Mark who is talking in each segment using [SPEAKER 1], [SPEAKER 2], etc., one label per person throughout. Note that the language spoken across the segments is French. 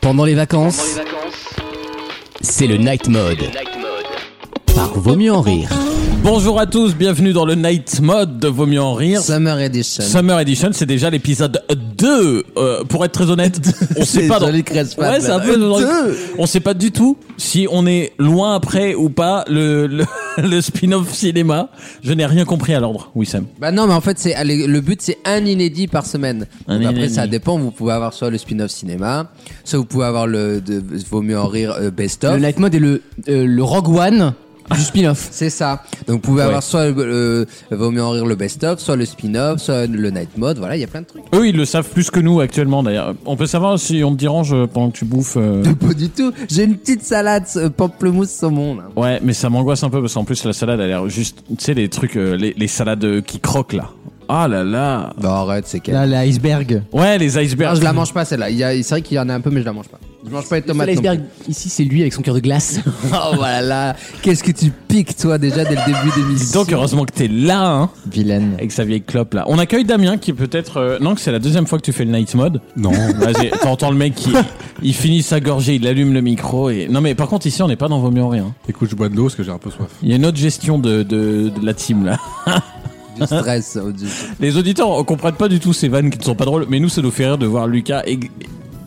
[SPEAKER 1] Pendant les vacances, c'est le night mode. Par Vaut mieux en rire.
[SPEAKER 2] Bonjour à tous, bienvenue dans le Night Mode de Vaut mieux en rire.
[SPEAKER 3] Summer Edition.
[SPEAKER 2] Summer Edition, c'est déjà l'épisode 2. euh, pour être très honnête, on sait
[SPEAKER 3] C'est
[SPEAKER 2] pas. dans-
[SPEAKER 3] Johnny Crespin,
[SPEAKER 2] Ouais, c'est un peu dans-
[SPEAKER 3] Euh, Deux.
[SPEAKER 2] On sait pas du tout si on est loin après ou pas le, le, le spin-off cinéma. Je n'ai rien compris à l'ordre, Wissem.
[SPEAKER 3] Bah non, mais en fait, c'est allez, le but, c'est un inédit par semaine.
[SPEAKER 2] Un
[SPEAKER 3] Donc après,
[SPEAKER 2] inédit.
[SPEAKER 3] ça dépend. Vous pouvez avoir soit le spin-off cinéma, soit vous pouvez avoir le de, vaut mieux en rire euh, best-of.
[SPEAKER 1] Le night mode est le, euh, le Rogue One du spin-off.
[SPEAKER 3] C'est ça. Donc vous pouvez
[SPEAKER 2] Ouais.
[SPEAKER 3] avoir soit le euh, vaut mieux en rire le best-of, soit le spin-off, soit le night mode. Voilà, il y a plein de trucs.
[SPEAKER 2] Eux, ils le savent plus que nous actuellement d'ailleurs. On peut savoir si on te dérange pendant que tu bouffes. euh,
[SPEAKER 3] Pas du tout. J'ai une petite salade euh, pamplemousse saumon. Là.
[SPEAKER 2] Ouais, mais ça m'angoisse un peu parce qu'en plus la salade a l'air juste, tu sais les trucs, euh, les, les salades euh, qui croquent là. Ah là là.
[SPEAKER 3] Bah arrête, c'est quel.
[SPEAKER 4] Là, l'iceberg.
[SPEAKER 2] Ouais, les icebergs.
[SPEAKER 3] Non, je la mange pas celle-là. Il y a- C'est vrai qu'il y en a un peu, mais je la mange pas. Je mange pas les tomates. non plus.
[SPEAKER 1] L'iceberg, ici, c'est lui avec son cœur de glace.
[SPEAKER 3] Oh voilà, qu'est-ce que tu piques toi déjà dès le début
[SPEAKER 2] Dis
[SPEAKER 3] d'émission
[SPEAKER 2] donc, heureusement que t'es là, hein,
[SPEAKER 4] Vilaine.
[SPEAKER 2] avec sa vieille clope là. On accueille Damien qui peut-être, euh, non, que c'est la deuxième fois que tu fais le night mode. Non. Vas-y, t'entends le mec qui, il finit sa gorgée, il allume le micro et. Non mais par contre ici on n'est pas dans vos mieux en rien.
[SPEAKER 5] Écoute, je bois de l'eau parce que j'ai un peu soif.
[SPEAKER 2] Il y a une autre gestion de, de, de la team là.
[SPEAKER 3] du stress. oh, du-
[SPEAKER 2] Les auditeurs on comprennent pas du tout ces vannes qui ne sont pas drôles, mais nous ça nous fait rire de voir Lucas ex-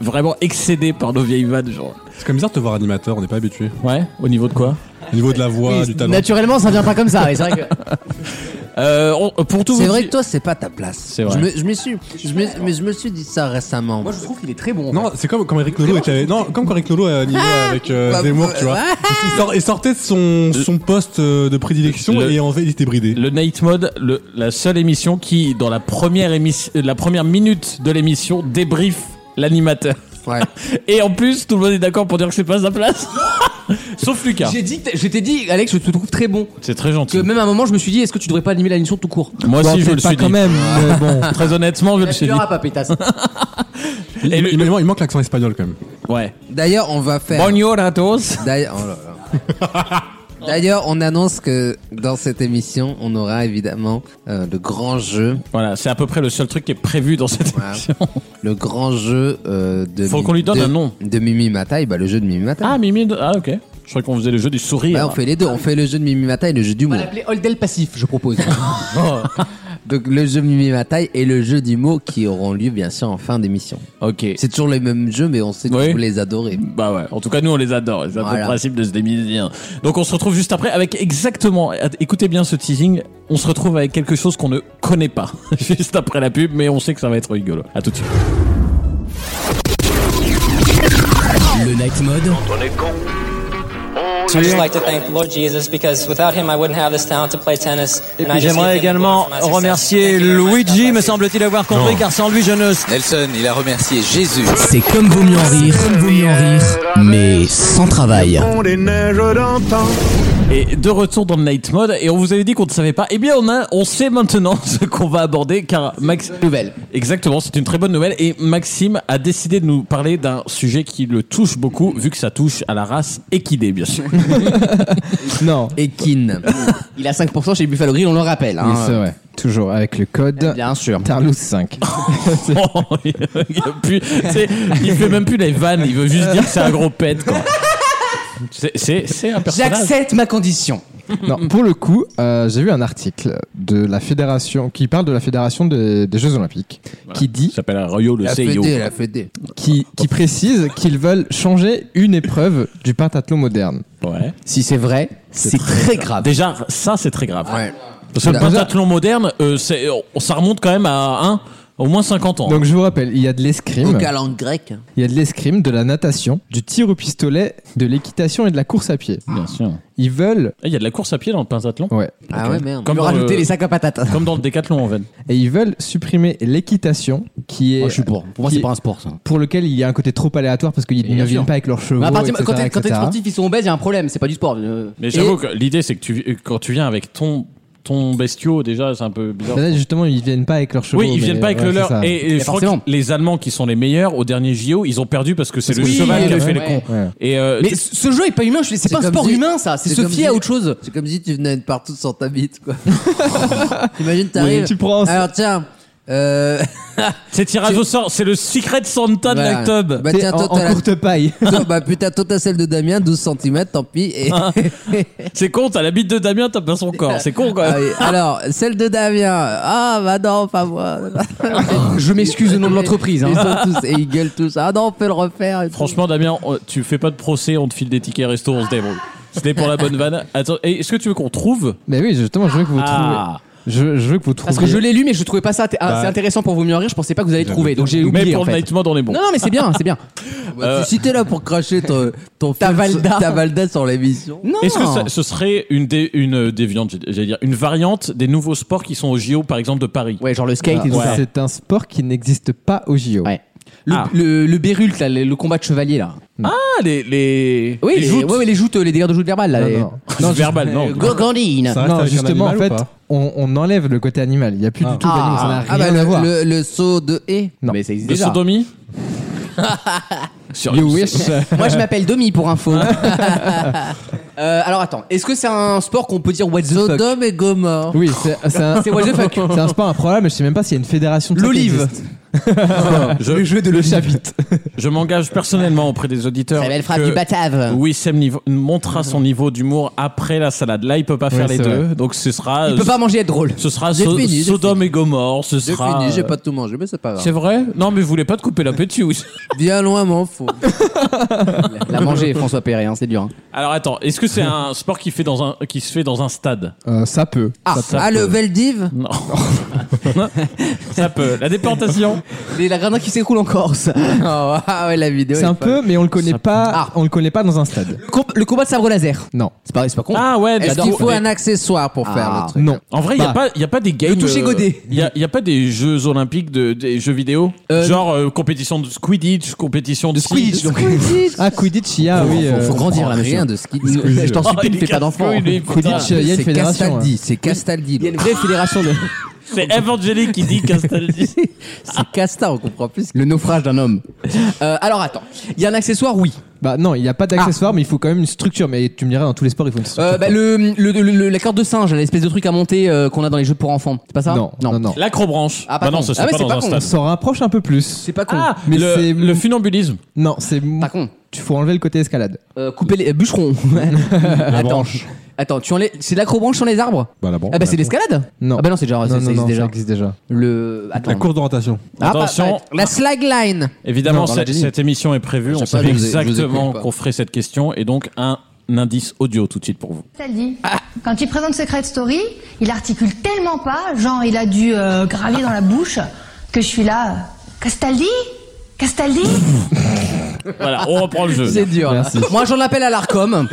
[SPEAKER 2] vraiment excédé par nos vieilles vannes genre.
[SPEAKER 5] C'est quand même bizarre de te voir animateur, on n'est pas habitué.
[SPEAKER 2] Ouais. Au niveau de quoi
[SPEAKER 5] Au niveau de la
[SPEAKER 2] Ah,
[SPEAKER 5] voix, du talent.
[SPEAKER 1] Naturellement, ça vient pas comme ça. et c'est vrai que-
[SPEAKER 2] euh, on- Pour tout.
[SPEAKER 3] C'est
[SPEAKER 2] vous
[SPEAKER 3] vrai
[SPEAKER 2] dire-
[SPEAKER 3] que toi c'est pas ta place.
[SPEAKER 2] C'est vrai.
[SPEAKER 3] Je me, je me suis, je me, mais je me suis dit ça récemment.
[SPEAKER 1] je trouve qu'il est très bon.
[SPEAKER 5] Non, c'est comme quand Eric Lolo était non, comme quand Eric Lolo a animé avec euh,
[SPEAKER 3] Bah,
[SPEAKER 5] Zemmour,
[SPEAKER 3] bah,
[SPEAKER 5] tu vois.
[SPEAKER 3] ouais.
[SPEAKER 5] Il, sort- il sortait de son, son poste euh, de prédilection
[SPEAKER 2] Le-
[SPEAKER 5] et en fait, il était bridé.
[SPEAKER 2] Le Night Mode, le- la seule émission qui, dans la première, émission, la première minute de l'émission, débrief l'animateur.
[SPEAKER 3] Ouais.
[SPEAKER 2] Et en plus, tout le monde est d'accord pour dire que c'est pas sa place. Sauf Lucas.
[SPEAKER 1] J'ai dit, je t'ai dit, Alex, je te trouve très bon.
[SPEAKER 2] C'est très gentil.
[SPEAKER 1] Que même à un moment, je me suis dit, est-ce que tu devrais pas animer la mission tout court
[SPEAKER 2] Moi
[SPEAKER 4] Bon,
[SPEAKER 2] aussi, je
[SPEAKER 4] peut-être
[SPEAKER 2] le
[SPEAKER 4] pas
[SPEAKER 2] suis
[SPEAKER 4] quand
[SPEAKER 2] dit.
[SPEAKER 4] même, mais bon.
[SPEAKER 2] Très honnêtement, je le
[SPEAKER 1] Tu
[SPEAKER 2] suis dit.
[SPEAKER 1] l'auras pas, pétasse.
[SPEAKER 5] Il,
[SPEAKER 2] Et le-
[SPEAKER 5] il- il manque l'accent espagnol quand même.
[SPEAKER 2] Ouais.
[SPEAKER 3] D'ailleurs on va faire.
[SPEAKER 2] Bonjour à tous.
[SPEAKER 3] D'ailleurs, oh là là. D'ailleurs, on annonce que dans cette émission on aura évidemment euh, le grand jeu,
[SPEAKER 2] Voilà, c'est à peu près le seul truc qui est prévu dans cette
[SPEAKER 3] Ouais.
[SPEAKER 2] émission.
[SPEAKER 3] le grand jeu euh, de.
[SPEAKER 2] Faut
[SPEAKER 3] Mi-
[SPEAKER 2] qu'on lui donne
[SPEAKER 3] de-
[SPEAKER 2] un nom.
[SPEAKER 3] De Mimi Mataille, bah le jeu de Mimi Mataille.
[SPEAKER 2] Ah, Mimi. de- Ah, ok. Je croyais qu'on faisait le jeu du
[SPEAKER 3] Bah,
[SPEAKER 2] sourire.
[SPEAKER 3] on fait les deux, on fait le jeu de Mimi Mataille et le jeu du
[SPEAKER 1] On va
[SPEAKER 3] mot.
[SPEAKER 1] l'appeler Holdel Passif, je propose.
[SPEAKER 2] Oh,
[SPEAKER 3] Donc le jeu Mimi ma taille et le jeu du mot qui auront lieu bien sûr en fin d'émission.
[SPEAKER 2] ok.
[SPEAKER 3] C'est toujours les mêmes jeux mais on sait que
[SPEAKER 2] Oui.
[SPEAKER 3] vous les adorez.
[SPEAKER 2] Bah ouais, en tout cas nous on les adore, c'est un peu
[SPEAKER 3] Voilà.
[SPEAKER 2] le principe de ce démission. Donc on se retrouve juste après avec exactement, écoutez bien ce teasing, on se retrouve avec quelque chose qu'on ne connaît pas, juste après la pub, mais on sait que ça va être rigolo. À tout de suite.
[SPEAKER 1] Le night mode,
[SPEAKER 6] So I just like to thank the Lord Jesus because without him I wouldn't have this talent to play tennis.
[SPEAKER 7] Et puis j'aimerais également remercier Luigi, me semble-t-il avoir compris, car sans lui je ne
[SPEAKER 8] Nelson, il a remercié Jésus.
[SPEAKER 1] c'est comme vaut mieux en rire, vaut mieux en rire, mais sans travail.
[SPEAKER 2] Et de retour dans le night mode, et on vous avait dit qu'on ne savait pas, eh bien on a, on sait maintenant ce qu'on va aborder, car Max...
[SPEAKER 1] Nouvelle.
[SPEAKER 2] Exactement, c'est une très bonne nouvelle, et Maxime a décidé de nous parler d'un sujet qui le touche beaucoup, vu que ça touche à la race équidée bien sûr.
[SPEAKER 4] Non.
[SPEAKER 3] Ekin.
[SPEAKER 1] Il a 5% chez Buffalo Grill, on le rappelle.
[SPEAKER 4] Oui,
[SPEAKER 1] Hein.
[SPEAKER 4] c'est vrai. Toujours avec le code
[SPEAKER 1] Bien sûr.
[SPEAKER 4] Tarlous 5.
[SPEAKER 2] Oh, il, il a plus- tu sais, il fait même plus les vannes, il veut juste dire que c'est un gros pet. quoi. C'est- C'est c'est un personnage.
[SPEAKER 1] J'accepte ma condition.
[SPEAKER 4] non, pour le coup, euh, j'ai vu un article de la fédération qui parle de la fédération des, des Jeux Olympiques, qui
[SPEAKER 2] Il
[SPEAKER 4] dit,
[SPEAKER 2] s'appelle Royo le E
[SPEAKER 3] La
[SPEAKER 2] CEO.
[SPEAKER 3] fédé, la fédé.
[SPEAKER 4] qui, qui précise qu'ils veulent changer une épreuve du pentathlon moderne.
[SPEAKER 2] Ouais.
[SPEAKER 1] Si c'est vrai, c'est très grave.
[SPEAKER 2] Déjà, ça c'est très
[SPEAKER 1] Bah,
[SPEAKER 2] grave.
[SPEAKER 3] Ouais.
[SPEAKER 2] Parce que le
[SPEAKER 3] Déjà-
[SPEAKER 2] pentathlon moderne, euh, c'est- on- ça remonte quand même à hein, au moins 50 ans.
[SPEAKER 4] Donc je vous rappelle, il y a de
[SPEAKER 3] Au
[SPEAKER 4] l'escrime,
[SPEAKER 3] calendrier grec.
[SPEAKER 4] il y a de l'escrime, de la natation, du tir au pistolet, de l'équitation et de la course à pied.
[SPEAKER 1] Ah.
[SPEAKER 2] Bien sûr.
[SPEAKER 4] Ils veulent,
[SPEAKER 2] Eh, Il y a de la course à pied dans le pentathlon.
[SPEAKER 4] ouais,
[SPEAKER 3] Ah ouais merde.
[SPEAKER 2] Comme
[SPEAKER 1] On
[SPEAKER 2] dans,
[SPEAKER 1] va rajouter
[SPEAKER 2] le,
[SPEAKER 1] les sacs à patates.
[SPEAKER 2] comme dans le décathlon en fait.
[SPEAKER 4] et ils veulent supprimer l'équitation, qui est
[SPEAKER 1] Moi, Oh, je suis pour. Pour moi,
[SPEAKER 4] qui
[SPEAKER 1] c'est
[SPEAKER 4] est-
[SPEAKER 1] pas un sport, ça.
[SPEAKER 4] pour lequel il y a un côté trop aléatoire parce qu'ils ne viennent pas avec leurs cheveux.
[SPEAKER 1] Mais Bah, à partir-
[SPEAKER 4] etc.,
[SPEAKER 1] quand t'es quand t'es
[SPEAKER 4] etc..
[SPEAKER 1] sportif, ils sont obèses, il y a un problème. C'est pas du sport. euh.
[SPEAKER 2] Mais j'avoue que l'idée c'est que tu, vi- quand tu viens avec ton ton bestiau déjà, c'est un peu bizarre.
[SPEAKER 4] Mais Là, justement, ils viennent pas avec leurs euh, cheveux.
[SPEAKER 2] Oui, ils viennent pas avec le leur. Et, et je crois
[SPEAKER 1] forcément.
[SPEAKER 2] que les Allemands qui sont les meilleurs au dernier JO, ils ont perdu parce que c'est le
[SPEAKER 1] que-
[SPEAKER 2] cheval
[SPEAKER 1] Oui,
[SPEAKER 2] qui a
[SPEAKER 1] le-
[SPEAKER 2] fait le
[SPEAKER 1] ouais.
[SPEAKER 2] con. Et euh,
[SPEAKER 1] Mais ce ce jeu est pas humain. je- C'est pas un
[SPEAKER 3] comme
[SPEAKER 1] sport
[SPEAKER 3] si-
[SPEAKER 1] humain, ça. C'est
[SPEAKER 3] c'est
[SPEAKER 1] se
[SPEAKER 3] comme
[SPEAKER 1] fier à
[SPEAKER 3] si-
[SPEAKER 1] autre chose.
[SPEAKER 3] C'est comme si tu venais de partout sans ta bite quoi. T'imagines t'arrives.
[SPEAKER 4] tu prends un-
[SPEAKER 3] Alors tiens, Euh,
[SPEAKER 2] C'est tirage au sort, c'est le secret Santa
[SPEAKER 3] voilà.
[SPEAKER 2] de l'Actob.
[SPEAKER 3] Bah
[SPEAKER 4] T'es
[SPEAKER 3] tiens,
[SPEAKER 4] en,
[SPEAKER 3] toi,
[SPEAKER 4] en
[SPEAKER 3] t'as la-
[SPEAKER 4] courte paille.
[SPEAKER 3] toi, bah putain, toi t'as celle de Damien, 12 cm, tant pis. Et...
[SPEAKER 4] Ah.
[SPEAKER 2] C'est con, t'as la bite de Damien, t'as pas son corps. C'est con, quoi.
[SPEAKER 3] Ah oui, Alors, celle de Damien. Ah, bah non, pas moi.
[SPEAKER 1] Je m'excuse au nom de l'entreprise. hein.
[SPEAKER 3] Ils sont tous, et ils gueulent tous. Ah non, on peut le refaire. et tout.
[SPEAKER 2] Franchement, Damien, on- tu fais pas de procès, on te file des tickets resto, on se débrouille. C'était pour la bonne vanne. Attends, et est-ce que tu veux qu'on trouve
[SPEAKER 4] Mais oui, justement, je veux que vous
[SPEAKER 2] Ah.
[SPEAKER 4] trouviez. Je, je veux que vous trouviez.
[SPEAKER 1] Parce que je l'ai lu, mais je trouvais pas ça. t- ah, C'est intéressant pour vous mieux en rire. Je pensais pas que vous alliez trouver, donc j'ai
[SPEAKER 2] Bah Mais
[SPEAKER 1] oublié.
[SPEAKER 2] pour
[SPEAKER 1] en
[SPEAKER 2] le
[SPEAKER 1] fait.
[SPEAKER 2] Nightmod, on est bon. Euh,
[SPEAKER 1] Non, non, mais c'est bien, c'est bien.
[SPEAKER 3] Bah, tu- Si t'es là pour cracher ton, ton
[SPEAKER 1] Ta
[SPEAKER 3] film sur-
[SPEAKER 1] Valda.
[SPEAKER 3] ta Valda sur l'émission.
[SPEAKER 1] Non.
[SPEAKER 2] Est-ce que ça- ce serait une, dé- une euh, déviante, j'ai- j'allais dire, une variante des nouveaux sports qui sont au JO, par exemple, de Paris
[SPEAKER 1] Ouais, genre le skate et tout ça.
[SPEAKER 4] Ah, C'est un sport qui n'existe pas au JO.
[SPEAKER 1] Ouais. Le,
[SPEAKER 2] Ah.
[SPEAKER 1] le, le Bérult, là, le, le combat de chevalier, là.
[SPEAKER 2] Ah, les. les...
[SPEAKER 1] Oui,
[SPEAKER 2] les
[SPEAKER 1] les,
[SPEAKER 2] joutes.
[SPEAKER 1] ouais, ouais, les joutes, euh, les délires de joutes verbales, là.
[SPEAKER 4] Non,
[SPEAKER 1] les- Euh,
[SPEAKER 4] non.
[SPEAKER 2] C'est verbal, non.
[SPEAKER 1] Gogandine.
[SPEAKER 5] Ah, Ça reste
[SPEAKER 4] Non,
[SPEAKER 5] avec un
[SPEAKER 4] justement, en
[SPEAKER 5] animal
[SPEAKER 4] fait,
[SPEAKER 5] ou pas
[SPEAKER 4] on, on enlève le côté animal. Il n'y a plus du tout
[SPEAKER 1] Ah.
[SPEAKER 4] d'animal. Ça n'a rien
[SPEAKER 3] Ah bah
[SPEAKER 4] à voir.
[SPEAKER 3] le, le, le saut de haie.
[SPEAKER 4] Non.
[SPEAKER 1] E. Mais ça existe
[SPEAKER 2] De
[SPEAKER 1] déjà.
[SPEAKER 2] sodomie Sur-
[SPEAKER 4] You wish.
[SPEAKER 1] Moi, je m'appelle Domi pour info. Euh, alors attends, est-ce que c'est un sport qu'on peut dire what the fuck
[SPEAKER 3] Sodome et Gomorre.
[SPEAKER 4] Oui, c'est c'est un,
[SPEAKER 1] C'est what the fuck
[SPEAKER 4] c'est un sport improbable. Je sais même pas s'il y a une fédération de ça qui
[SPEAKER 1] L'olive.
[SPEAKER 4] existe.
[SPEAKER 2] je,
[SPEAKER 4] jeu de le chapitre.
[SPEAKER 2] je m'engage personnellement auprès des auditeurs.
[SPEAKER 1] Très belle frappe
[SPEAKER 2] que
[SPEAKER 1] du batave.
[SPEAKER 2] Wissem niveau- montrera son niveau d'humour après la salade. Là, il peut pas faire
[SPEAKER 4] c'est
[SPEAKER 2] les deux, donc ce sera.
[SPEAKER 1] Il peut pas manger être drôle.
[SPEAKER 2] Ce sera
[SPEAKER 3] J'ai
[SPEAKER 2] So-
[SPEAKER 3] fini, j'ai
[SPEAKER 2] Sodome et Gomorre, ce
[SPEAKER 3] J'ai
[SPEAKER 2] sera.
[SPEAKER 3] fini, j'ai pas tout mangé, mais c'est pas
[SPEAKER 2] C'est
[SPEAKER 3] grave.
[SPEAKER 2] vrai Non, mais vous voulez pas te couper l'appétit, oui.
[SPEAKER 3] Bien loin, m'en faut.
[SPEAKER 1] La manger, François Perret, hein, c'est dur. hein.
[SPEAKER 2] Alors attends, est-ce que c'est un sport qui, fait dans un, qui se fait dans un stade
[SPEAKER 4] Euh, ça peut.
[SPEAKER 3] Ah,
[SPEAKER 2] ça
[SPEAKER 3] ah,
[SPEAKER 1] euh.
[SPEAKER 3] le
[SPEAKER 2] peut.
[SPEAKER 3] Veldiv
[SPEAKER 2] Non. Ça peut. La déportation
[SPEAKER 1] Les la gradin qui s'écoule en Corse.
[SPEAKER 3] Oh, ah ouais, la vidéo.
[SPEAKER 4] C'est
[SPEAKER 3] est
[SPEAKER 4] un
[SPEAKER 3] folle.
[SPEAKER 4] peu, mais on le connaît pas.
[SPEAKER 1] Ah.
[SPEAKER 4] On le connaît pas dans un stade.
[SPEAKER 1] Le, com- le combat de sabre laser.
[SPEAKER 4] Non.
[SPEAKER 1] C'est pas, c'est pas con.
[SPEAKER 2] Ah ouais,
[SPEAKER 3] Est-ce
[SPEAKER 2] j'adore.
[SPEAKER 3] qu'il faut
[SPEAKER 2] Mais-
[SPEAKER 3] un accessoire pour faire
[SPEAKER 1] Bah, Ah.
[SPEAKER 3] le truc
[SPEAKER 4] Non.
[SPEAKER 2] En vrai, il n'y a, pas des games.
[SPEAKER 1] toucher
[SPEAKER 2] euh,
[SPEAKER 1] godet.
[SPEAKER 2] y a- y a pas des jeux olympiques, de, des jeux vidéo
[SPEAKER 1] Euh,
[SPEAKER 2] Genre euh, compétition de Squidditch, compétition de.
[SPEAKER 1] Squidditch, donc.
[SPEAKER 4] Ah, Quidditch, il y a, oui.
[SPEAKER 1] faut,
[SPEAKER 4] euh,
[SPEAKER 1] faut grandir là,
[SPEAKER 3] comprends
[SPEAKER 1] monsieur.
[SPEAKER 3] rien de ce qu'il dit.
[SPEAKER 1] Je t'en
[SPEAKER 2] Oh,
[SPEAKER 1] supplie,
[SPEAKER 2] il
[SPEAKER 1] ne fais pas
[SPEAKER 2] casse
[SPEAKER 1] d'enfant.
[SPEAKER 2] couille, lui, putain.
[SPEAKER 4] Quidditch, il y a une
[SPEAKER 3] C'est
[SPEAKER 4] fédération.
[SPEAKER 3] Castaldi, c'est Castaldi.
[SPEAKER 1] hein. Il y a une
[SPEAKER 3] l'autre.
[SPEAKER 1] vraie fédération de.
[SPEAKER 2] C'est Evangélique qui dit Castaldi.
[SPEAKER 3] C'est Casta, on comprend plus.
[SPEAKER 1] Le naufrage d'un homme. Euh, alors attends, il y a un accessoire, oui.
[SPEAKER 4] hein. Bah non, il n'y a
[SPEAKER 3] Ah.
[SPEAKER 4] pas d'accessoire, mais il faut quand même une structure. Mais tu me dirais, dans tous les sports, il faut une structure.
[SPEAKER 1] Euh, bah, le, le- le- la corde de singe, l'espèce de truc à monter euh, qu'on a dans les jeux pour enfants. C'est pas ça
[SPEAKER 4] non, non, non,
[SPEAKER 2] L'acrobranche. Bah
[SPEAKER 1] Ah, pas
[SPEAKER 2] non,
[SPEAKER 1] con.
[SPEAKER 2] ce
[SPEAKER 1] Ah,
[SPEAKER 2] serait
[SPEAKER 1] mais
[SPEAKER 2] pas
[SPEAKER 1] c'est
[SPEAKER 2] dans
[SPEAKER 1] pas
[SPEAKER 2] un
[SPEAKER 1] con.
[SPEAKER 4] On
[SPEAKER 2] stade.
[SPEAKER 4] s'en rapproche un peu plus.
[SPEAKER 1] C'est pas con.
[SPEAKER 2] Ah,
[SPEAKER 4] Mais
[SPEAKER 2] le,
[SPEAKER 4] c'est-
[SPEAKER 2] le funambulisme.
[SPEAKER 4] Non, c'est.
[SPEAKER 1] Pas con.
[SPEAKER 4] Tu faut enlever le côté escalade.
[SPEAKER 1] Euh, couper les euh, bûcherons. attends, attends, tu enlèves. C'est de l'acrobranche sur les arbres
[SPEAKER 5] Bah là-bas.
[SPEAKER 1] Ah bah c'est l'escalade
[SPEAKER 4] Non.
[SPEAKER 1] Ah bah non, c'est déjà.
[SPEAKER 4] Non,
[SPEAKER 1] ça-
[SPEAKER 4] non,
[SPEAKER 1] ça
[SPEAKER 4] non,
[SPEAKER 1] existe
[SPEAKER 4] ça
[SPEAKER 1] déjà.
[SPEAKER 4] existe déjà.
[SPEAKER 1] Le. Attends.
[SPEAKER 5] La course d'orientation.
[SPEAKER 1] Ah, bah,
[SPEAKER 2] Attention,
[SPEAKER 3] La slagline.
[SPEAKER 2] évidemment,
[SPEAKER 4] Non, dans la
[SPEAKER 2] cette,
[SPEAKER 4] Jenny.
[SPEAKER 2] cette émission est prévue. On
[SPEAKER 3] sais pas,
[SPEAKER 2] savait
[SPEAKER 3] je vous ai- je vous écoute
[SPEAKER 2] exactement
[SPEAKER 3] pas.
[SPEAKER 2] qu'on ferait cette question et donc un indice audio tout de suite pour vous.
[SPEAKER 9] Ça le dit. Quand il présente Secret Story, il articule tellement pas, genre il a du euh, gravier dans la bouche, que je suis là. euh, Castaldi Castaldi
[SPEAKER 2] Voilà, on reprend le jeu.
[SPEAKER 1] C'est dur. Moi j'en appelle à l'ARCOM.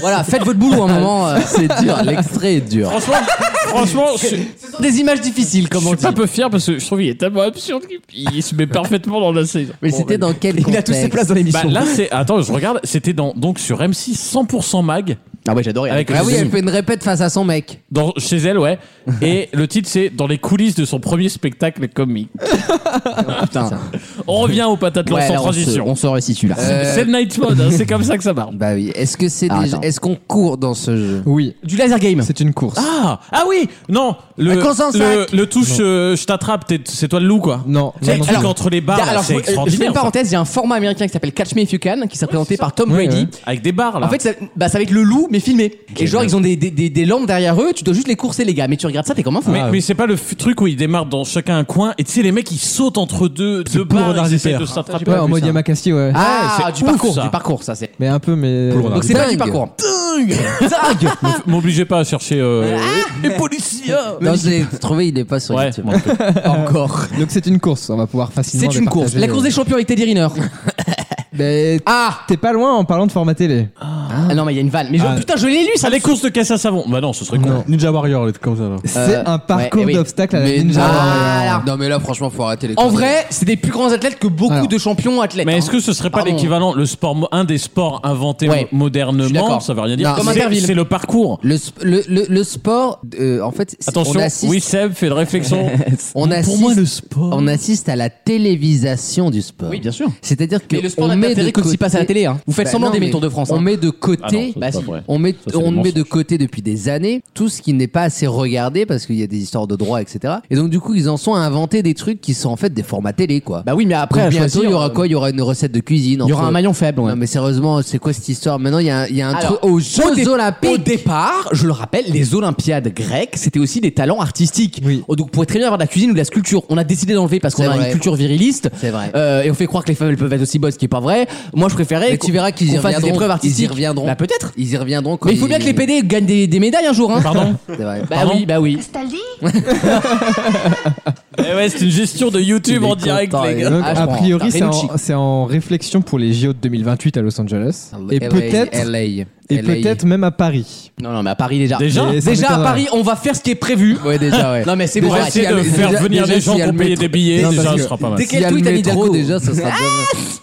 [SPEAKER 1] voilà, faites votre boulot un moment. euh, c'est dur, l'extrait est dur.
[SPEAKER 2] Franchement, franchement, je,
[SPEAKER 1] Des images difficiles, comme
[SPEAKER 2] je
[SPEAKER 1] on
[SPEAKER 2] suis
[SPEAKER 1] dit.
[SPEAKER 2] pas peu fier parce que je trouve qu'il est tellement absurde qu'il il se met parfaitement dans la saison.
[SPEAKER 3] Mais
[SPEAKER 2] Bon,
[SPEAKER 3] c'était
[SPEAKER 2] bah,
[SPEAKER 3] dans quel
[SPEAKER 1] Il
[SPEAKER 3] contexte
[SPEAKER 1] a tous ses places dans l'émission.
[SPEAKER 2] bah, là, c'est. Attends, je regarde. C'était dans donc sur M6 100% Mag.
[SPEAKER 1] ah ouais, j'adorais.
[SPEAKER 2] Avec
[SPEAKER 3] Ah oui,
[SPEAKER 2] Jésus.
[SPEAKER 3] elle fait une répète face à son mec.
[SPEAKER 2] Dans, chez elle, ouais. Et le titre, c'est Dans les coulisses de son premier spectacle comique.
[SPEAKER 1] Oh, putain.
[SPEAKER 2] On revient aux patates
[SPEAKER 1] Ouais,
[SPEAKER 2] lances en
[SPEAKER 1] là, on, se,
[SPEAKER 2] transition.
[SPEAKER 1] on se resitue là.
[SPEAKER 2] C'est le night mode, hein, c'est comme ça que ça marche.
[SPEAKER 3] Bah oui. Est-ce que c'est
[SPEAKER 1] Ah,
[SPEAKER 3] des-
[SPEAKER 1] attends.
[SPEAKER 3] Est-ce qu'on court dans ce jeu
[SPEAKER 4] Oui,
[SPEAKER 1] Du laser game.
[SPEAKER 4] c'est une course.
[SPEAKER 2] Ah, ah oui, non, le,
[SPEAKER 3] Un course en sac.
[SPEAKER 2] le, le touche, euh, je t'attrape, t'es- c'est toi le loup quoi.
[SPEAKER 4] Non,
[SPEAKER 2] Tu sais,
[SPEAKER 4] non,
[SPEAKER 2] le
[SPEAKER 4] non,
[SPEAKER 2] truc
[SPEAKER 4] non.
[SPEAKER 2] entre les barres,
[SPEAKER 1] Il y a-
[SPEAKER 2] là,
[SPEAKER 1] alors,
[SPEAKER 2] c'est
[SPEAKER 1] je- je fais
[SPEAKER 2] extraordinaire.
[SPEAKER 1] une parenthèse, il y a un format américain qui s'appelle Catch Me If You Can, qui s'est présenté par Tom
[SPEAKER 4] Ouais,
[SPEAKER 1] Brady.
[SPEAKER 4] ouais.
[SPEAKER 2] ça. Avec des barres là.
[SPEAKER 1] En fait, ça- bah, ça va être le loup, mais filmé. Et genre, ils ont des, des, des, des lampes derrière eux, tu dois juste les courser, les gars. Mais tu regardes ça, t'es comme un fou.
[SPEAKER 2] mais, mais c'est pas le f- truc où ils démarrent dans chacun un coin et tu sais, les mecs ils sautent entre deux, deux
[SPEAKER 5] pour
[SPEAKER 2] barres,
[SPEAKER 5] Renard
[SPEAKER 2] ils essayent
[SPEAKER 5] Zipper.
[SPEAKER 2] de s'attraper.
[SPEAKER 4] Ouais, en mode Yamakasi, ouais.
[SPEAKER 1] Ah,
[SPEAKER 2] Ouais, c'est
[SPEAKER 1] du
[SPEAKER 2] ouf,
[SPEAKER 1] parcours,
[SPEAKER 2] ça.
[SPEAKER 1] du parcours, ça c'est.
[SPEAKER 4] Mais un peu, mais.
[SPEAKER 1] Donc c'est pas du
[SPEAKER 3] Dingue.
[SPEAKER 1] parcours. Dingue
[SPEAKER 2] F- Ah. M'obligez pas à chercher. Euh... les policiers
[SPEAKER 3] Non, je l'ai trouvé, il est pas sur
[SPEAKER 2] Ouais,
[SPEAKER 3] YouTube.
[SPEAKER 2] bon, ok.
[SPEAKER 1] Encore.
[SPEAKER 4] Donc c'est une course, on va pouvoir facilement. euh.
[SPEAKER 1] C'est une course. La course des champions avec Teddy Riner.
[SPEAKER 4] Mais
[SPEAKER 1] Ah
[SPEAKER 4] t'es pas loin en parlant de format télé.
[SPEAKER 1] Ah Non, mais il y a une vanne. Mais je- putain, je l'ai lu, ça
[SPEAKER 2] Ah, les courses de caisse à savon. Bah non, ce serait con.
[SPEAKER 5] Ninja Warrior, les trucs comme ça. là.
[SPEAKER 4] C'est
[SPEAKER 1] Euh,
[SPEAKER 4] un parcours
[SPEAKER 1] ouais, oui.
[SPEAKER 4] d'obstacles à la
[SPEAKER 3] Mais
[SPEAKER 4] Ninja
[SPEAKER 3] non.
[SPEAKER 4] Warrior.
[SPEAKER 1] alors.
[SPEAKER 3] Non, mais là, franchement, faut arrêter les.
[SPEAKER 1] En
[SPEAKER 3] conneries.
[SPEAKER 1] vrai, c'est des plus grands athlètes que beaucoup
[SPEAKER 4] Alors.
[SPEAKER 1] de champions athlètes.
[SPEAKER 2] Mais
[SPEAKER 1] hein.
[SPEAKER 2] est-ce que ce serait pas
[SPEAKER 1] Pardon.
[SPEAKER 2] l'équivalent, le sport, mo- un des sports inventés
[SPEAKER 1] Ouais.
[SPEAKER 2] mo-
[SPEAKER 1] Je suis
[SPEAKER 2] modernement
[SPEAKER 1] d'accord.
[SPEAKER 2] Ça veut rien dire.
[SPEAKER 3] Non,
[SPEAKER 2] C'est-
[SPEAKER 3] comme
[SPEAKER 1] Interville.
[SPEAKER 2] C'est le parcours.
[SPEAKER 3] Le, sp- le, le, le sport, euh, en fait, c'est-
[SPEAKER 2] Attention,
[SPEAKER 3] on assiste,
[SPEAKER 2] oui, Seb fait de réflexion.
[SPEAKER 3] on assiste,
[SPEAKER 2] Pour moi, le sport.
[SPEAKER 3] on assiste à la télévisation du sport.
[SPEAKER 1] Oui, bien sûr.
[SPEAKER 3] C'est-à-dire que
[SPEAKER 1] Mais le sport
[SPEAKER 3] on
[SPEAKER 1] n'a
[SPEAKER 3] met de
[SPEAKER 1] d'intérêt que s'il
[SPEAKER 3] côté- Bah,
[SPEAKER 1] passe à la télé, hein. Vous faites semblant
[SPEAKER 3] non,
[SPEAKER 1] d'aimer
[SPEAKER 3] mais
[SPEAKER 1] le Tour de France,
[SPEAKER 3] On
[SPEAKER 1] hein.
[SPEAKER 3] met de côté,
[SPEAKER 2] Ah non, ça, c'est
[SPEAKER 3] bah
[SPEAKER 2] pas vrai.
[SPEAKER 3] on met,
[SPEAKER 2] c'est
[SPEAKER 3] on
[SPEAKER 2] des
[SPEAKER 3] met de
[SPEAKER 2] mensonges.
[SPEAKER 3] côté depuis des années tout ce qui n'est pas assez regardé parce qu'il y a des histoires de droit, etc. Et donc du coup, ils en sont à inventer des trucs qui sont en fait des formats télé, quoi.
[SPEAKER 1] Bah oui, mais après,
[SPEAKER 3] Donc,
[SPEAKER 1] à
[SPEAKER 3] bientôt,
[SPEAKER 1] choisir,
[SPEAKER 3] il y aura
[SPEAKER 1] euh,
[SPEAKER 3] quoi Il y aura une recette de cuisine.
[SPEAKER 1] Il y aura
[SPEAKER 3] entre-
[SPEAKER 1] un maillon faible. ouais.
[SPEAKER 3] Non mais sérieusement, c'est quoi cette histoire Maintenant, il y a, il y a un
[SPEAKER 1] Alors,
[SPEAKER 3] truc aux
[SPEAKER 1] au dé-
[SPEAKER 3] Jeux
[SPEAKER 1] Au
[SPEAKER 3] Olympiques.
[SPEAKER 1] départ, je le rappelle, les Olympiades grecques, c'était aussi des talents artistiques.
[SPEAKER 3] Oui.
[SPEAKER 1] Oh, Donc, vous pouvez très bien avoir de la cuisine ou de la sculpture. On a décidé d'enlever parce qu'on
[SPEAKER 3] C'est
[SPEAKER 1] a une
[SPEAKER 3] vrai.
[SPEAKER 1] culture viriliste.
[SPEAKER 3] C'est vrai.
[SPEAKER 1] Euh, et on fait croire que les femmes elles peuvent être aussi bonnes, ce qui est pas vrai. Moi, je préférais.
[SPEAKER 3] Mais
[SPEAKER 1] qu'on-
[SPEAKER 3] tu verras qu'ils y
[SPEAKER 1] qu'on fasse des
[SPEAKER 3] reviendront.
[SPEAKER 1] preuves
[SPEAKER 3] Ils y
[SPEAKER 1] artistiques.
[SPEAKER 3] reviendront.
[SPEAKER 1] Bah, peut-être.
[SPEAKER 3] Ils y reviendront. quand
[SPEAKER 1] Mais il faut bien
[SPEAKER 3] ils-
[SPEAKER 1] que les PD gagnent des, des médailles un jour, hein.
[SPEAKER 2] Pardon
[SPEAKER 3] C'est vrai.
[SPEAKER 1] Bah
[SPEAKER 2] Pardon
[SPEAKER 1] oui, bah oui.
[SPEAKER 9] Castaldi
[SPEAKER 2] Eh ouais, c'est une gestion de YouTube en direct, les gars.
[SPEAKER 4] Donc,
[SPEAKER 3] Ah, je
[SPEAKER 4] a
[SPEAKER 3] prends.
[SPEAKER 4] priori, c'est
[SPEAKER 1] Renucci.
[SPEAKER 4] en, c'est en réflexion pour les JO de 2028 à Los
[SPEAKER 1] Ah,
[SPEAKER 4] Angeles. Et
[SPEAKER 3] LA,
[SPEAKER 4] peut-être,
[SPEAKER 3] LA.
[SPEAKER 4] et
[SPEAKER 3] LA.
[SPEAKER 4] peut-être même à Paris.
[SPEAKER 1] Non, non, mais à Paris déjà.
[SPEAKER 2] Déjà
[SPEAKER 4] Et ça
[SPEAKER 1] Déjà à
[SPEAKER 4] m'étonnerait.
[SPEAKER 1] Paris, on va faire ce qui est prévu.
[SPEAKER 3] Ouais, déjà, ouais.
[SPEAKER 1] Non, mais c'est
[SPEAKER 2] Pour
[SPEAKER 1] bon.
[SPEAKER 3] Déjà,
[SPEAKER 1] arrête.
[SPEAKER 2] essayer de
[SPEAKER 3] s'il y a-
[SPEAKER 2] faire
[SPEAKER 3] déjà-
[SPEAKER 2] venir
[SPEAKER 3] déjà,
[SPEAKER 2] des
[SPEAKER 3] s'il
[SPEAKER 2] gens
[SPEAKER 3] y a
[SPEAKER 2] pour
[SPEAKER 3] le
[SPEAKER 2] payer
[SPEAKER 3] métro-
[SPEAKER 2] des billets,
[SPEAKER 3] Non,
[SPEAKER 2] déjà,
[SPEAKER 3] parce
[SPEAKER 2] ce
[SPEAKER 3] que-
[SPEAKER 2] sera pas mal.
[SPEAKER 1] Dès
[SPEAKER 3] S'il y a
[SPEAKER 1] qu'elle
[SPEAKER 3] le
[SPEAKER 1] tweet à
[SPEAKER 3] métro,
[SPEAKER 1] Hidalgo.
[SPEAKER 3] déjà, ça sera bien.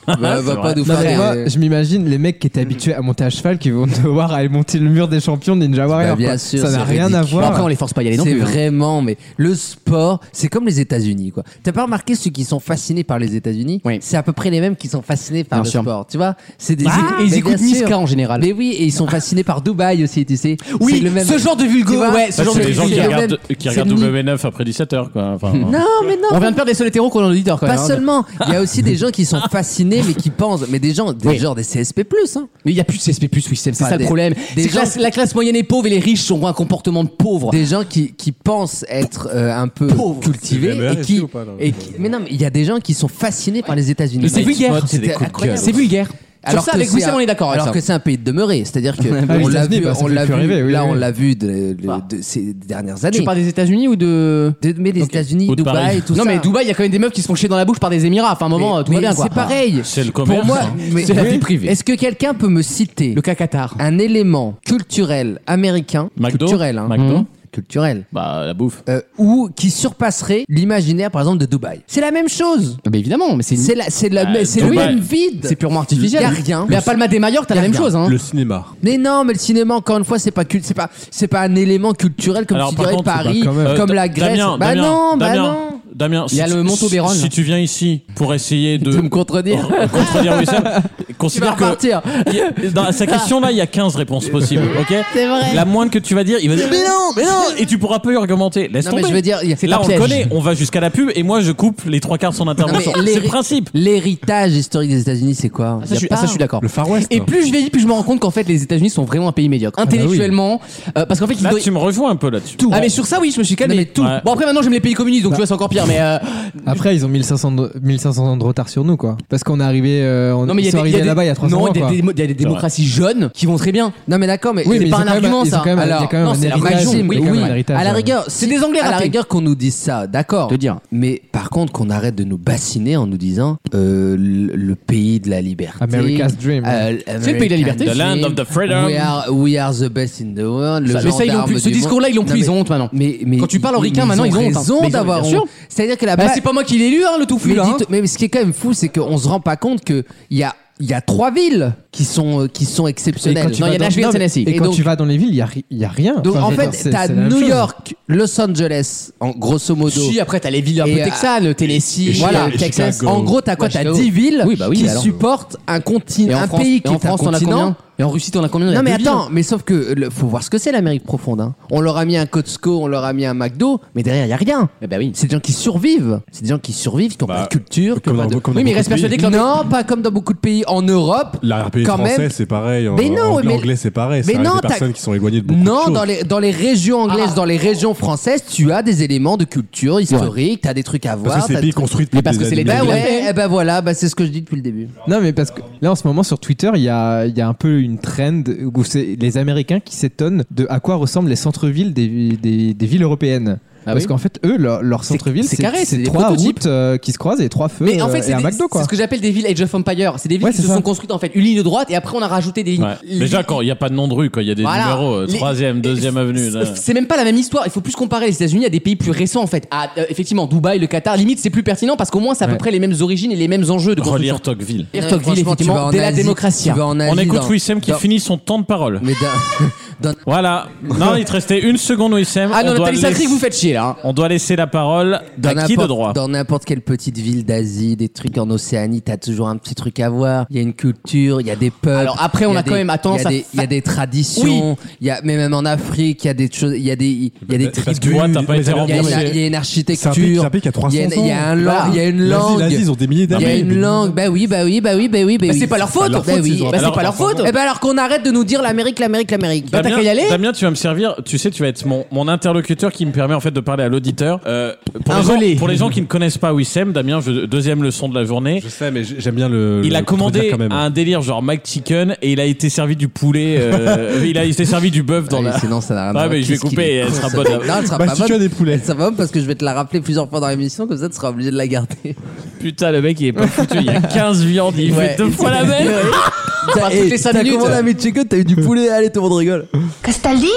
[SPEAKER 2] Ouais,
[SPEAKER 3] Bah,
[SPEAKER 2] c'est
[SPEAKER 3] Va pas
[SPEAKER 2] vrai.
[SPEAKER 3] nous
[SPEAKER 4] Non,
[SPEAKER 1] Eh
[SPEAKER 4] mais
[SPEAKER 3] faire
[SPEAKER 4] moi,
[SPEAKER 3] des-
[SPEAKER 4] je m'imagine les mecs qui étaient habitués à monter à cheval qui vont devoir aller monter le mur des champions de Ninja
[SPEAKER 1] Bah,
[SPEAKER 4] Warrior.
[SPEAKER 3] bien
[SPEAKER 4] quoi.
[SPEAKER 3] sûr,
[SPEAKER 4] ça
[SPEAKER 3] c'est
[SPEAKER 4] n'a rien à
[SPEAKER 3] ridicule.
[SPEAKER 4] voir.
[SPEAKER 1] Bon, Après, on les force pas à y aller non
[SPEAKER 3] C'est
[SPEAKER 1] plus. hein.
[SPEAKER 3] vraiment, mais le sport, c'est comme les États-Unis, quoi. T'as pas remarqué ceux qui sont fascinés par les États-Unis
[SPEAKER 1] Oui.
[SPEAKER 3] C'est à peu près les mêmes qui sont fascinés par
[SPEAKER 1] Bien
[SPEAKER 3] le
[SPEAKER 1] sûr.
[SPEAKER 3] sport, tu vois C'est des.
[SPEAKER 1] Ah, ils
[SPEAKER 3] mais
[SPEAKER 1] écoutent
[SPEAKER 3] bien sûr.
[SPEAKER 1] Niska en général.
[SPEAKER 3] Mais oui, et ils sont fascinés par Dubaï aussi, tu sais.
[SPEAKER 1] Oui,
[SPEAKER 3] C'est le même-
[SPEAKER 1] ce genre de vulgo.
[SPEAKER 3] Tu vois
[SPEAKER 1] Ouais, ce
[SPEAKER 2] Ça,
[SPEAKER 1] genre de
[SPEAKER 2] c'est les gens qui
[SPEAKER 3] C'est le
[SPEAKER 2] regardent,
[SPEAKER 3] même-
[SPEAKER 2] qui
[SPEAKER 3] c'est
[SPEAKER 2] regardent
[SPEAKER 3] ni-
[SPEAKER 2] W9 après 17h, quoi. Enfin,
[SPEAKER 3] Non, mais non.
[SPEAKER 1] On vient de perdre des seuls hétéros qu'on a en auditeur quand
[SPEAKER 3] Pas
[SPEAKER 1] même. hein.
[SPEAKER 3] seulement, il y a aussi des gens qui sont fascinés mais qui pensent, mais des gens, des
[SPEAKER 1] Oui.
[SPEAKER 3] genre des CSP+, hein.
[SPEAKER 1] Mais il n'y a plus de CSP, oui, c'est
[SPEAKER 3] Pas
[SPEAKER 1] ça le
[SPEAKER 3] des-
[SPEAKER 1] problème.
[SPEAKER 3] des
[SPEAKER 1] C'est que
[SPEAKER 3] gens-
[SPEAKER 1] la, la classe moyenne est pauvre et les riches ont un comportement de pauvre.
[SPEAKER 3] des gens qui, qui pensent être euh, un peu
[SPEAKER 1] Pauvres.
[SPEAKER 5] C'est
[SPEAKER 3] cultivés
[SPEAKER 5] bien
[SPEAKER 3] et qui,
[SPEAKER 5] RSI ou pas, là
[SPEAKER 3] et qui- mais non mais il y a des gens qui sont fascinés par les États-Unis.
[SPEAKER 1] Mais c'est vulgaire.
[SPEAKER 3] C'était
[SPEAKER 1] C'est des coups de
[SPEAKER 3] incroyable.
[SPEAKER 1] C'est vulgaire. Alors
[SPEAKER 3] que
[SPEAKER 1] ça, avec
[SPEAKER 3] c'est
[SPEAKER 1] Wissem,
[SPEAKER 3] un-
[SPEAKER 1] on est d'accord avec ça.
[SPEAKER 3] Alors que c'est un pays demeuré, c'est-à-dire que
[SPEAKER 4] Ah,
[SPEAKER 3] on
[SPEAKER 4] les
[SPEAKER 3] l'a
[SPEAKER 4] États-Unis,
[SPEAKER 3] vu,
[SPEAKER 4] bah, ça
[SPEAKER 3] on
[SPEAKER 4] fait
[SPEAKER 3] l'a
[SPEAKER 4] plus
[SPEAKER 3] vu,
[SPEAKER 4] rêver, oui,
[SPEAKER 3] là
[SPEAKER 4] oui.
[SPEAKER 3] on l'a vu de, de-
[SPEAKER 1] Ah.
[SPEAKER 3] de ces dernières années.
[SPEAKER 1] Tu parles des États-Unis ou de.
[SPEAKER 3] De- mais les
[SPEAKER 2] Ok.
[SPEAKER 3] États-Unis,
[SPEAKER 2] Ou de Paris.
[SPEAKER 3] Dubaï, tout
[SPEAKER 1] non,
[SPEAKER 3] ça.
[SPEAKER 1] mais Dubaï, il y a quand même des meufs qui se font chier dans la bouche par des Émirats. Enfin, à un moment,
[SPEAKER 3] Mais-
[SPEAKER 1] tout va
[SPEAKER 3] mais
[SPEAKER 1] bien, quoi.
[SPEAKER 3] C'est pareil.
[SPEAKER 2] C'est le commerce.
[SPEAKER 3] Pour moi,
[SPEAKER 2] hein.
[SPEAKER 3] mais-
[SPEAKER 1] C'est la vie
[SPEAKER 3] oui.
[SPEAKER 1] privée.
[SPEAKER 3] Est-ce que quelqu'un peut me citer
[SPEAKER 1] Le cas Qatar.
[SPEAKER 3] un élément culturel américain,
[SPEAKER 2] McDo
[SPEAKER 3] culturel, hein,
[SPEAKER 2] McDo
[SPEAKER 3] culturel,
[SPEAKER 2] Bah, la bouffe.
[SPEAKER 3] euh, ou qui surpasserait l'imaginaire, par exemple, de Dubaï. C'est la même chose.
[SPEAKER 1] Mais évidemment, mais c'est.
[SPEAKER 3] C'est la, c'est la,
[SPEAKER 2] Euh,
[SPEAKER 3] mais c'est le
[SPEAKER 2] Dubaï.
[SPEAKER 3] même vide.
[SPEAKER 1] C'est purement artificiel.
[SPEAKER 3] Y a rien.
[SPEAKER 1] Mais à Palma de Mallorca, t'as
[SPEAKER 3] Y a
[SPEAKER 1] la même
[SPEAKER 3] rien.
[SPEAKER 1] chose, hein.
[SPEAKER 5] Le cinéma.
[SPEAKER 3] Mais non, mais le cinéma, encore une fois, c'est pas cul- c'est pas, c'est pas un élément culturel comme
[SPEAKER 2] Alors,
[SPEAKER 3] tu
[SPEAKER 2] par
[SPEAKER 3] dirais
[SPEAKER 2] contre,
[SPEAKER 3] Paris,
[SPEAKER 4] bah, quand même.
[SPEAKER 2] Euh,
[SPEAKER 3] comme
[SPEAKER 2] Da-
[SPEAKER 3] la Grèce.
[SPEAKER 2] Damien,
[SPEAKER 3] bah
[SPEAKER 2] Damien,
[SPEAKER 3] non, bah
[SPEAKER 2] Damien,
[SPEAKER 3] non.
[SPEAKER 2] Damien,
[SPEAKER 1] Il y a
[SPEAKER 2] si
[SPEAKER 1] le
[SPEAKER 2] tu-
[SPEAKER 1] Montauban,
[SPEAKER 2] Si
[SPEAKER 1] là.
[SPEAKER 2] tu viens ici pour essayer
[SPEAKER 3] Tu
[SPEAKER 2] de
[SPEAKER 3] veux me contredire.
[SPEAKER 2] contredire Wissem,
[SPEAKER 3] Tu vas
[SPEAKER 2] considère que
[SPEAKER 3] repartir.
[SPEAKER 2] Il y a- Dans sa question là, il y a 15 réponses possibles, ok
[SPEAKER 3] C'est vrai.
[SPEAKER 2] La moindre que tu vas dire, il va dire mais non, mais non, et tu pourras pas lui argumenter. Laisse
[SPEAKER 3] Non, mais
[SPEAKER 2] tomber.
[SPEAKER 3] je veux dire, il y a- c'est
[SPEAKER 2] là
[SPEAKER 3] un
[SPEAKER 2] on
[SPEAKER 3] piège.
[SPEAKER 2] connaît, on va jusqu'à la pub et moi je coupe les trois quarts de son intervention.
[SPEAKER 3] mais les-
[SPEAKER 2] C'est le principe.
[SPEAKER 3] L'héritage historique des États-Unis, c'est quoi
[SPEAKER 1] Ça,
[SPEAKER 3] Y
[SPEAKER 1] je
[SPEAKER 3] a
[SPEAKER 1] suis-
[SPEAKER 3] pas-
[SPEAKER 1] ah, ça, je suis d'accord.
[SPEAKER 5] Le Far West. Ah, bah
[SPEAKER 1] Et plus je vieillis, plus je me rends compte qu'en fait, les États-Unis sont vraiment un pays médiocre. Intellectuellement, euh, parce qu'en fait, ils
[SPEAKER 2] Là
[SPEAKER 1] doivent-
[SPEAKER 2] tu me rejoins un peu là-dessus.
[SPEAKER 1] Ah, mais sur ça, oui, je me suis calmé.
[SPEAKER 3] Non, mais
[SPEAKER 1] tout.
[SPEAKER 2] Ouais.
[SPEAKER 1] Bon, après, maintenant, j'aime les pays communistes,
[SPEAKER 5] Bah.
[SPEAKER 1] donc tu vois, c'est encore pire, mais. euh,
[SPEAKER 4] Après, ils ont 1500, de- 1500 ans de retard sur nous, quoi. Parce qu'on est arrivé, euh, on
[SPEAKER 1] Non, mais il y
[SPEAKER 4] ils
[SPEAKER 1] a
[SPEAKER 4] sont
[SPEAKER 1] des, il y a
[SPEAKER 4] arrivés
[SPEAKER 1] des-
[SPEAKER 4] là-bas il y a 300
[SPEAKER 1] non,
[SPEAKER 4] ans.
[SPEAKER 1] il y a
[SPEAKER 4] quoi.
[SPEAKER 1] des, il y a des démocraties jeunes qui vont très bien.
[SPEAKER 3] Non, mais d'accord, mais
[SPEAKER 4] Oui,
[SPEAKER 1] c'est
[SPEAKER 4] mais
[SPEAKER 1] pas
[SPEAKER 4] ils
[SPEAKER 1] un
[SPEAKER 4] ont quand même-
[SPEAKER 1] argument,
[SPEAKER 4] ils ont
[SPEAKER 1] ça.
[SPEAKER 4] quand même- il y a
[SPEAKER 1] Alors,
[SPEAKER 4] quand même
[SPEAKER 1] non,
[SPEAKER 4] un
[SPEAKER 1] c'est la
[SPEAKER 4] héritage,
[SPEAKER 1] maxime,
[SPEAKER 4] il y a
[SPEAKER 1] oui,
[SPEAKER 4] quand même
[SPEAKER 1] oui.
[SPEAKER 4] un héritage,
[SPEAKER 3] à la
[SPEAKER 4] ouais.
[SPEAKER 3] rigueur,
[SPEAKER 1] C'est des Anglais
[SPEAKER 3] à la
[SPEAKER 1] ratés.
[SPEAKER 3] rigueur qu'on nous dise ça, d'accord.
[SPEAKER 1] De dire.
[SPEAKER 3] Mais par contre, qu'on arrête de nous bassiner en nous disant euh, le, le pays de la liberté.
[SPEAKER 4] America's Dream.
[SPEAKER 3] Euh,
[SPEAKER 1] C'est le pays de la liberté.
[SPEAKER 3] American
[SPEAKER 2] The land
[SPEAKER 3] Dream.
[SPEAKER 2] of the freedom.
[SPEAKER 3] We are, we are the best in the world. Le
[SPEAKER 1] Ça, mais ça, ils l'ont
[SPEAKER 3] gendarme
[SPEAKER 1] plus. Ce
[SPEAKER 3] du monde.
[SPEAKER 1] discours-là, ils l'ont
[SPEAKER 3] Non,
[SPEAKER 1] plus.
[SPEAKER 3] mais-
[SPEAKER 1] Ils ont honte maintenant. Ah,
[SPEAKER 3] Mais, mais,
[SPEAKER 1] Quand tu parles en
[SPEAKER 3] mais-
[SPEAKER 1] ricain,
[SPEAKER 3] mais
[SPEAKER 1] maintenant, ils ont honte, hein.
[SPEAKER 3] raison
[SPEAKER 1] Mais ils ont-
[SPEAKER 3] d'avoir
[SPEAKER 1] bien sûr.
[SPEAKER 3] honte. C'est-à-dire que la
[SPEAKER 1] Bah,
[SPEAKER 3] ba-
[SPEAKER 1] c'est pas moi qui l'ai lu, hein, le tout fou,
[SPEAKER 3] mais,
[SPEAKER 1] là. hein.
[SPEAKER 3] dites- mais ce qui est quand même fou, c'est qu'on se rend pas compte que il y a il y a trois villes qui sont euh, qui sont exceptionnelles.
[SPEAKER 4] Et quand tu
[SPEAKER 3] Non,
[SPEAKER 4] vas
[SPEAKER 3] il y a
[SPEAKER 4] dans-
[SPEAKER 3] Nashville,
[SPEAKER 4] non, mais-
[SPEAKER 3] Tennessee.
[SPEAKER 4] Et
[SPEAKER 3] Et
[SPEAKER 4] quand
[SPEAKER 3] donc-
[SPEAKER 4] tu vas dans les villes, il y a ri- il y a rien.
[SPEAKER 3] donc
[SPEAKER 4] Enfin,
[SPEAKER 3] en
[SPEAKER 4] je veux
[SPEAKER 3] fait,
[SPEAKER 4] dire, c'est-
[SPEAKER 3] t'as
[SPEAKER 4] c'est la même
[SPEAKER 3] New
[SPEAKER 4] chose.
[SPEAKER 3] York, Los Angeles, en grosso modo.
[SPEAKER 1] Si, après, t'as les villes un peu
[SPEAKER 3] Et, euh,
[SPEAKER 1] texanes, Tennessee,
[SPEAKER 3] Voilà,
[SPEAKER 1] euh,
[SPEAKER 3] Texas.
[SPEAKER 5] Chicago.
[SPEAKER 3] En gros, t'as quoi T'as
[SPEAKER 1] Chicago.
[SPEAKER 3] 10 villes
[SPEAKER 1] Oui, bah oui,
[SPEAKER 3] qui
[SPEAKER 1] alors.
[SPEAKER 3] supportent un
[SPEAKER 1] Et
[SPEAKER 3] continent,
[SPEAKER 1] en
[SPEAKER 3] un
[SPEAKER 1] France,
[SPEAKER 3] pays qui
[SPEAKER 1] et en
[SPEAKER 3] est
[SPEAKER 1] France,
[SPEAKER 3] un
[SPEAKER 1] t'en as
[SPEAKER 3] continent.
[SPEAKER 1] combien Et en Russie, t'en as combien Il y a
[SPEAKER 3] Non mais
[SPEAKER 1] deux villes.
[SPEAKER 3] attends, mais sauf que le- faut voir ce que c'est l'Amérique profonde. hein. On leur a mis un Costco, on leur a mis un McDo, mais derrière il y a rien.
[SPEAKER 1] Eh ben oui.
[SPEAKER 3] C'est des gens qui survivent. C'est des gens qui survivent, qui ont
[SPEAKER 5] Bah,
[SPEAKER 3] pas de culture, qui ont
[SPEAKER 5] comme
[SPEAKER 3] pas
[SPEAKER 5] dans-
[SPEAKER 3] de.
[SPEAKER 5] comme dans
[SPEAKER 3] oui, mais ils restent
[SPEAKER 5] beaucoup de
[SPEAKER 3] persuadés que non, pas comme dans beaucoup de pays en Europe.
[SPEAKER 5] L'arrière-pays
[SPEAKER 3] quand
[SPEAKER 5] français,
[SPEAKER 3] même.
[SPEAKER 5] c'est pareil. en-
[SPEAKER 3] Mais non,
[SPEAKER 5] anglais,
[SPEAKER 3] mais-
[SPEAKER 5] anglais, c'est pareil.
[SPEAKER 3] mais
[SPEAKER 5] C'est
[SPEAKER 3] non,
[SPEAKER 5] des
[SPEAKER 3] t'as-
[SPEAKER 5] personnes qui sont éloignées de beaucoup de
[SPEAKER 3] Non,
[SPEAKER 5] choses.
[SPEAKER 3] dans les, dans les régions anglaises, dans les régions françaises, tu as des éléments de culture historique, t'as des trucs à voir.
[SPEAKER 5] Parce que c'est
[SPEAKER 3] t'as
[SPEAKER 5] des pays
[SPEAKER 3] des trucs-
[SPEAKER 5] construits
[SPEAKER 1] Mais
[SPEAKER 5] depuis
[SPEAKER 1] parce
[SPEAKER 5] des
[SPEAKER 1] que c'est les
[SPEAKER 5] années.
[SPEAKER 3] Bah
[SPEAKER 1] Il a
[SPEAKER 3] ouais,
[SPEAKER 1] fait.
[SPEAKER 3] eh ben voilà, bah c'est ce que je dis depuis le début.
[SPEAKER 4] Non, mais parce que là, en ce moment, sur Twitter, il y a, il y a un peu une trend où c'est les Américains qui s'étonnent de à quoi ressemblent les centres-villes des, des, des villes européennes.
[SPEAKER 1] Ah
[SPEAKER 4] parce
[SPEAKER 1] oui
[SPEAKER 4] qu'en fait, eux, leur, leur
[SPEAKER 1] C'est-
[SPEAKER 4] centre-ville,
[SPEAKER 1] c'est
[SPEAKER 4] c'est
[SPEAKER 1] carré, c'est
[SPEAKER 4] c'est
[SPEAKER 1] des
[SPEAKER 4] trois
[SPEAKER 1] prototypes.
[SPEAKER 4] routes euh, qui se croisent et trois feux
[SPEAKER 1] Mais en
[SPEAKER 4] euh,
[SPEAKER 1] fait,
[SPEAKER 4] et
[SPEAKER 1] c'est
[SPEAKER 4] un
[SPEAKER 1] des-
[SPEAKER 4] McDo,
[SPEAKER 1] c'est
[SPEAKER 4] quoi.
[SPEAKER 1] ce que j'appelle des villes Age of Empire. C'est des villes
[SPEAKER 4] Ouais,
[SPEAKER 1] qui
[SPEAKER 4] c'est
[SPEAKER 1] se
[SPEAKER 4] ça.
[SPEAKER 1] sont construites en fait une ligne droite et après on a rajouté des lignes.
[SPEAKER 2] Ouais.
[SPEAKER 1] Les
[SPEAKER 2] Déjà
[SPEAKER 1] villes-
[SPEAKER 2] quand il n'y a pas de nom de rue, quand il y a des
[SPEAKER 1] Voilà.
[SPEAKER 2] numéros, euh,
[SPEAKER 1] Les-
[SPEAKER 2] troisième, deuxième avenue. là.
[SPEAKER 1] C'est même pas la même histoire. Il faut plus comparer les États-Unis à des pays plus récents en fait. À, euh, effectivement, Dubaï, le Qatar, limite c'est plus pertinent parce qu'au moins c'est à peu
[SPEAKER 4] Ouais.
[SPEAKER 1] près les mêmes origines et les mêmes enjeux de construction.
[SPEAKER 2] Relire Tocqueville.
[SPEAKER 1] Relire
[SPEAKER 3] Non, mais
[SPEAKER 1] Tocqueville,
[SPEAKER 3] franchement, tu vas
[SPEAKER 1] effectivement,
[SPEAKER 3] en
[SPEAKER 1] dès la
[SPEAKER 3] Asie,
[SPEAKER 1] démocratie.
[SPEAKER 3] tu vas en
[SPEAKER 2] On
[SPEAKER 3] Asie
[SPEAKER 2] écoute
[SPEAKER 3] dans-
[SPEAKER 2] Wissem qui
[SPEAKER 3] dans-
[SPEAKER 2] finit son temps de parole.
[SPEAKER 3] Mais dans- dans-
[SPEAKER 2] Voilà. Non, il te restait une seconde Wissem.
[SPEAKER 1] Ah
[SPEAKER 2] On
[SPEAKER 1] non,
[SPEAKER 2] doit
[SPEAKER 3] Ah
[SPEAKER 1] Nathalie Sacré,
[SPEAKER 2] laisser-
[SPEAKER 1] vous faites chier.
[SPEAKER 3] facile, hein.
[SPEAKER 2] On doit laisser la parole
[SPEAKER 3] Dans
[SPEAKER 2] d'un qui de
[SPEAKER 3] n'importe-
[SPEAKER 2] droit
[SPEAKER 3] Dans n'importe quelle petite ville d'Asie, des trucs en Océanie, t'as toujours un petit truc à voir. Il y a une culture, il y a des peuples.
[SPEAKER 1] Alors après, on
[SPEAKER 3] il y
[SPEAKER 1] a quand
[SPEAKER 3] des-
[SPEAKER 1] même- attends,
[SPEAKER 3] Il y a
[SPEAKER 1] ça
[SPEAKER 3] des-
[SPEAKER 1] fa-
[SPEAKER 3] il y a des traditions. Il y a mais même en Afrique, il y a des choses, il y a des, il y a des
[SPEAKER 5] parce que
[SPEAKER 3] tribus.
[SPEAKER 5] toi, t'as pas
[SPEAKER 3] il y
[SPEAKER 5] été
[SPEAKER 3] a une-
[SPEAKER 5] renvoyé.
[SPEAKER 3] Il y a une
[SPEAKER 5] C'est un pays-
[SPEAKER 3] architecture.
[SPEAKER 5] c'est un pays qui a 300
[SPEAKER 3] Il y a- il y a un
[SPEAKER 5] ans.
[SPEAKER 3] lang- il y a une
[SPEAKER 5] L'Asie,
[SPEAKER 3] langue.
[SPEAKER 5] l'Asie, ils ont des milliers
[SPEAKER 3] Il y a
[SPEAKER 5] d'années.
[SPEAKER 3] une langue. Bah oui, bah oui, bah oui, bah oui, bah
[SPEAKER 1] Bah,
[SPEAKER 3] oui.
[SPEAKER 1] c'est pas leur faute.
[SPEAKER 3] Bah
[SPEAKER 1] Bah
[SPEAKER 3] oui.
[SPEAKER 1] oui.
[SPEAKER 3] Bah,
[SPEAKER 1] Bah,
[SPEAKER 3] c'est
[SPEAKER 1] pas leur faute.
[SPEAKER 3] Eh ben alors qu'on arrête de nous dire l'Amérique, l'Amérique, l'amérique.
[SPEAKER 1] Bah, t'as qu'à y aller.
[SPEAKER 2] Damien, tu vas me servir. Tu sais, tu vas être mon, mon interlocuteur qui me permet en fait de parler à l'auditeur. Euh, pour,
[SPEAKER 5] Un
[SPEAKER 2] les gens-
[SPEAKER 5] relais.
[SPEAKER 2] pour les gens qui ne connaissent pas Wissem, Damien, je- deuxième leçon de la journée.
[SPEAKER 5] Je sais, mais j'ai- j'aime bien le.
[SPEAKER 2] Il
[SPEAKER 5] le
[SPEAKER 2] a
[SPEAKER 5] contredire
[SPEAKER 2] commandé
[SPEAKER 5] quand même.
[SPEAKER 2] un délire genre McChicken et il a été servi du poulet. euh, il a été servi du bœuf dans
[SPEAKER 3] Oui,
[SPEAKER 2] la.
[SPEAKER 3] sinon, ça n'a rien à
[SPEAKER 2] Ouais,
[SPEAKER 3] voir.
[SPEAKER 2] mais je vais
[SPEAKER 3] Qu'est-ce qu'il
[SPEAKER 2] couper.
[SPEAKER 3] est
[SPEAKER 2] Elle
[SPEAKER 3] con,
[SPEAKER 2] sera
[SPEAKER 3] ce
[SPEAKER 2] bonne.
[SPEAKER 3] mec. Non, elle sera pas bonne.
[SPEAKER 5] des poulets.
[SPEAKER 3] Ça va parce que je vais te la rappeler plusieurs fois dans l'émission, comme ça tu seras obligé de la garder.
[SPEAKER 2] Putain, le mec, il est pas foutu. Il y a 15 viandes. Il
[SPEAKER 3] Ouais.
[SPEAKER 2] fait deux fois la même.
[SPEAKER 3] T'as
[SPEAKER 1] toutes les cinq
[SPEAKER 3] t'as
[SPEAKER 1] minutes.
[SPEAKER 3] commandé un mid-chicken, t'as eu du poulet, allez tout le monde rigole.
[SPEAKER 9] Castaldi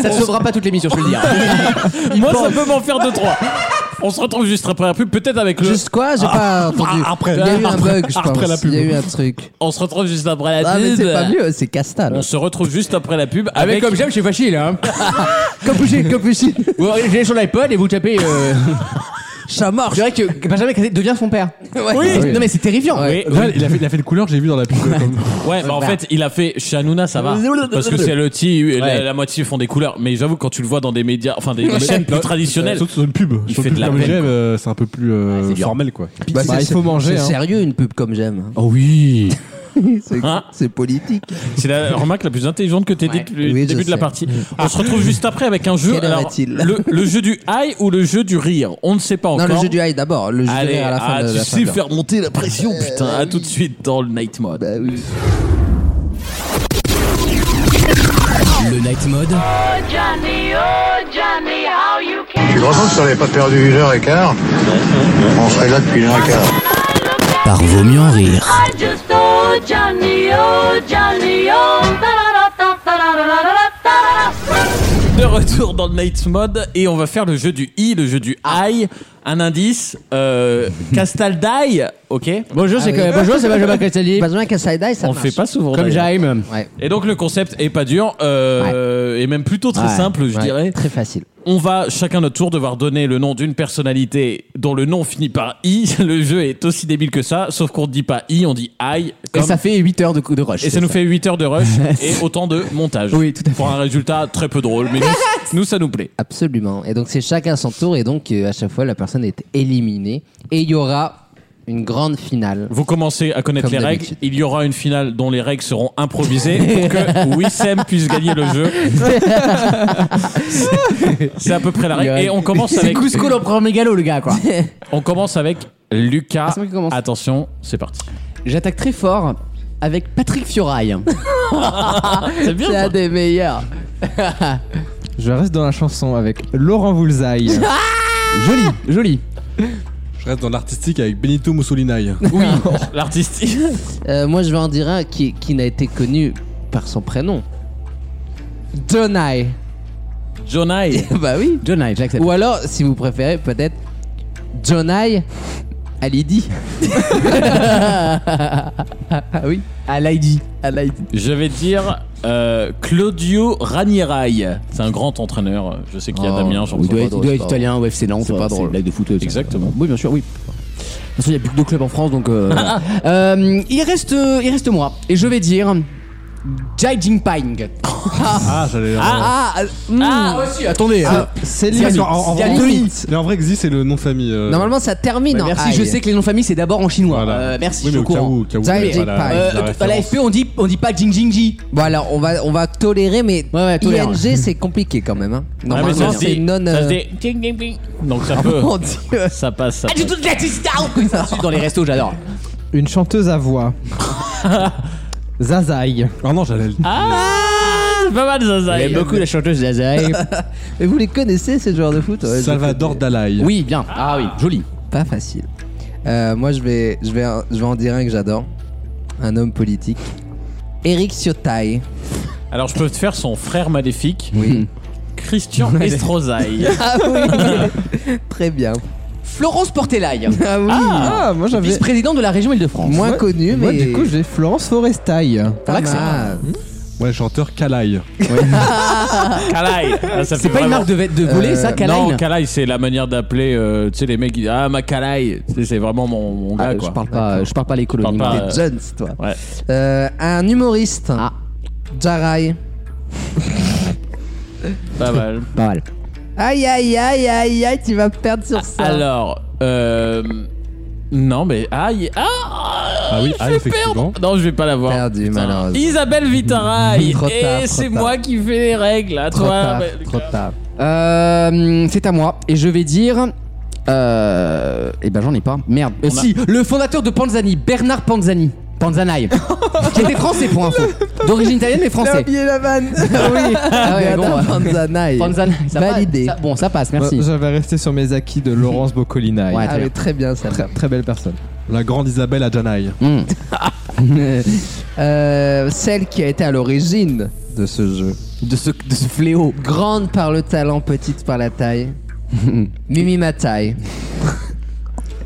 [SPEAKER 1] Ça ne sauvera pas toute l'émission, je peux le dire.
[SPEAKER 2] Moi, ça peut m'en faire deux, trois. On se retrouve juste après la pub, peut-être avec le.
[SPEAKER 3] Juste quoi J'ai pas entendu.
[SPEAKER 5] après.
[SPEAKER 3] Il y a eu un bug, je pense.
[SPEAKER 5] Après la pub.
[SPEAKER 3] Il y a eu un truc.
[SPEAKER 2] On se retrouve Oh, juste après la
[SPEAKER 3] Ah,
[SPEAKER 2] pub.
[SPEAKER 3] mais c'est pas mieux, c'est Castal.
[SPEAKER 2] On se retrouve juste après la pub
[SPEAKER 1] Avec
[SPEAKER 2] avec.
[SPEAKER 1] comme j'aime, c'est facile. Hein.
[SPEAKER 3] Capuchin, capuchin.
[SPEAKER 1] Vous allez sur l'iPod et vous tapez. euh,
[SPEAKER 3] Ça marche.
[SPEAKER 1] Je dirais que Benjamin Cassé devient son père.
[SPEAKER 3] Oui.
[SPEAKER 1] Non mais c'est terrifiant.
[SPEAKER 2] Oui,
[SPEAKER 5] Là, il, a fait, il a fait une couleur que j'ai vu dans la pub. comme-
[SPEAKER 2] Ouais, bah en fait, il a fait chez Hanouna, ça va. Parce que c'est le T, la, la moitié font des couleurs. Mais j'avoue, quand tu le vois dans des médias, enfin des, des chaînes plus traditionnelles.
[SPEAKER 5] Surtout sur une pub.
[SPEAKER 2] Il
[SPEAKER 5] Sur
[SPEAKER 2] fait
[SPEAKER 5] une
[SPEAKER 2] de la
[SPEAKER 5] pub
[SPEAKER 2] peine,
[SPEAKER 5] comme j'aime, euh, c'est un peu plus
[SPEAKER 1] Ah,
[SPEAKER 5] euh,
[SPEAKER 3] c'est dur.
[SPEAKER 5] formel, quoi.
[SPEAKER 3] Bah,
[SPEAKER 4] Bah, il faut manger,
[SPEAKER 3] C'est
[SPEAKER 4] hein.
[SPEAKER 3] sérieux une pub comme j'aime.
[SPEAKER 2] Oh oui
[SPEAKER 3] C'est
[SPEAKER 2] Hein
[SPEAKER 3] c'est politique.
[SPEAKER 2] C'est la remarque la plus intelligente que t'aies
[SPEAKER 3] Ouais.
[SPEAKER 2] dite depuis le
[SPEAKER 3] Oui, je
[SPEAKER 2] début de la
[SPEAKER 3] sais. Mm.
[SPEAKER 2] partie. On se retrouve juste après avec un jeu.
[SPEAKER 3] Quelle heure
[SPEAKER 2] alors,
[SPEAKER 3] est-il
[SPEAKER 2] le, le jeu du high ou le jeu du rire On ne sait pas
[SPEAKER 3] Non,
[SPEAKER 2] encore.
[SPEAKER 3] le jeu du high d'abord. Le jeu du
[SPEAKER 2] Allez,
[SPEAKER 3] high à la fin
[SPEAKER 2] ah,
[SPEAKER 3] de
[SPEAKER 2] tu
[SPEAKER 3] la fin
[SPEAKER 2] sais
[SPEAKER 3] de l'heure.
[SPEAKER 2] faire monter la pression, putain. à tout de suite dans le night mode.
[SPEAKER 3] Bah oui.
[SPEAKER 10] Le night mode,
[SPEAKER 11] Je suis content que ça n'avait pas perdu une heure et quart. On serait là depuis une heure et quart.
[SPEAKER 10] par vaut mieux en rire.
[SPEAKER 2] De retour dans le night mode et on va faire le jeu du i, le jeu du
[SPEAKER 1] Ah.
[SPEAKER 2] high. Un indice, euh, Castaldaï, ok
[SPEAKER 1] Bonjour, c'est
[SPEAKER 3] oui.
[SPEAKER 1] que- bonjour, c'est Benjamin Castaldi.
[SPEAKER 3] Benjamin Cassel die, ça
[SPEAKER 2] On le
[SPEAKER 3] marche.
[SPEAKER 2] fait pas souvent.
[SPEAKER 1] Comme
[SPEAKER 2] d'ailleurs.
[SPEAKER 1] j'aime.
[SPEAKER 3] Ouais.
[SPEAKER 2] Et donc le concept est pas dur euh, et même plutôt très
[SPEAKER 3] Ouais.
[SPEAKER 2] simple, je
[SPEAKER 3] Ouais.
[SPEAKER 2] dirais.
[SPEAKER 3] Très facile.
[SPEAKER 2] On va chacun notre tour devoir donner le nom d'une personnalité dont le nom finit par i. Le jeu est aussi débile que ça, sauf qu'on ne dit pas i, on dit i.
[SPEAKER 1] Et
[SPEAKER 2] comme-
[SPEAKER 1] ça fait 8 heures de, de rush.
[SPEAKER 2] et ça nous fait 8 heures de rush et autant de montage.
[SPEAKER 1] Oui, tout à fait.
[SPEAKER 2] Pour un résultat très peu drôle, mais nous, nous, ça nous plaît.
[SPEAKER 3] Absolument. Et donc c'est chacun son tour et donc euh, à chaque fois la personne est éliminée et il y aura une grande finale.
[SPEAKER 2] Vous commencez à connaître
[SPEAKER 3] Comme
[SPEAKER 2] les règles.
[SPEAKER 3] d'habitude.
[SPEAKER 2] Il y aura une finale dont les règles seront improvisées pour que Wissem puisse gagner le jeu. C'est à peu près la règle. Et on commence
[SPEAKER 1] Euh, C'est
[SPEAKER 2] avec,
[SPEAKER 1] Cusco l'empereur mégalo, le gars, quoi.
[SPEAKER 2] on commence avec Lucas.
[SPEAKER 1] Ah, C'est moi qui commence.
[SPEAKER 2] Attention, c'est parti.
[SPEAKER 1] J'attaque très fort avec Patrick Fioraille.
[SPEAKER 2] C'est
[SPEAKER 1] C'est un des meilleurs.
[SPEAKER 4] Je reste dans la chanson avec Laurent Voulzaï.
[SPEAKER 1] Joli, joli.
[SPEAKER 5] Je reste dans l'artistique avec Benito Mussolini.
[SPEAKER 2] Oui, l'artiste.
[SPEAKER 3] Euh, moi je vais en dire un qui, qui n'a été connu par son prénom. Donai.
[SPEAKER 2] Jonai.
[SPEAKER 3] bah oui.
[SPEAKER 1] Johnny, j'accepte.
[SPEAKER 3] Ou alors si vous préférez peut-être Jonai Alidi. ah oui.
[SPEAKER 1] Alaidi.
[SPEAKER 3] Alidi.
[SPEAKER 2] Je vais dire euh, Claudio Ranierai. C'est un grand entraîneur. Je sais qu'il y a
[SPEAKER 3] Oh,
[SPEAKER 2] Damien, j'en
[SPEAKER 1] Il doit
[SPEAKER 2] sais
[SPEAKER 1] être,
[SPEAKER 2] pas.
[SPEAKER 1] il doit être italien au FC Nantes.
[SPEAKER 3] C'est pas
[SPEAKER 1] une
[SPEAKER 3] drôle.
[SPEAKER 1] blague de foot. euh, tiens.
[SPEAKER 2] Exactement.
[SPEAKER 1] Oui, bien sûr, oui. De toute façon, il n'y a plus que deux clubs en France, donc. euh, voilà. Euh, il, reste, il reste moi. Et je vais dire. Jai Jinping.
[SPEAKER 5] Ah, j'allais.
[SPEAKER 1] Ah, ah, ah, aussi, attendez. euh, c'est
[SPEAKER 4] C'est lui.
[SPEAKER 1] lui.
[SPEAKER 5] en, en-
[SPEAKER 1] c'est
[SPEAKER 5] en-
[SPEAKER 1] lui.
[SPEAKER 5] mais en vrai, Xi, c'est le nom de famille. euh,
[SPEAKER 3] Normalement ça termine
[SPEAKER 1] Bah,
[SPEAKER 3] en
[SPEAKER 1] merci,
[SPEAKER 3] aïe.
[SPEAKER 1] je sais que les noms de famille c'est d'abord en chinois.
[SPEAKER 5] Voilà.
[SPEAKER 1] Euh, merci,
[SPEAKER 5] Oui,
[SPEAKER 1] je
[SPEAKER 5] mais
[SPEAKER 1] suis au
[SPEAKER 5] au cas
[SPEAKER 1] courant.
[SPEAKER 5] où, au cas où,
[SPEAKER 3] Zai
[SPEAKER 5] il y a
[SPEAKER 3] Jing
[SPEAKER 5] pas la-
[SPEAKER 3] Pai.
[SPEAKER 5] la
[SPEAKER 1] Euh, à la
[SPEAKER 5] référence.
[SPEAKER 1] FP on dit, on dit pas Jing Jing Ji.
[SPEAKER 3] Bon alors on va on va tolérer mais
[SPEAKER 1] Ouais, ouais, tolère.
[SPEAKER 3] ING c'est compliqué quand même hein.
[SPEAKER 2] Ah, mais
[SPEAKER 3] Normalement
[SPEAKER 2] ça se
[SPEAKER 3] c'est
[SPEAKER 2] dit-
[SPEAKER 3] non
[SPEAKER 2] ça se
[SPEAKER 3] euh,
[SPEAKER 2] dit ting, ting, ting. Donc ça peut.
[SPEAKER 3] mon Dieu.
[SPEAKER 2] Ça passe. ça
[SPEAKER 1] Ah, du
[SPEAKER 2] passe.
[SPEAKER 1] tout de la tista Ça suit dans les restos, j'adore.
[SPEAKER 4] Une chanteuse à voix. Zazaï.
[SPEAKER 5] Ah non, j'allais. le-
[SPEAKER 2] Ah, c'est pas mal Zazaï.
[SPEAKER 1] J'aime beaucoup la chanteuse Zazaï.
[SPEAKER 3] Mais vous les connaissez ces joueurs de foot Ouais, je
[SPEAKER 5] Salvador
[SPEAKER 3] les
[SPEAKER 5] Dalai.
[SPEAKER 1] Oui, bien. Ah oui, joli.
[SPEAKER 3] connais. Pas facile. Euh, moi je vais je vais je vais en dire un que j'adore. Un homme politique. Eric Ciotti.
[SPEAKER 2] Alors je peux te faire son frère maléfique,
[SPEAKER 3] Oui.
[SPEAKER 2] Christian Estrosaï.
[SPEAKER 3] ah oui. Très bien.
[SPEAKER 1] Florence Portelaille,
[SPEAKER 3] Ah oui.
[SPEAKER 4] Ah, moi j'avais.
[SPEAKER 1] vice-présidente de la région Île-de-France.
[SPEAKER 3] Moins
[SPEAKER 4] Ouais.
[SPEAKER 3] connu
[SPEAKER 4] Moi
[SPEAKER 3] mais
[SPEAKER 4] du coup j'ai Florence Forestaille.
[SPEAKER 3] pas
[SPEAKER 1] Max,
[SPEAKER 3] mal.
[SPEAKER 5] Ouais, chanteur Kalaï.
[SPEAKER 2] Kalaï. Ah,
[SPEAKER 1] C'est
[SPEAKER 2] ça fait
[SPEAKER 1] pas une
[SPEAKER 2] vraiment-
[SPEAKER 1] marque de, de voler, ça, Kalaï
[SPEAKER 2] Non, Kalaï, c'est la manière d'appeler, euh, tu sais, les mecs qui disent Ah, ma Kalaï. Tu sais, C'est vraiment mon, mon gars,
[SPEAKER 3] Euh,
[SPEAKER 1] Ah,
[SPEAKER 2] quoi.
[SPEAKER 1] je parle pas, je parle pas les colonies.
[SPEAKER 2] Parle pas,
[SPEAKER 1] moi.
[SPEAKER 2] euh,
[SPEAKER 3] Des Jones, toi.
[SPEAKER 2] Ouais.
[SPEAKER 3] Euh, un humoriste.
[SPEAKER 1] Ah.
[SPEAKER 3] Jarai.
[SPEAKER 2] Pas mal.
[SPEAKER 1] Pas mal.
[SPEAKER 3] Aïe, aïe, aïe, aïe, aïe, tu vas me perdre sur ça.
[SPEAKER 2] Alors, euh. Non, mais. Aïe. Ah,
[SPEAKER 5] Ah oui, ah, effectivement.
[SPEAKER 2] perdre. Non, je vais pas l'avoir.
[SPEAKER 3] Perdu,
[SPEAKER 2] Putain.
[SPEAKER 3] malheureusement.
[SPEAKER 2] Isabelle Vitaraille.
[SPEAKER 3] Trop tard,
[SPEAKER 2] Et
[SPEAKER 3] trop
[SPEAKER 2] c'est
[SPEAKER 3] tard.
[SPEAKER 2] moi qui fais les règles, à
[SPEAKER 3] Trop
[SPEAKER 2] toi.
[SPEAKER 3] tard,
[SPEAKER 2] bah,
[SPEAKER 3] trop tard.
[SPEAKER 1] Euh, c'est à moi et je vais dire. Euh, eh ben j'en ai pas. Merde. Euh,
[SPEAKER 2] On a-
[SPEAKER 1] Si, le fondateur de Panzani, Bernard Panzani. Panzanaï. qui était français pour info. D'origine italienne mais
[SPEAKER 3] J'ai
[SPEAKER 1] français.
[SPEAKER 3] oublié la vanne. oui.
[SPEAKER 1] Ah ouais, bon, euh,
[SPEAKER 3] Panzanaï.
[SPEAKER 1] Panzanaï, Euh, ça va,
[SPEAKER 3] Validé.
[SPEAKER 1] ça- bon, ça passe, merci.
[SPEAKER 4] Moi, J'avais resté sur mes acquis de Laurence Boccolina.
[SPEAKER 1] Ouais,
[SPEAKER 3] Ah, mais très bien, ça.
[SPEAKER 4] très, très belle personne.
[SPEAKER 5] La grande Isabelle Adjanaï.
[SPEAKER 1] Hmm.
[SPEAKER 3] Euh, celle qui a été à l'origine de ce jeu.
[SPEAKER 1] De, ce, de ce fléau.
[SPEAKER 3] Grande par le talent, petite par la taille. Mimi Matai.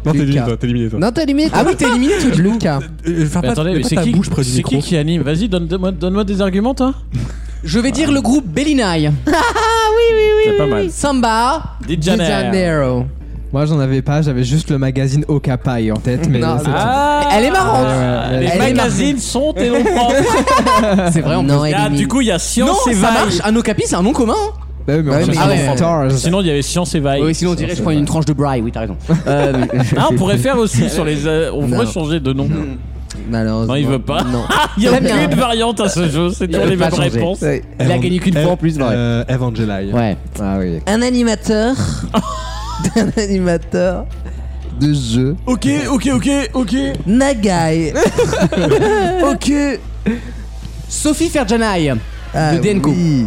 [SPEAKER 5] Non, t'es
[SPEAKER 3] Lucas.
[SPEAKER 5] éliminé, toi. T'es éliminé, toi.
[SPEAKER 3] Non, t'as éliminé.
[SPEAKER 1] Ah oui, t'es éliminé, toi.
[SPEAKER 3] Lucas.
[SPEAKER 5] Euh, fais
[SPEAKER 2] Mais
[SPEAKER 5] pas-
[SPEAKER 2] attendez,
[SPEAKER 5] mets
[SPEAKER 2] mais
[SPEAKER 5] pas
[SPEAKER 2] c'est
[SPEAKER 5] ta
[SPEAKER 2] qui,
[SPEAKER 5] bouche près du
[SPEAKER 2] c'est qui
[SPEAKER 5] micro.
[SPEAKER 2] qui anime Vas-y, donne-moi donne-moi des arguments, toi.
[SPEAKER 1] Je vais dire le groupe Bellinaï.
[SPEAKER 2] C'est pas mal.
[SPEAKER 1] Samba.
[SPEAKER 2] Dit
[SPEAKER 3] De Janeiro.
[SPEAKER 4] Moi, j'en avais pas, j'avais juste le magazine Okapai en tête, mais
[SPEAKER 3] Non,
[SPEAKER 4] c'est tout.
[SPEAKER 2] Ah,
[SPEAKER 1] Elle est marrante.
[SPEAKER 4] Ouais, ouais,
[SPEAKER 2] Les
[SPEAKER 4] ouais.
[SPEAKER 3] Elle est
[SPEAKER 2] magazines sont et non propres.
[SPEAKER 1] C'est vrai, on
[SPEAKER 3] Non,
[SPEAKER 1] peut-
[SPEAKER 3] elle
[SPEAKER 2] Ah,
[SPEAKER 3] est
[SPEAKER 2] du coup, il y a Science
[SPEAKER 1] Non,
[SPEAKER 2] et
[SPEAKER 1] ça
[SPEAKER 2] Vaille.
[SPEAKER 1] marche. Un okapi, c'est un nom commun. hein.
[SPEAKER 4] Bah oui, mais
[SPEAKER 3] Bah oui,
[SPEAKER 4] on cherche
[SPEAKER 1] mais-
[SPEAKER 4] les
[SPEAKER 1] Ah ouais.
[SPEAKER 4] stars.
[SPEAKER 2] Sinon, il y avait Science et Vaille.
[SPEAKER 1] Oui, sinon on dirait je prends une tranche de braille. Oui, t'as raison.
[SPEAKER 2] Ah, on pourrait faire aussi sur les. euh, on pourrait
[SPEAKER 3] Non.
[SPEAKER 2] changer de nom.
[SPEAKER 3] Malheureusement.
[SPEAKER 2] Non, il veut pas.
[SPEAKER 3] Non.
[SPEAKER 2] Il y a
[SPEAKER 1] Très bien.
[SPEAKER 2] aucune variante à ce jeu, c'est toujours
[SPEAKER 1] veut
[SPEAKER 2] les
[SPEAKER 1] pas
[SPEAKER 2] mêmes
[SPEAKER 1] changer.
[SPEAKER 2] réponses.
[SPEAKER 3] Ouais.
[SPEAKER 1] Il a gagné qu'une fois en plus, ouais.
[SPEAKER 5] Euh, Evangeli.
[SPEAKER 1] Ouais.
[SPEAKER 4] Ah oui.
[SPEAKER 3] Un animateur. un animateur de jeu.
[SPEAKER 2] Ok, ok, ok, ok.
[SPEAKER 3] Nagai. ok.
[SPEAKER 1] Sophie Ferjanaï.
[SPEAKER 3] Ah,
[SPEAKER 1] De DNCO.
[SPEAKER 3] oui.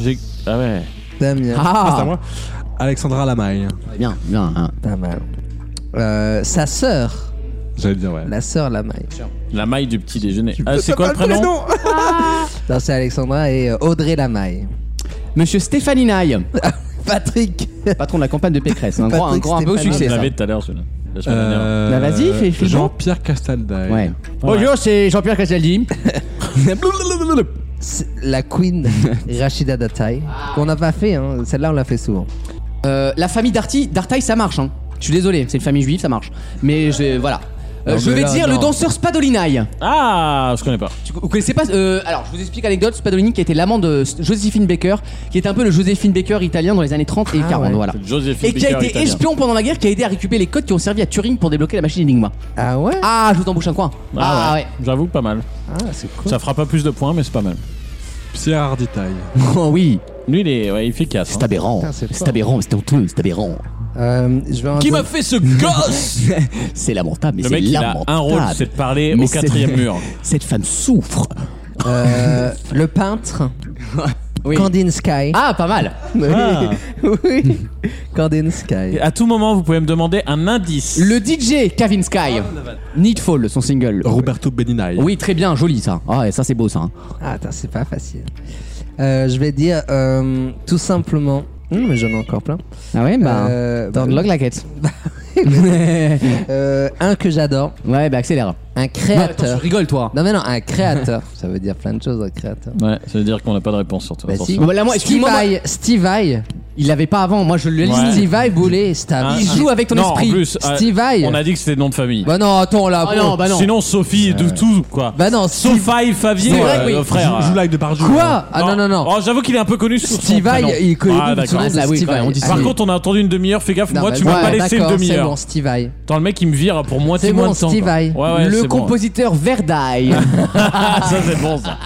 [SPEAKER 2] J'ai. Ah ouais.
[SPEAKER 3] Damien.
[SPEAKER 5] Ah, c'est à
[SPEAKER 1] Ah,
[SPEAKER 5] moi. Alexandra Lamaille.
[SPEAKER 1] bien, bien. hein.
[SPEAKER 3] Pas mal. Euh, sa sœur.
[SPEAKER 5] J'allais dire, ouais.
[SPEAKER 3] La sœur Lamaille.
[SPEAKER 2] La maille du petit déjeuner. Ah, c'est quoi le prénom
[SPEAKER 3] Non, c'est Alexandra et euh, Audrey Lamaille.
[SPEAKER 1] Monsieur Stéphanie Naï,
[SPEAKER 3] Patrick.
[SPEAKER 1] patron de la campagne de Pécresse. Un grand, un
[SPEAKER 3] Patrick
[SPEAKER 1] grand un beau
[SPEAKER 3] Stéphanie.
[SPEAKER 1] succès.
[SPEAKER 2] Je
[SPEAKER 1] ça.
[SPEAKER 2] l'avais tout à l'heure, celui-là. La semaine dernière.
[SPEAKER 5] Euh,
[SPEAKER 1] Bah, vas-y, fais- fais le
[SPEAKER 5] Jean-Pierre Castaldaï.
[SPEAKER 1] Ouais. Bonjour, c'est Jean-Pierre Castaldi.
[SPEAKER 3] C'est La queen Rachida Datai. Qu'on n'a pas fait, hein. Celle-là, on l'a fait souvent.
[SPEAKER 1] Euh, la famille Darty, Dartaï, ça marche. Hein. Je suis désolé, c'est une famille juive, ça marche. Mais je, voilà. Euh,
[SPEAKER 3] Non,
[SPEAKER 1] je
[SPEAKER 3] mais
[SPEAKER 1] vais
[SPEAKER 3] là,
[SPEAKER 1] dire le
[SPEAKER 3] non.
[SPEAKER 1] danseur Spadolinaï.
[SPEAKER 2] Ah, je connais pas.
[SPEAKER 1] Tu- Vous connaissez pas euh, Alors, je vous explique l'anecdote. Spadolini, qui était l'amant de Joséphine Baker, qui était un peu le Joséphine Baker italien dans les années 30 et 40.
[SPEAKER 3] Ah ouais.
[SPEAKER 1] Voilà.
[SPEAKER 2] Joséphine
[SPEAKER 1] Et qui a
[SPEAKER 2] Baker,
[SPEAKER 1] été
[SPEAKER 2] italien.
[SPEAKER 1] espion pendant la guerre, qui a aidé à récupérer les codes qui ont servi à Turing pour débloquer la machine Enigma.
[SPEAKER 3] Ah ouais
[SPEAKER 1] Ah, je vous embouche un coin.
[SPEAKER 2] Ah, ouais. J'avoue, pas mal.
[SPEAKER 3] Ah, c'est cool.
[SPEAKER 2] Ça fera pas plus de points, mais c'est pas mal.
[SPEAKER 5] Pierre Arditaille.
[SPEAKER 1] Oh oui,
[SPEAKER 2] Lui, il est ouais, efficace.
[SPEAKER 1] c'est
[SPEAKER 2] hein.
[SPEAKER 1] aberrant.
[SPEAKER 3] Putain, c'est fort.
[SPEAKER 1] C'est aberrant, c'est honteux, c'est aberrant.
[SPEAKER 3] Euh, je vais en
[SPEAKER 2] Qui
[SPEAKER 3] dire-
[SPEAKER 2] m'a fait ce gosse
[SPEAKER 1] C'est lamentable, mais
[SPEAKER 2] Le
[SPEAKER 1] c'est
[SPEAKER 2] mec, il a
[SPEAKER 1] lamentable.
[SPEAKER 2] un rôle, c'est de parler
[SPEAKER 1] Mais
[SPEAKER 2] au
[SPEAKER 1] c'est-
[SPEAKER 2] quatrième mur.
[SPEAKER 1] Cette femme souffre.
[SPEAKER 3] Euh, le peintre.
[SPEAKER 1] Oui.
[SPEAKER 3] Candine Sky.
[SPEAKER 1] Ah, pas mal.
[SPEAKER 2] Ah.
[SPEAKER 3] oui. Candine Sky.
[SPEAKER 2] Et À tout moment, vous pouvez me demander un indice.
[SPEAKER 1] Le DJ Kevin Sky. Needfall, son single.
[SPEAKER 5] Roberto Beninaï.
[SPEAKER 1] Oui, très bien, joli ça. Ah, ouais, ça c'est beau ça. hein.
[SPEAKER 3] Ah, attends, c'est pas facile. Euh, je vais dire euh, tout simplement. Hum, mais j'en ai encore plein.
[SPEAKER 1] Ah ouais, bah.
[SPEAKER 3] Euh,
[SPEAKER 1] Don't
[SPEAKER 3] bah,
[SPEAKER 1] look like it.
[SPEAKER 3] euh, un que j'adore,
[SPEAKER 1] ouais, bah accélère.
[SPEAKER 3] un
[SPEAKER 1] Non, attends,
[SPEAKER 3] créateur.
[SPEAKER 1] tu rigoles toi.
[SPEAKER 3] Non, mais non, un créateur. Ça veut dire plein de choses, un créateur.
[SPEAKER 2] Ouais, ça veut dire qu'on n'a pas de réponse sur toi.
[SPEAKER 3] Bah si.
[SPEAKER 2] attention.
[SPEAKER 1] Bon, bah, là, moi,
[SPEAKER 3] Steve
[SPEAKER 1] excuse-moi, moi-
[SPEAKER 3] Vai, Steve Vai.
[SPEAKER 1] Il l'avait pas avant, moi je le lis.
[SPEAKER 2] Ouais.
[SPEAKER 3] Steve Vai Boulay, c'est un-
[SPEAKER 2] Un-
[SPEAKER 1] Il joue avec ton
[SPEAKER 2] Ah, non,
[SPEAKER 1] esprit.
[SPEAKER 2] En plus, euh,
[SPEAKER 3] Steve Vai.
[SPEAKER 2] on a dit que c'était le nom de famille.
[SPEAKER 3] Bah non, attends là.
[SPEAKER 1] Ah
[SPEAKER 3] bon.
[SPEAKER 1] non, bah non.
[SPEAKER 2] Sinon, Sophie et de tout, quoi.
[SPEAKER 3] Bah non, Steve-
[SPEAKER 2] Sophie Favier,
[SPEAKER 1] C'est vrai,
[SPEAKER 2] euh,
[SPEAKER 1] oui.
[SPEAKER 2] le
[SPEAKER 5] Jou-
[SPEAKER 2] frère.
[SPEAKER 5] Joue like de Barjou.
[SPEAKER 3] Quoi Ah non, non, non.
[SPEAKER 2] Oh, j'avoue qu'il est un peu connu sous son
[SPEAKER 3] Steve Vai,
[SPEAKER 2] prénom.
[SPEAKER 3] il est connu
[SPEAKER 2] Ah,
[SPEAKER 3] sous son
[SPEAKER 2] d'accord.
[SPEAKER 3] nom de
[SPEAKER 1] Ah oui,
[SPEAKER 3] Steve
[SPEAKER 1] quand même,
[SPEAKER 3] Vai.
[SPEAKER 1] on dit ça.
[SPEAKER 2] Par
[SPEAKER 3] Allez.
[SPEAKER 2] contre, on a entendu une demi-heure, fais gaffe,
[SPEAKER 3] Non,
[SPEAKER 2] moi
[SPEAKER 3] bah,
[SPEAKER 2] tu m'as
[SPEAKER 3] ouais,
[SPEAKER 2] pas laissé une
[SPEAKER 3] d'accord, C'est
[SPEAKER 2] demi-heure.
[SPEAKER 3] bon, Steve Vai.
[SPEAKER 2] Attends, le mec il me vire pour moitié
[SPEAKER 3] C'est
[SPEAKER 2] moins
[SPEAKER 3] bon,
[SPEAKER 2] de temps.
[SPEAKER 3] Steve
[SPEAKER 2] quoi.
[SPEAKER 3] Vai.
[SPEAKER 2] Ouais, ouais,
[SPEAKER 1] le
[SPEAKER 2] c'est bon. hein.
[SPEAKER 1] compositeur Verdaille.
[SPEAKER 2] ça c'est bon ça.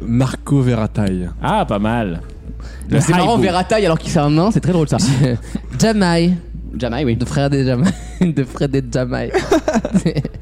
[SPEAKER 5] Marco Verataille.
[SPEAKER 2] Ah, pas mal.
[SPEAKER 3] Bah,
[SPEAKER 2] Le
[SPEAKER 1] c'est marrant,
[SPEAKER 2] hypo.
[SPEAKER 1] Verdaille alors qu'il c'est un nain, c'est très drôle ça.
[SPEAKER 3] Jamaï,
[SPEAKER 1] Jamaï, Ah oui. Ah
[SPEAKER 3] de frère des Jamaï. de frère des Jamaï.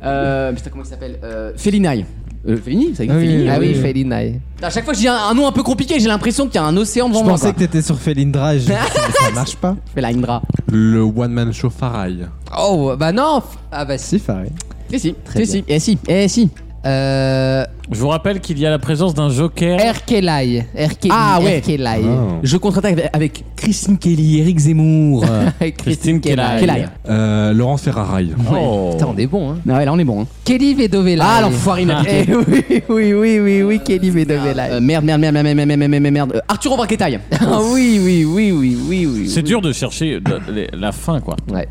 [SPEAKER 1] Euh, putain, comment il s'appelle euh, Fellini. Euh, Fellini, ça existe
[SPEAKER 4] Ah oui,
[SPEAKER 1] Fellini
[SPEAKER 3] ah oui,
[SPEAKER 4] oui.
[SPEAKER 3] Felinaï.
[SPEAKER 1] Putain, À chaque fois que je dis un, un nom un peu compliqué, j'ai l'impression qu'il y a un océan devant
[SPEAKER 4] Je
[SPEAKER 1] moi.
[SPEAKER 4] pensais que
[SPEAKER 1] quoi.
[SPEAKER 4] t'étais sur Felindra et je- ça marche pas.
[SPEAKER 1] Fellindra.
[SPEAKER 5] Le One Man Show Faraï.
[SPEAKER 3] Oh, bah non. f- Ah bah si.
[SPEAKER 4] Si, pareil.
[SPEAKER 1] eh Si, si, si, si, eh si, eh si.
[SPEAKER 3] Euh,
[SPEAKER 2] Je vous rappelle qu'il y a la présence d'un joker.
[SPEAKER 3] Eh, Erkelai. Erkelai.
[SPEAKER 1] Ah ouais.
[SPEAKER 3] Erkelai.
[SPEAKER 1] Oh. Je contre-attaque avec, avec Christine Kelly, Eric Zemmour. euh,
[SPEAKER 2] Christine Kelly.
[SPEAKER 1] Kelly.
[SPEAKER 5] Euh, Laurence Ferraraille.
[SPEAKER 1] Ouais.
[SPEAKER 2] Oh.
[SPEAKER 3] Putain, on est bon, hein.
[SPEAKER 1] Ah ouais, là on est bon. hein.
[SPEAKER 3] Kelly Vedovela.
[SPEAKER 1] Ah l'enfoiré il m'a
[SPEAKER 3] Eh
[SPEAKER 1] piqué.
[SPEAKER 3] oui, oui, oui, oui, oui, Kelly Vedovela.
[SPEAKER 1] Euh, merde, merde, merde, merde, merde, merde, merde, merde, merde. Euh, Arturo Braquetaille.
[SPEAKER 3] Ah oui, oui, oui, oui, oui, oui.
[SPEAKER 2] C'est dur de chercher de- les- la fin, quoi.
[SPEAKER 3] Ouais.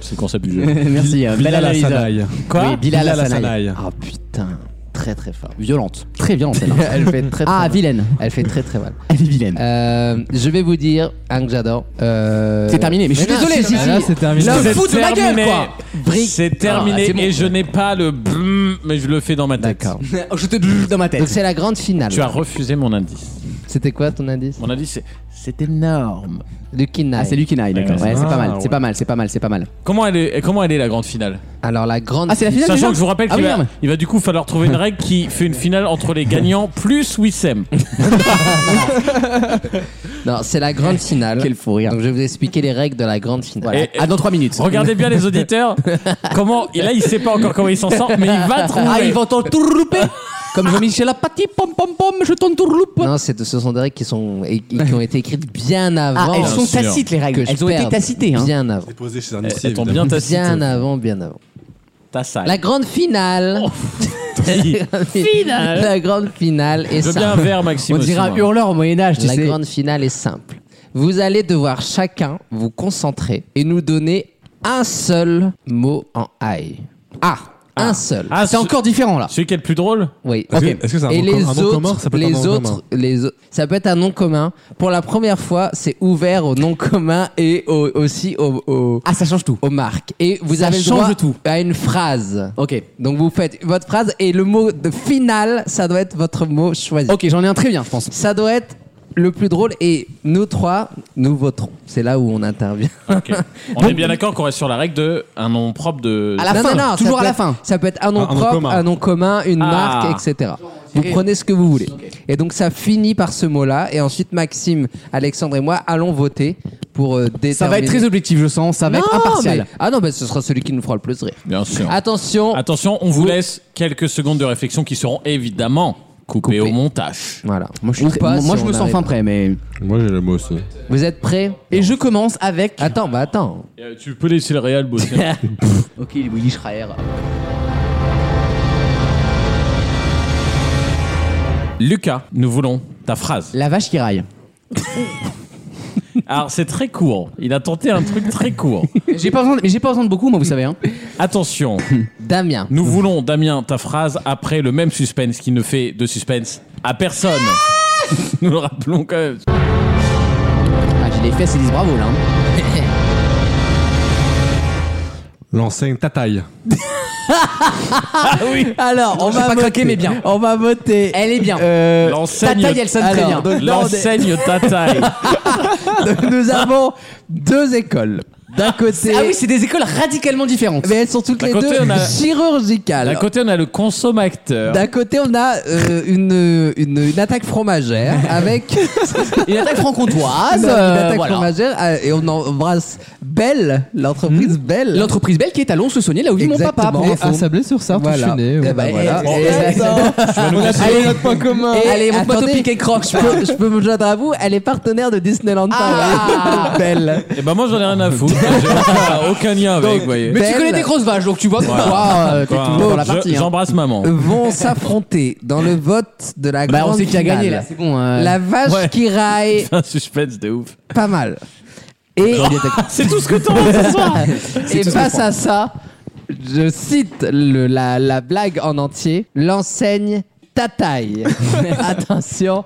[SPEAKER 2] C'est le concept du jeu.
[SPEAKER 1] Merci. euh, belle
[SPEAKER 5] Bilal
[SPEAKER 1] analyse.
[SPEAKER 5] Hassanaï.
[SPEAKER 1] Quoi
[SPEAKER 3] Oui, Bilal
[SPEAKER 5] Bilal
[SPEAKER 3] Hassanaï.
[SPEAKER 5] Hassanaï.
[SPEAKER 1] Ah putain, très très fort. Violente. Très violente celle-là.
[SPEAKER 3] Elle fait très, très
[SPEAKER 1] Ah,
[SPEAKER 3] mal.
[SPEAKER 1] vilaine.
[SPEAKER 3] Elle fait très très mal.
[SPEAKER 1] Elle est vilaine.
[SPEAKER 3] Euh, je vais vous dire un que j'adore. Euh,
[SPEAKER 1] C'est terminé, mais je suis
[SPEAKER 3] non,
[SPEAKER 1] désolé, Ah,
[SPEAKER 3] si,
[SPEAKER 1] si,
[SPEAKER 3] si,
[SPEAKER 1] si.
[SPEAKER 4] Là,
[SPEAKER 3] si.
[SPEAKER 4] c'est
[SPEAKER 2] Ah,
[SPEAKER 4] terminé.
[SPEAKER 1] Là,
[SPEAKER 2] C'est
[SPEAKER 1] foutre de ma gueule,
[SPEAKER 2] terminé.
[SPEAKER 1] quoi. Brique.
[SPEAKER 2] C'est
[SPEAKER 1] Ah,
[SPEAKER 2] terminé
[SPEAKER 1] c'est bon.
[SPEAKER 2] et je n'ai pas le brum, mais je le fais dans ma tête.
[SPEAKER 3] D'accord.
[SPEAKER 1] Je te dans ma
[SPEAKER 3] Donc
[SPEAKER 1] tête.
[SPEAKER 3] c'est la grande finale.
[SPEAKER 2] Tu as refusé mon indice.
[SPEAKER 3] C'était quoi ton indice
[SPEAKER 2] Mon indice, c'est c'est énorme.
[SPEAKER 3] Le Kinai.
[SPEAKER 1] Ah, c'est Lucky Nine, d'accord.
[SPEAKER 2] Ouais,
[SPEAKER 1] Ouais, c'est pas mal,
[SPEAKER 5] ouais.
[SPEAKER 1] c'est pas mal, c'est pas mal, c'est pas mal.
[SPEAKER 2] Comment elle est, et comment elle est la grande finale
[SPEAKER 3] Alors la grande.
[SPEAKER 1] Ah, c'est la finale
[SPEAKER 2] Sachant
[SPEAKER 1] déjà
[SPEAKER 2] que je vous rappelle
[SPEAKER 1] Ah
[SPEAKER 2] qu'il
[SPEAKER 1] oui,
[SPEAKER 2] va,
[SPEAKER 1] merde.
[SPEAKER 2] il va du coup falloir trouver une règle qui fait une finale entre les gagnants plus Wissem.
[SPEAKER 3] Non, c'est la grande finale.
[SPEAKER 1] Quel fou rire.
[SPEAKER 3] Donc je vais vous expliquer les règles de la grande finale.
[SPEAKER 2] Et-
[SPEAKER 1] Ah, dans 3 minutes.
[SPEAKER 2] Regardez bien les auditeurs. Comment et là il sait pas encore comment il s'en sort, mais il va trouver.
[SPEAKER 1] Ah, ils vont t'entourlouper Comme Jean-Michel Apathy, pom pom pom, je t'entourloupe
[SPEAKER 3] Non, c'est- ce sont des règles qui sont et- et qui ont été écrites bien
[SPEAKER 1] Ah,
[SPEAKER 3] avant.
[SPEAKER 1] elles sont
[SPEAKER 2] sûr.
[SPEAKER 1] tacites les
[SPEAKER 3] que
[SPEAKER 1] règles.
[SPEAKER 3] je
[SPEAKER 1] Elles ont été
[SPEAKER 3] perde.
[SPEAKER 1] tacitées. Hein.
[SPEAKER 3] Bien avant.
[SPEAKER 5] Déposé chez un
[SPEAKER 2] Elles
[SPEAKER 5] huissier,
[SPEAKER 2] sont
[SPEAKER 5] évidemment.
[SPEAKER 2] Eh, bien tacites.
[SPEAKER 3] Bien avant, bien avant.
[SPEAKER 2] Ta salle.
[SPEAKER 3] La grande finale.
[SPEAKER 2] Oh, Vas-y.
[SPEAKER 3] finale. La grande finale est
[SPEAKER 2] Je veux bien un
[SPEAKER 3] simple.
[SPEAKER 2] verre Maxime.
[SPEAKER 1] On dirait
[SPEAKER 2] aussi,
[SPEAKER 1] un
[SPEAKER 2] moi.
[SPEAKER 1] hurleur au Moyen-Âge, tu
[SPEAKER 3] La
[SPEAKER 1] sais.
[SPEAKER 3] grande finale est simple. Vous allez devoir chacun vous concentrer et nous donner un seul mot en aïe. Ah, un seul.
[SPEAKER 2] Ah,
[SPEAKER 1] C'est
[SPEAKER 2] ce-
[SPEAKER 1] encore différent là.
[SPEAKER 2] Celui qui est le plus drôle.
[SPEAKER 3] Oui.
[SPEAKER 5] Est-ce que- est-ce que c'est un
[SPEAKER 3] et
[SPEAKER 5] nom
[SPEAKER 3] les
[SPEAKER 5] com- un nom
[SPEAKER 3] autres,
[SPEAKER 5] commun Ça peut être un
[SPEAKER 3] les
[SPEAKER 5] nom commun.
[SPEAKER 3] autres, les autres, ça peut être un nom commun. Pour la première fois, c'est ouvert aux noms communs et au- aussi aux, aux,
[SPEAKER 1] Ah, ça change tout.
[SPEAKER 3] aux marques. Et vous
[SPEAKER 1] Ça
[SPEAKER 3] avez le
[SPEAKER 1] change
[SPEAKER 3] droit
[SPEAKER 1] tout.
[SPEAKER 3] à une phrase.
[SPEAKER 1] Ok.
[SPEAKER 3] Donc vous faites votre phrase et le mot de final, ça doit être votre mot choisi.
[SPEAKER 1] Ok, j'en ai un très bien, je pense.
[SPEAKER 3] Ça doit être le plus drôle et nous trois, nous voterons. C'est là où on intervient.
[SPEAKER 2] Ok. On est bien d'accord qu'on reste sur la règle de un nom propre de.
[SPEAKER 1] À la
[SPEAKER 3] Non,
[SPEAKER 1] fin,
[SPEAKER 3] non, non, ça
[SPEAKER 1] toujours à
[SPEAKER 3] peut
[SPEAKER 1] la
[SPEAKER 3] être-
[SPEAKER 1] fin.
[SPEAKER 3] Ça peut être un nom
[SPEAKER 5] Ah, Un nom
[SPEAKER 3] propre,
[SPEAKER 5] commun.
[SPEAKER 3] un nom commun, une
[SPEAKER 2] Ah.
[SPEAKER 3] marque, etc. Vous prenez ce que vous voulez. Et donc ça finit par ce mot-là. Et ensuite, Maxime, Alexandre et moi allons voter pour euh, déterminer.
[SPEAKER 1] Ça va être très objectif, je sens. Ça va être
[SPEAKER 3] Non,
[SPEAKER 1] impartial.
[SPEAKER 3] mais- Ah non, bah, ce sera celui qui nous fera le plus rire.
[SPEAKER 2] Bien sûr.
[SPEAKER 1] Oh.
[SPEAKER 3] Attention.
[SPEAKER 2] Attention, on vous laisse quelques secondes de réflexion qui seront évidemment coupées
[SPEAKER 3] Coupées.
[SPEAKER 2] au montage.
[SPEAKER 3] Voilà.
[SPEAKER 1] Moi, je, suis
[SPEAKER 3] Ou
[SPEAKER 1] très-
[SPEAKER 3] pas,
[SPEAKER 1] moi,
[SPEAKER 3] si
[SPEAKER 1] je me
[SPEAKER 3] on
[SPEAKER 1] sens
[SPEAKER 3] arrive.
[SPEAKER 1] fin prêt, mais.
[SPEAKER 5] Moi, j'ai le mot aussi.
[SPEAKER 3] Vous êtes prêts
[SPEAKER 1] Et je commence avec.
[SPEAKER 3] Attends, bah attends.
[SPEAKER 2] Euh, tu peux laisser le Real bosser.
[SPEAKER 1] Ok, il est Willy Schreier.
[SPEAKER 2] Lucas, nous voulons ta phrase.
[SPEAKER 1] La vache qui raille.
[SPEAKER 2] Alors c'est très court. Il a tenté un truc très court.
[SPEAKER 1] J'ai pas besoin, de- mais j'ai pas besoin de beaucoup, moi, vous savez. Hein.
[SPEAKER 2] Attention,
[SPEAKER 3] Damien.
[SPEAKER 2] nous voulons Damien ta phrase après le même suspense qui ne fait de suspense à personne. Nous le rappelons quand même.
[SPEAKER 1] Ah, j'ai les fesses et disent bravo là. hein.
[SPEAKER 5] L'enseigne Tataille.
[SPEAKER 3] Alors, on
[SPEAKER 1] J'ai
[SPEAKER 3] va
[SPEAKER 1] pas
[SPEAKER 3] voter.
[SPEAKER 1] craqué, mais bien.
[SPEAKER 3] On va voter.
[SPEAKER 1] Elle est bien.
[SPEAKER 3] Euh,
[SPEAKER 2] L'enseigne
[SPEAKER 1] Ta taille, elle sonne très
[SPEAKER 3] alors,
[SPEAKER 1] bien.
[SPEAKER 3] donc, là, on est-
[SPEAKER 2] L'enseigne ta taille.
[SPEAKER 3] nous avons deux écoles. D'un côté.
[SPEAKER 1] Ah oui, c'est des écoles radicalement différentes.
[SPEAKER 3] mais elles sont toutes
[SPEAKER 2] D'un
[SPEAKER 3] les
[SPEAKER 2] côté, on
[SPEAKER 3] deux
[SPEAKER 2] a-
[SPEAKER 3] chirurgicales.
[SPEAKER 2] D'un côté on a le consommateur.
[SPEAKER 3] D'un côté, on a euh, une, une, une attaque fromagère avec
[SPEAKER 1] Une attaque franc-comtoise.
[SPEAKER 3] une
[SPEAKER 1] euh,
[SPEAKER 3] attaque
[SPEAKER 1] voilà.
[SPEAKER 3] fromagère euh, et on embrasse Belle, l'entreprise
[SPEAKER 1] Hmm.
[SPEAKER 3] Belle.
[SPEAKER 1] L'entreprise belle qui est à Lons le saunier là où vit mon papa.
[SPEAKER 3] Exactement.
[SPEAKER 4] Et
[SPEAKER 3] Info.
[SPEAKER 4] à Sablé-sur-Sarthe,
[SPEAKER 3] Voilà.
[SPEAKER 4] je suis né.
[SPEAKER 3] Eh
[SPEAKER 4] ouais.
[SPEAKER 3] ben,
[SPEAKER 1] voilà.
[SPEAKER 3] et-
[SPEAKER 1] Et-
[SPEAKER 3] et-
[SPEAKER 4] On a trouvé notre point commun.
[SPEAKER 3] et-
[SPEAKER 1] Allez, monte-moi eh, ton
[SPEAKER 3] attendez,
[SPEAKER 1] piquet croque.
[SPEAKER 3] Je peux, je peux me joindre à vous, elle est partenaire de Disneyland
[SPEAKER 1] Ah.
[SPEAKER 3] Paris. Belle.
[SPEAKER 2] Et ben moi j'en ai rien à foutre. J'ai aucun lien avec, vous voyez.
[SPEAKER 1] Mais
[SPEAKER 3] Belle.
[SPEAKER 1] tu connais des grosses vaches, donc tu vois que
[SPEAKER 2] Voilà.
[SPEAKER 1] toi, euh, t'es
[SPEAKER 2] Quoi,
[SPEAKER 1] toujours dans la
[SPEAKER 2] je-
[SPEAKER 1] partie. hein.
[SPEAKER 2] J'embrasse maman.
[SPEAKER 3] Vont s'affronter dans le vote de la
[SPEAKER 1] Bah,
[SPEAKER 3] grande
[SPEAKER 1] on sait qui a gagné là,
[SPEAKER 3] finale.
[SPEAKER 1] c'est bon. euh.
[SPEAKER 3] La vache
[SPEAKER 2] Ouais.
[SPEAKER 3] qui raille,
[SPEAKER 2] Un suspense de ouf.
[SPEAKER 3] pas mal. Et,
[SPEAKER 2] C'est tout ce que t'as ce soir.
[SPEAKER 3] et face à ça, je cite le- la, la blague en entier, l'enseigne Tataille. Attention,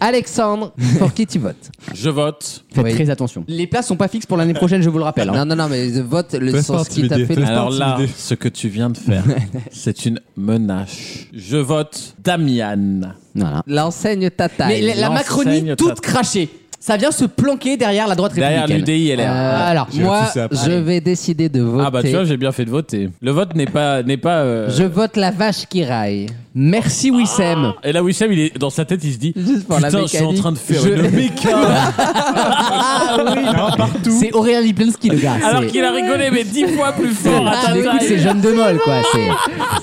[SPEAKER 3] Alexandre, pour qui tu votes
[SPEAKER 2] Je vote.
[SPEAKER 1] Faites
[SPEAKER 3] Oui.
[SPEAKER 1] très attention. Les places sont pas fixes pour l'année prochaine, je vous le rappelle. hein.
[SPEAKER 3] Non, non, non, mais vote le
[SPEAKER 5] Fais
[SPEAKER 3] sens
[SPEAKER 5] pas
[SPEAKER 3] qui t'a fait
[SPEAKER 5] intimider.
[SPEAKER 3] le
[SPEAKER 5] Fais pas
[SPEAKER 2] Alors là,
[SPEAKER 5] intimidé.
[SPEAKER 2] ce que tu viens de faire, c'est une menace. Je vote Damian.
[SPEAKER 1] Voilà.
[SPEAKER 3] L'enseigne
[SPEAKER 1] Mais
[SPEAKER 3] Tataille.
[SPEAKER 1] la, la
[SPEAKER 2] l'enseigne
[SPEAKER 1] Macronie
[SPEAKER 2] ta-
[SPEAKER 1] toute crachée. Ça vient se planquer derrière la droite
[SPEAKER 2] Derrière
[SPEAKER 1] républicaine.
[SPEAKER 2] l'UDI, elle est.
[SPEAKER 1] Ah,
[SPEAKER 3] Euh, alors,
[SPEAKER 5] J'ai
[SPEAKER 3] moi,
[SPEAKER 5] aussi ça après.
[SPEAKER 3] je vais décider de voter.
[SPEAKER 2] Ah bah tu vois, j'ai bien fait de voter. Le vote n'est pas n'est pas. euh,
[SPEAKER 3] Je vote la vache qui raille.
[SPEAKER 1] Merci Wissem.
[SPEAKER 2] Et là, Wissem, il est dans sa tête, il se dit
[SPEAKER 3] Juste pour la
[SPEAKER 2] putain, je suis en
[SPEAKER 3] mécanique,
[SPEAKER 2] train de faire
[SPEAKER 3] je-
[SPEAKER 2] une méca.
[SPEAKER 1] C'est Aurélien Lipinski le gars.
[SPEAKER 2] Alors
[SPEAKER 1] c'est-
[SPEAKER 2] qu'il a rigolé mais dix fois plus fort. à
[SPEAKER 1] Ah,
[SPEAKER 2] ta
[SPEAKER 1] mais écoute,
[SPEAKER 2] taille.
[SPEAKER 1] c'est jeune de molle quoi. C'est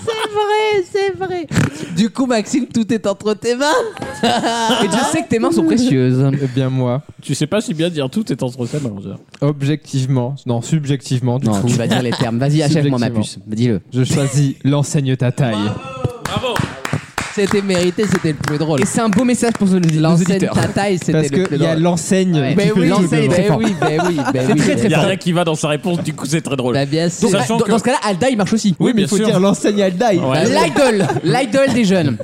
[SPEAKER 3] C'est vrai, c'est vrai. Du coup, Maxime, tout est entre tes mains.
[SPEAKER 1] Et tu sais que tes mains sont précieuses.
[SPEAKER 4] Eh bien, moi,
[SPEAKER 2] Tu sais pas si bien dire tout est entre ses mains. Roger.
[SPEAKER 4] objectivement, non, subjectivement, du
[SPEAKER 1] Non,
[SPEAKER 4] coup.
[SPEAKER 1] tu vas dire les termes. Vas-y, achève-moi ma puce.
[SPEAKER 4] Subjectivement.
[SPEAKER 1] Dis-le.
[SPEAKER 4] Je choisis l'enseigne ta taille.
[SPEAKER 3] C'était mérité, c'était le plus drôle.
[SPEAKER 1] Et c'est un beau message pour nos nos
[SPEAKER 3] L'enseigne
[SPEAKER 1] auditeurs.
[SPEAKER 3] ta taille,
[SPEAKER 4] Parce
[SPEAKER 3] c'était le plus
[SPEAKER 4] qu'il y a
[SPEAKER 3] drôle.
[SPEAKER 4] l'enseigne.
[SPEAKER 3] Ouais.
[SPEAKER 4] qui
[SPEAKER 3] Ben
[SPEAKER 4] fait
[SPEAKER 3] oui,
[SPEAKER 4] tout
[SPEAKER 3] l'enseigne,
[SPEAKER 4] devant.
[SPEAKER 3] ben oui, ben oui, ben oui.
[SPEAKER 1] très, très
[SPEAKER 2] Il y a
[SPEAKER 1] fort.
[SPEAKER 2] rien qui va dans sa réponse, du coup, c'est très drôle.
[SPEAKER 3] Bah, bien sûr.
[SPEAKER 1] Donc,
[SPEAKER 2] Sachant
[SPEAKER 1] dans,
[SPEAKER 2] que-
[SPEAKER 1] dans ce cas-là, Alda, il marche aussi.
[SPEAKER 4] Oui, mais il faut
[SPEAKER 2] bien
[SPEAKER 4] dire
[SPEAKER 2] sûr.
[SPEAKER 4] l'enseigne Aldaï.
[SPEAKER 3] Oh.
[SPEAKER 2] Ouais.
[SPEAKER 1] L'idol, l'idol des jeunes.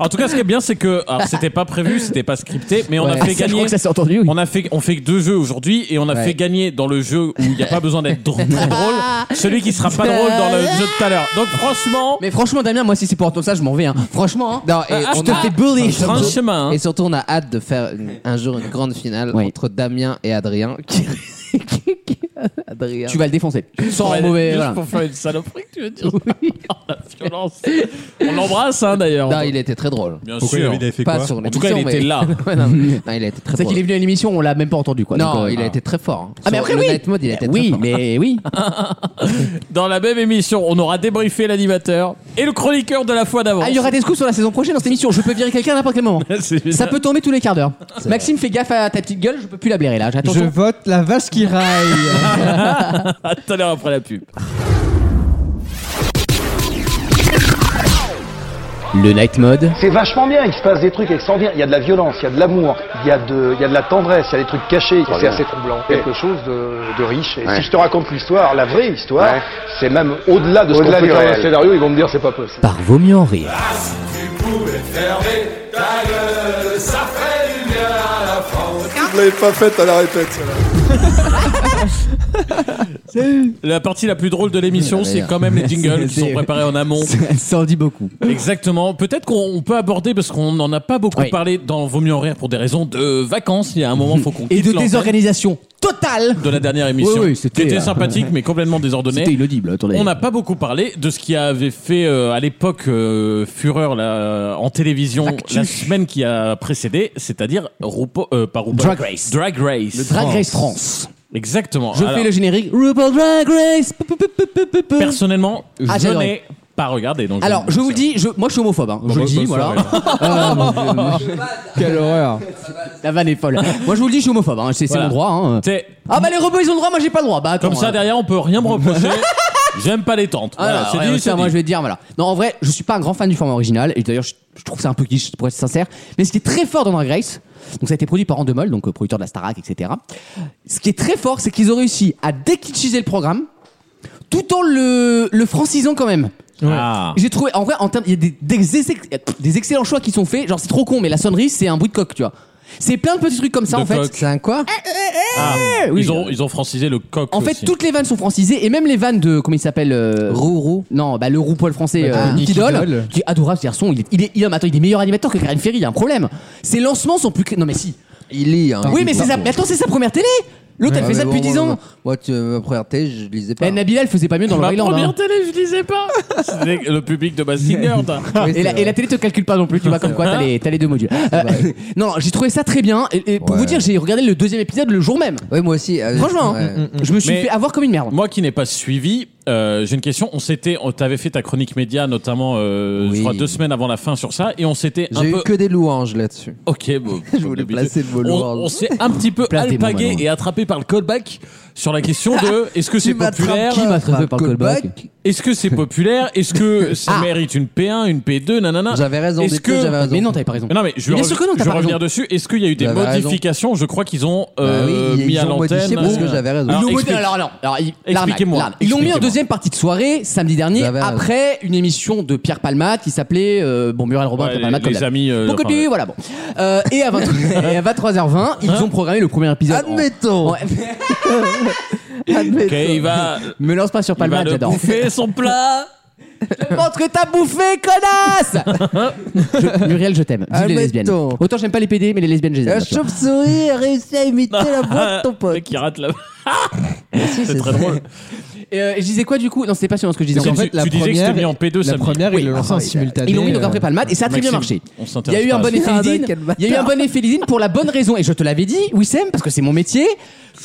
[SPEAKER 2] En tout cas, ce qui est bien, c'est que alors, c'était pas prévu, c'était pas scripté, mais on
[SPEAKER 1] Ouais.
[SPEAKER 2] a fait
[SPEAKER 1] Ça, Je
[SPEAKER 2] gagner.
[SPEAKER 1] crois que ça s'est entendu. oui.
[SPEAKER 2] On a fait, on fait que deux jeux aujourd'hui et on a
[SPEAKER 3] Ouais.
[SPEAKER 2] fait gagner dans le jeu où il n'y a pas besoin d'être drôle, très drôle, celui qui sera pas drôle dans le jeu de tout à l'heure. Donc franchement,
[SPEAKER 1] Mais franchement, Damien, moi, si c'est pour entendre ça, je m'en vais. hein. Franchement, hein.
[SPEAKER 3] Non, et
[SPEAKER 1] je
[SPEAKER 3] on
[SPEAKER 1] te
[SPEAKER 3] a-
[SPEAKER 1] fais bully.
[SPEAKER 3] surtout-
[SPEAKER 2] un chemin. hein.
[SPEAKER 3] Et surtout, on a hâte de faire une- un jour une grande finale
[SPEAKER 1] Oui.
[SPEAKER 3] entre Damien et Adrien. Qui- qui- qui- Adrien.
[SPEAKER 1] tu vas le défoncer. Sans
[SPEAKER 2] Ouais,
[SPEAKER 1] mauvais.
[SPEAKER 2] juste
[SPEAKER 1] Voilà.
[SPEAKER 2] pour faire une saloperie, tu veux dire Oh, La violence. On l'embrasse, hein, d'ailleurs.
[SPEAKER 3] Non, il était très drôle.
[SPEAKER 2] Bien
[SPEAKER 5] Pourquoi il
[SPEAKER 2] sûr.
[SPEAKER 5] avait, il avait fait
[SPEAKER 3] Pas
[SPEAKER 5] quoi
[SPEAKER 3] sur
[SPEAKER 2] En tout cas, il
[SPEAKER 3] l'émission,
[SPEAKER 2] était
[SPEAKER 3] mais-
[SPEAKER 2] là.
[SPEAKER 3] Ouais, non, mais- non, il a été très
[SPEAKER 1] C'est
[SPEAKER 3] drôle.
[SPEAKER 1] qu'il est venu à l'émission, on l'a même pas entendu quoi.
[SPEAKER 3] Non,
[SPEAKER 1] Donc, euh,
[SPEAKER 3] il a été très fort. hein.
[SPEAKER 1] Ah, mais
[SPEAKER 3] Sur
[SPEAKER 1] après,
[SPEAKER 3] le
[SPEAKER 1] oui.
[SPEAKER 3] Night Mode, il a été très
[SPEAKER 1] Oui,
[SPEAKER 3] fort.
[SPEAKER 1] mais oui.
[SPEAKER 2] Dans la même émission, on aura débriefé l'animateur et le chroniqueur de la fois d'avant.
[SPEAKER 1] Ah, il y aura des scoops sur la saison prochaine dans cette émission. Je peux virer quelqu'un à n'importe quel moment.
[SPEAKER 2] C'est-
[SPEAKER 1] Ça peut tomber tous les quarts d'heure. Maxime, fais gaffe à ta petite gueule, je peux plus la blairer là. J'attends.
[SPEAKER 4] Je
[SPEAKER 1] ton-
[SPEAKER 4] vote la vache qui raille.
[SPEAKER 2] À tout à l'heure après la pub.
[SPEAKER 10] Le night mode,
[SPEAKER 12] C'est vachement bien, il se passe des trucs extraordinaires. Il y a de la violence, il y a de l'amour, il y, a de- il y a de la tendresse, il y a des trucs cachés. et C'est assez troublant. Quelque chose de, de riche. Et si je te raconte l'histoire, la vraie histoire, c'est même au-delà de ce qu'on peut dire dans le scénario, ils vont me dire c'est pas possible.
[SPEAKER 10] par vaut mieux en rire.
[SPEAKER 2] La partie la plus drôle de l'émission, c'est quand même les jingles qui sont préparés en amont.
[SPEAKER 1] Ça en dit beaucoup.
[SPEAKER 2] Exactement. Peut-être qu'on on peut aborder, parce qu'on n'en a pas beaucoup
[SPEAKER 1] Oui.
[SPEAKER 2] parlé dans Vaut mieux en rire pour des raisons de vacances. Il y a un moment, faut qu'on
[SPEAKER 1] Et
[SPEAKER 2] quitte
[SPEAKER 1] de
[SPEAKER 2] l'antenne
[SPEAKER 1] désorganisation totale.
[SPEAKER 2] de la dernière émission.
[SPEAKER 1] Oui, oui,
[SPEAKER 2] qui
[SPEAKER 1] c'était,
[SPEAKER 2] était
[SPEAKER 1] euh,
[SPEAKER 2] sympathique, mais complètement désordonnée.
[SPEAKER 1] C'était inaudible, hein, attendez.
[SPEAKER 2] On n'a pas beaucoup parlé de ce qui avait fait euh, à l'époque euh, fureur là, euh, en télévision
[SPEAKER 1] Actu.
[SPEAKER 2] la semaine qui a précédé, c'est-à-dire RuPaul, euh, pas RuPaul.
[SPEAKER 1] Drag Race.
[SPEAKER 2] Drag Race. Oh,
[SPEAKER 1] Le Drag Race France.
[SPEAKER 2] Exactement.
[SPEAKER 1] Je
[SPEAKER 2] Alors,
[SPEAKER 1] fais le générique. RuPaul Drag Race. Pou, pou, pou, pou, pou, pou, pou.
[SPEAKER 2] Personnellement,
[SPEAKER 1] Ah,
[SPEAKER 2] je
[SPEAKER 1] j'adorais.
[SPEAKER 2] n'ai pas regardé. Donc
[SPEAKER 1] Alors, je vous le dis, je, moi je suis homophobe. hein.
[SPEAKER 2] bah,
[SPEAKER 1] Je le dis, voilà.
[SPEAKER 4] Quelle horreur.
[SPEAKER 1] La vanne est folle. moi je vous le dis, je suis homophobe. hein. C'est c'est
[SPEAKER 2] Voilà.
[SPEAKER 1] mon droit. hein.
[SPEAKER 2] T'es-
[SPEAKER 1] Ah bah les robots ils ont le droit, moi j'ai pas le droit. Bah attends,
[SPEAKER 2] Comme ça,
[SPEAKER 1] euh,
[SPEAKER 2] derrière, on peut rien me reprocher. J'aime pas les tentes.
[SPEAKER 1] Ah,
[SPEAKER 2] Voilà,
[SPEAKER 1] non,
[SPEAKER 2] c'est
[SPEAKER 1] ouais,
[SPEAKER 2] dit,
[SPEAKER 1] ouais,
[SPEAKER 2] c'est
[SPEAKER 1] ça, moi
[SPEAKER 2] dit.
[SPEAKER 1] je vais te dire voilà. Non en vrai je suis pas un grand fan du format original et d'ailleurs je, je trouve ça un peu quiche pour être sincère mais ce qui est très fort dans Drag Race donc ça a été produit par Andemol donc euh, producteur de la Starac etc. Ce qui est très fort c'est qu'ils ont réussi à dékitschiser le programme tout en le, le francisant quand même.
[SPEAKER 2] Ah.
[SPEAKER 1] J'ai trouvé, en vrai, en termes, il y a des, des ex- des excellents choix qui sont faits. Genre, c'est trop con, mais la sonnerie, c'est un bruit de coq, tu vois. C'est plein de petits trucs comme ça,
[SPEAKER 2] De
[SPEAKER 1] en fait.
[SPEAKER 2] coq.
[SPEAKER 3] C'est un quoi
[SPEAKER 2] Ah.
[SPEAKER 1] oui.
[SPEAKER 2] Ils, ont, ils ont francisé le coq.
[SPEAKER 1] En fait,
[SPEAKER 2] aussi.
[SPEAKER 1] toutes les vannes sont francisées et même les vannes de comment il s'appelle euh, Rourou. Non, bah le Roupol français euh,
[SPEAKER 4] Ah,
[SPEAKER 1] Nicky
[SPEAKER 4] Nicky
[SPEAKER 1] Doll,
[SPEAKER 4] Doll.
[SPEAKER 1] qui est adorable ce garçon. Il est, il est, il est- mais attends, il est meilleur animateur que Karen Ferry. Il y a un problème. Ses lancements sont plus. cré- Non mais si.
[SPEAKER 3] Il lit. hein.
[SPEAKER 1] oui,
[SPEAKER 3] Il
[SPEAKER 1] mais,
[SPEAKER 3] lit
[SPEAKER 1] c'est sa...
[SPEAKER 3] partout.
[SPEAKER 1] mais attends, c'est sa première télé. L'autre, elle
[SPEAKER 3] Ah,
[SPEAKER 1] fait
[SPEAKER 3] mais
[SPEAKER 1] ça depuis
[SPEAKER 3] bon,
[SPEAKER 1] 10
[SPEAKER 3] moi,
[SPEAKER 1] ans.
[SPEAKER 3] Moi, moi, tu me première télé, je lisais pas.
[SPEAKER 1] Eh, Nabila, elle faisait pas mieux dans le hein.
[SPEAKER 2] Ma
[SPEAKER 1] Royland.
[SPEAKER 2] première télé, je disais pas. C'était le public de Massinger. t'as.
[SPEAKER 1] Et la, et la télé te calcule pas non plus, tu vois, comme quoi t'as les, t'as les deux modules. Euh, non, non, j'ai trouvé ça très bien. Et, et pour
[SPEAKER 3] Ouais.
[SPEAKER 1] vous dire, j'ai regardé le deuxième épisode le jour même.
[SPEAKER 3] Oui, moi aussi. euh,
[SPEAKER 1] Franchement,
[SPEAKER 3] ouais.
[SPEAKER 1] hein, je me suis
[SPEAKER 2] Mm, Mais-
[SPEAKER 1] fait avoir comme une merde.
[SPEAKER 2] Moi qui n'ai pas suivi, euh, j'ai une question. On s'était, on t'avait fait ta chronique média, notamment, euh,
[SPEAKER 3] Oui.
[SPEAKER 2] je crois, deux semaines avant la fin sur ça, et on s'était un
[SPEAKER 3] J'ai
[SPEAKER 2] peu.
[SPEAKER 3] eu que des louanges là-dessus.
[SPEAKER 2] Ok, bon. comme
[SPEAKER 3] voulais
[SPEAKER 2] d'habitude.
[SPEAKER 3] placer le mot
[SPEAKER 2] On,
[SPEAKER 3] louange.
[SPEAKER 2] on s'est un petit peu
[SPEAKER 1] Placez-moi,
[SPEAKER 2] alpagué
[SPEAKER 1] maintenant.
[SPEAKER 2] et attrapé par le callback sur la question de est-ce que c'est
[SPEAKER 3] Tu m'attrapes
[SPEAKER 2] populaire euh,
[SPEAKER 1] Qui m'a attrapé par le
[SPEAKER 3] Callback.
[SPEAKER 1] callback
[SPEAKER 2] Est-ce que c'est populaire Est-ce que ça mérite une P1, une P2 Nanana.
[SPEAKER 3] J'avais Ah. raison,
[SPEAKER 2] Est-ce
[SPEAKER 3] des deux, j'avais raison.
[SPEAKER 1] Mais non, t'avais pas raison.
[SPEAKER 2] Mais Non mais je,
[SPEAKER 1] Bien
[SPEAKER 2] rev-
[SPEAKER 1] sûr que non,
[SPEAKER 2] je
[SPEAKER 1] t'as pas
[SPEAKER 2] revenir
[SPEAKER 1] raison.
[SPEAKER 2] dessus. Est-ce qu'il y a eu des
[SPEAKER 3] J'avais raison.
[SPEAKER 2] modifications Je crois qu'ils ont
[SPEAKER 3] Bah
[SPEAKER 2] euh,
[SPEAKER 3] oui, ils-
[SPEAKER 2] mis
[SPEAKER 3] ils
[SPEAKER 2] à
[SPEAKER 3] ont
[SPEAKER 2] l'antenne.
[SPEAKER 3] modifié parce que
[SPEAKER 2] euh,
[SPEAKER 3] j'avais raison.
[SPEAKER 2] alors,
[SPEAKER 1] Ils l'ont
[SPEAKER 2] explique-
[SPEAKER 1] modé- alors, alors, alors, il- l'arnaque,
[SPEAKER 2] Expliquez-moi.
[SPEAKER 1] l'arnaque. Ils l'ont mis en
[SPEAKER 2] Expliquez-moi.
[SPEAKER 1] deuxième partie de soirée samedi dernier
[SPEAKER 3] J'avais raison.
[SPEAKER 1] après une émission de Pierre Palmate qui s'appelait euh, bon Muriel Robin
[SPEAKER 2] Ouais,
[SPEAKER 1] Pierre
[SPEAKER 2] les-
[SPEAKER 1] Palmate comme
[SPEAKER 2] les
[SPEAKER 1] d'hab.
[SPEAKER 2] amis, euh,
[SPEAKER 1] Bon,
[SPEAKER 2] enfin,
[SPEAKER 1] continue,
[SPEAKER 2] ouais.
[SPEAKER 1] voilà bon. Euh, et à 23 et à 23h20,
[SPEAKER 2] Hein
[SPEAKER 1] ils ont programmé le premier épisode. en-
[SPEAKER 3] Admettons.
[SPEAKER 1] en-
[SPEAKER 2] Ok, il va,
[SPEAKER 1] Me lance pas sur
[SPEAKER 2] il va
[SPEAKER 1] Palmate,
[SPEAKER 2] le
[SPEAKER 1] j'adore.
[SPEAKER 2] bouffer son plat.
[SPEAKER 1] Montre que t'as bouffé, connasse Je- Muriel, je t'aime. Vive les lesbiennes.
[SPEAKER 3] Admettons.
[SPEAKER 1] Autant j'aime pas les PD, mais les lesbiennes, je les
[SPEAKER 3] La
[SPEAKER 1] aime.
[SPEAKER 3] chauve-souris a réussi à imiter la voix de ton
[SPEAKER 2] Le
[SPEAKER 3] pote.
[SPEAKER 2] mec qui rate la.
[SPEAKER 3] Si,
[SPEAKER 2] C'est très drôle.
[SPEAKER 1] Et, euh, et je disais quoi du coup Non, c'était passionnant ce que je disais.
[SPEAKER 2] Donc, en fait, tu- la tu disais que première- c'était mis en P2
[SPEAKER 4] la samedi. première, ils le lançaient en simultané,
[SPEAKER 1] Ils l'ont mis donc
[SPEAKER 4] euh,
[SPEAKER 1] après Palmade Ah, et ça a très bien
[SPEAKER 4] Maxime,
[SPEAKER 1] marché.
[SPEAKER 4] on
[SPEAKER 1] Il y
[SPEAKER 4] s'intéresse
[SPEAKER 1] a eu
[SPEAKER 4] pas
[SPEAKER 1] un
[SPEAKER 4] à
[SPEAKER 1] bon
[SPEAKER 4] ça.
[SPEAKER 1] effet
[SPEAKER 3] Ah,
[SPEAKER 4] Putain,
[SPEAKER 1] Lizine.
[SPEAKER 4] quel
[SPEAKER 1] Il y a eu un
[SPEAKER 4] bâtard.
[SPEAKER 1] bon effet Lizine pour la bonne raison et je te l'avais dit, Wissem, parce que c'est mon métier.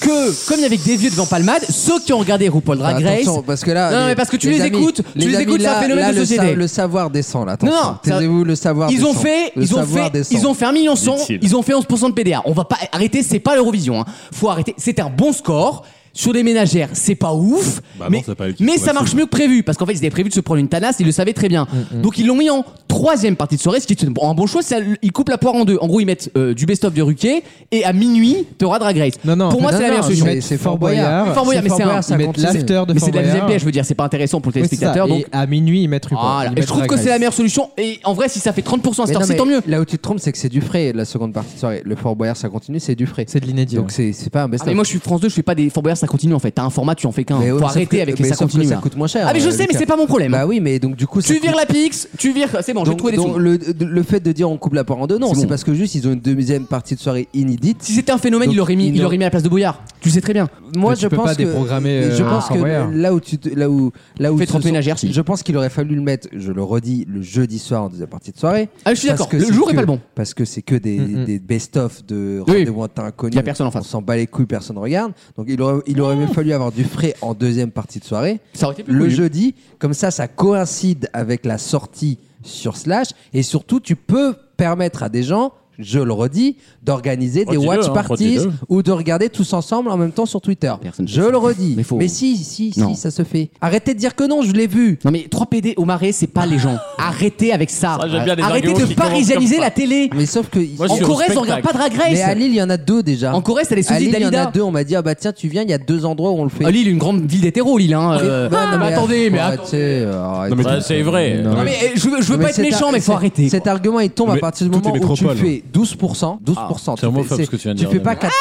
[SPEAKER 1] Que comme il y avait que des vieux devant Palmade, ceux qui ont regardé RuPaul Drag Race,
[SPEAKER 3] Bah, Attention, parce que là.
[SPEAKER 1] non, mais parce que tu les,
[SPEAKER 3] amis,
[SPEAKER 1] écoutes, tu les
[SPEAKER 3] amis,
[SPEAKER 1] écoutes, c'est un
[SPEAKER 3] là-
[SPEAKER 1] phénomène
[SPEAKER 3] là,
[SPEAKER 1] de
[SPEAKER 3] le
[SPEAKER 1] société.
[SPEAKER 3] sa- Le savoir descend là.
[SPEAKER 1] Non,
[SPEAKER 3] attention.
[SPEAKER 1] non, ça-
[SPEAKER 3] taisez-vous, le savoir
[SPEAKER 1] Ils ont
[SPEAKER 3] descend.
[SPEAKER 1] fait,
[SPEAKER 3] Le
[SPEAKER 1] ils ont
[SPEAKER 3] savoir
[SPEAKER 1] fait,
[SPEAKER 3] descend.
[SPEAKER 1] ils ont fait un million cent,
[SPEAKER 3] Dit-il.
[SPEAKER 1] ils ont fait 11% de PDA. On va pas arrêter, c'est pas l'Eurovision. Hein. Faut arrêter. C'était un bon score. Sur les ménagères, c'est pas ouf,
[SPEAKER 5] Bah non,
[SPEAKER 1] mais,
[SPEAKER 5] c'est pas utile,
[SPEAKER 1] mais
[SPEAKER 5] ouais,
[SPEAKER 1] ça marche
[SPEAKER 5] c'est-
[SPEAKER 1] mieux que prévu, parce qu'en fait ils avaient prévu de se prendre une tanasse, ils le savaient très bien.
[SPEAKER 4] Mm,
[SPEAKER 1] Donc ils l'ont mis en troisième partie de soirée, ce qui est un bon choix, c'est un- ils coupent la poire en deux. En gros ils mettent euh, du best-of de Ruquier, et à minuit t'auras Drag Race. Pour moi
[SPEAKER 4] non,
[SPEAKER 1] c'est la
[SPEAKER 4] non,
[SPEAKER 1] meilleure
[SPEAKER 4] ils
[SPEAKER 1] solution.
[SPEAKER 4] mettent C'est Fort Boyard.
[SPEAKER 1] Oui, Fort Boyard, mais
[SPEAKER 4] C'est Fort
[SPEAKER 1] c'est un...
[SPEAKER 4] Boyard, ça
[SPEAKER 1] mais
[SPEAKER 4] continue.
[SPEAKER 1] l'after de
[SPEAKER 4] Mais
[SPEAKER 1] Fort
[SPEAKER 4] c'est de la
[SPEAKER 1] Boyard.
[SPEAKER 4] MPH,
[SPEAKER 1] je veux dire, c'est pas intéressant pour le
[SPEAKER 4] Oui, c'est ça.
[SPEAKER 1] téléspectateur.
[SPEAKER 4] Et
[SPEAKER 1] donc...
[SPEAKER 4] à minuit, ils mettent RuPaul.
[SPEAKER 1] Voilà.
[SPEAKER 4] Ils
[SPEAKER 1] Et
[SPEAKER 4] mettent
[SPEAKER 1] je trouve
[SPEAKER 4] Drag
[SPEAKER 1] que c'est la
[SPEAKER 4] Race.
[SPEAKER 1] meilleure solution. Et en vrai, si ça fait 30%
[SPEAKER 3] Mais
[SPEAKER 1] star,
[SPEAKER 3] non,
[SPEAKER 1] c'est
[SPEAKER 3] mais
[SPEAKER 1] tant mieux.
[SPEAKER 3] Là où tu te trompes, c'est que c'est du frais. La seconde partie de soirée, le Fort Boyard, ça continue, c'est du frais.
[SPEAKER 4] C'est de l'inédit.
[SPEAKER 3] Donc c'est c'est pas un
[SPEAKER 1] Ah,
[SPEAKER 3] best-of.
[SPEAKER 1] mais moi je suis France 2, je fais pas des Fort Boyard, ça continue en fait. T'as un format, tu en fais qu'un.
[SPEAKER 3] Mais ouais,
[SPEAKER 1] Faut
[SPEAKER 3] mais sauf
[SPEAKER 1] arrêter
[SPEAKER 3] que-
[SPEAKER 1] avec les
[SPEAKER 3] mais
[SPEAKER 1] ça
[SPEAKER 3] sauf que
[SPEAKER 1] continue.
[SPEAKER 3] Ça
[SPEAKER 1] là.
[SPEAKER 3] coûte moins cher.
[SPEAKER 1] Ah mais je
[SPEAKER 3] euh,
[SPEAKER 1] sais, mais
[SPEAKER 3] Lucas.
[SPEAKER 1] c'est pas mon problème.
[SPEAKER 3] Bah oui, mais donc du coup, ça
[SPEAKER 1] tu vires
[SPEAKER 3] coûte-
[SPEAKER 1] la PX, tu vires, c'est bon, je vais
[SPEAKER 3] donc,
[SPEAKER 1] trouver des
[SPEAKER 3] donc
[SPEAKER 1] sous.
[SPEAKER 3] le, le fait de dire on coupe la part en deux, non,
[SPEAKER 1] C'est
[SPEAKER 3] c'est
[SPEAKER 1] bon.
[SPEAKER 3] parce que juste ils ont une deuxième partie de soirée inédite.
[SPEAKER 1] Si c'était un phénomène,
[SPEAKER 3] Donc,
[SPEAKER 1] il l'aurait mis, il
[SPEAKER 3] ils n'ont-
[SPEAKER 1] l'aurait mis à la place de Boyard. Tu sais très bien.
[SPEAKER 3] Moi,
[SPEAKER 4] Mais tu
[SPEAKER 3] je
[SPEAKER 4] peux
[SPEAKER 3] pense
[SPEAKER 4] pas
[SPEAKER 3] que
[SPEAKER 4] déprogrammer,
[SPEAKER 3] mais je
[SPEAKER 4] euh,
[SPEAKER 3] pense
[SPEAKER 4] Fort
[SPEAKER 3] que
[SPEAKER 4] Boyard.
[SPEAKER 3] là où tu te- là où là où
[SPEAKER 1] Fais
[SPEAKER 3] ce
[SPEAKER 1] tremper
[SPEAKER 3] sont-
[SPEAKER 1] Nager, si.
[SPEAKER 3] je pense qu'il aurait fallu le mettre, je le redis, le jeudi soir en deuxième partie de soirée.
[SPEAKER 1] Ah, je suis
[SPEAKER 3] Parce
[SPEAKER 1] d'accord,
[SPEAKER 3] que
[SPEAKER 1] le
[SPEAKER 3] c'est
[SPEAKER 1] jour est
[SPEAKER 3] que-
[SPEAKER 1] pas le bon.
[SPEAKER 3] Parce que c'est que des,
[SPEAKER 1] Mhm.
[SPEAKER 3] des best-of de
[SPEAKER 1] Oui.
[SPEAKER 3] rendez-vous inconnu.
[SPEAKER 1] Y a personne en face.
[SPEAKER 3] On s'en bat les couilles, personne regarde. Donc il aurait il aurait même fallu avoir du frais en deuxième partie de soirée.
[SPEAKER 1] Ça aurait été plus
[SPEAKER 3] le
[SPEAKER 1] cool.
[SPEAKER 3] jeudi, comme ça, ça coïncide avec la sortie sur Slash et surtout tu peux permettre à des gens. Je le redis, d'organiser des
[SPEAKER 1] Redis-le,
[SPEAKER 3] watch
[SPEAKER 1] hein,
[SPEAKER 3] parties
[SPEAKER 1] redis-le.
[SPEAKER 3] ou de regarder tous ensemble en même temps sur Twitter. je le redis. Mais, si, si, si,
[SPEAKER 1] Non.
[SPEAKER 3] ça se fait. Arrêtez de dire que non, je l'ai vu.
[SPEAKER 1] Non mais 3 PD au marais, c'est pas les gens. Arrêtez avec ça.
[SPEAKER 3] Ça, j'aime bien les
[SPEAKER 1] Arrêtez
[SPEAKER 3] arguments
[SPEAKER 1] de
[SPEAKER 3] qui commencent
[SPEAKER 1] parisianiser
[SPEAKER 3] comme
[SPEAKER 1] la
[SPEAKER 3] ça.
[SPEAKER 1] télé.
[SPEAKER 3] Mais sauf que
[SPEAKER 1] En Corrèze, on regarde pas Drag Race.
[SPEAKER 3] Mais à Lille, il y en a deux déjà.
[SPEAKER 1] En Corrèze, t'as les
[SPEAKER 3] À
[SPEAKER 1] sous-titres
[SPEAKER 3] Lille, il y en a
[SPEAKER 1] d'Alida.
[SPEAKER 3] deux. On m'a dit ah bah tiens, tu viens. Il y a deux endroits où on le fait.
[SPEAKER 1] Ah, Lille, une grande ville d'hétéro, Lille. Hein.
[SPEAKER 3] Mais-
[SPEAKER 1] euh.
[SPEAKER 3] bah, non, mais
[SPEAKER 1] attendez, mais
[SPEAKER 3] arrêtez, arrêtez.
[SPEAKER 2] Non, mais Bah, c'est vrai.
[SPEAKER 3] Non.
[SPEAKER 1] Non, mais, euh, je veux- je veux
[SPEAKER 3] Mais
[SPEAKER 1] pas être
[SPEAKER 3] cet
[SPEAKER 1] méchant,
[SPEAKER 3] ar-
[SPEAKER 1] mais faut
[SPEAKER 3] cet-
[SPEAKER 1] arrêter,
[SPEAKER 3] Cet
[SPEAKER 1] quoi.
[SPEAKER 3] argument, il tombe à
[SPEAKER 1] Mais
[SPEAKER 3] partir du
[SPEAKER 1] toutes
[SPEAKER 3] moment
[SPEAKER 1] les
[SPEAKER 3] où tu
[SPEAKER 1] métropoles.
[SPEAKER 3] fais 12%. 12%.
[SPEAKER 2] c'est homophobe,
[SPEAKER 3] tu fais-
[SPEAKER 2] ce que tu viens de
[SPEAKER 3] Tu
[SPEAKER 2] dire,
[SPEAKER 3] fais pas
[SPEAKER 2] Damien.
[SPEAKER 3] 4%.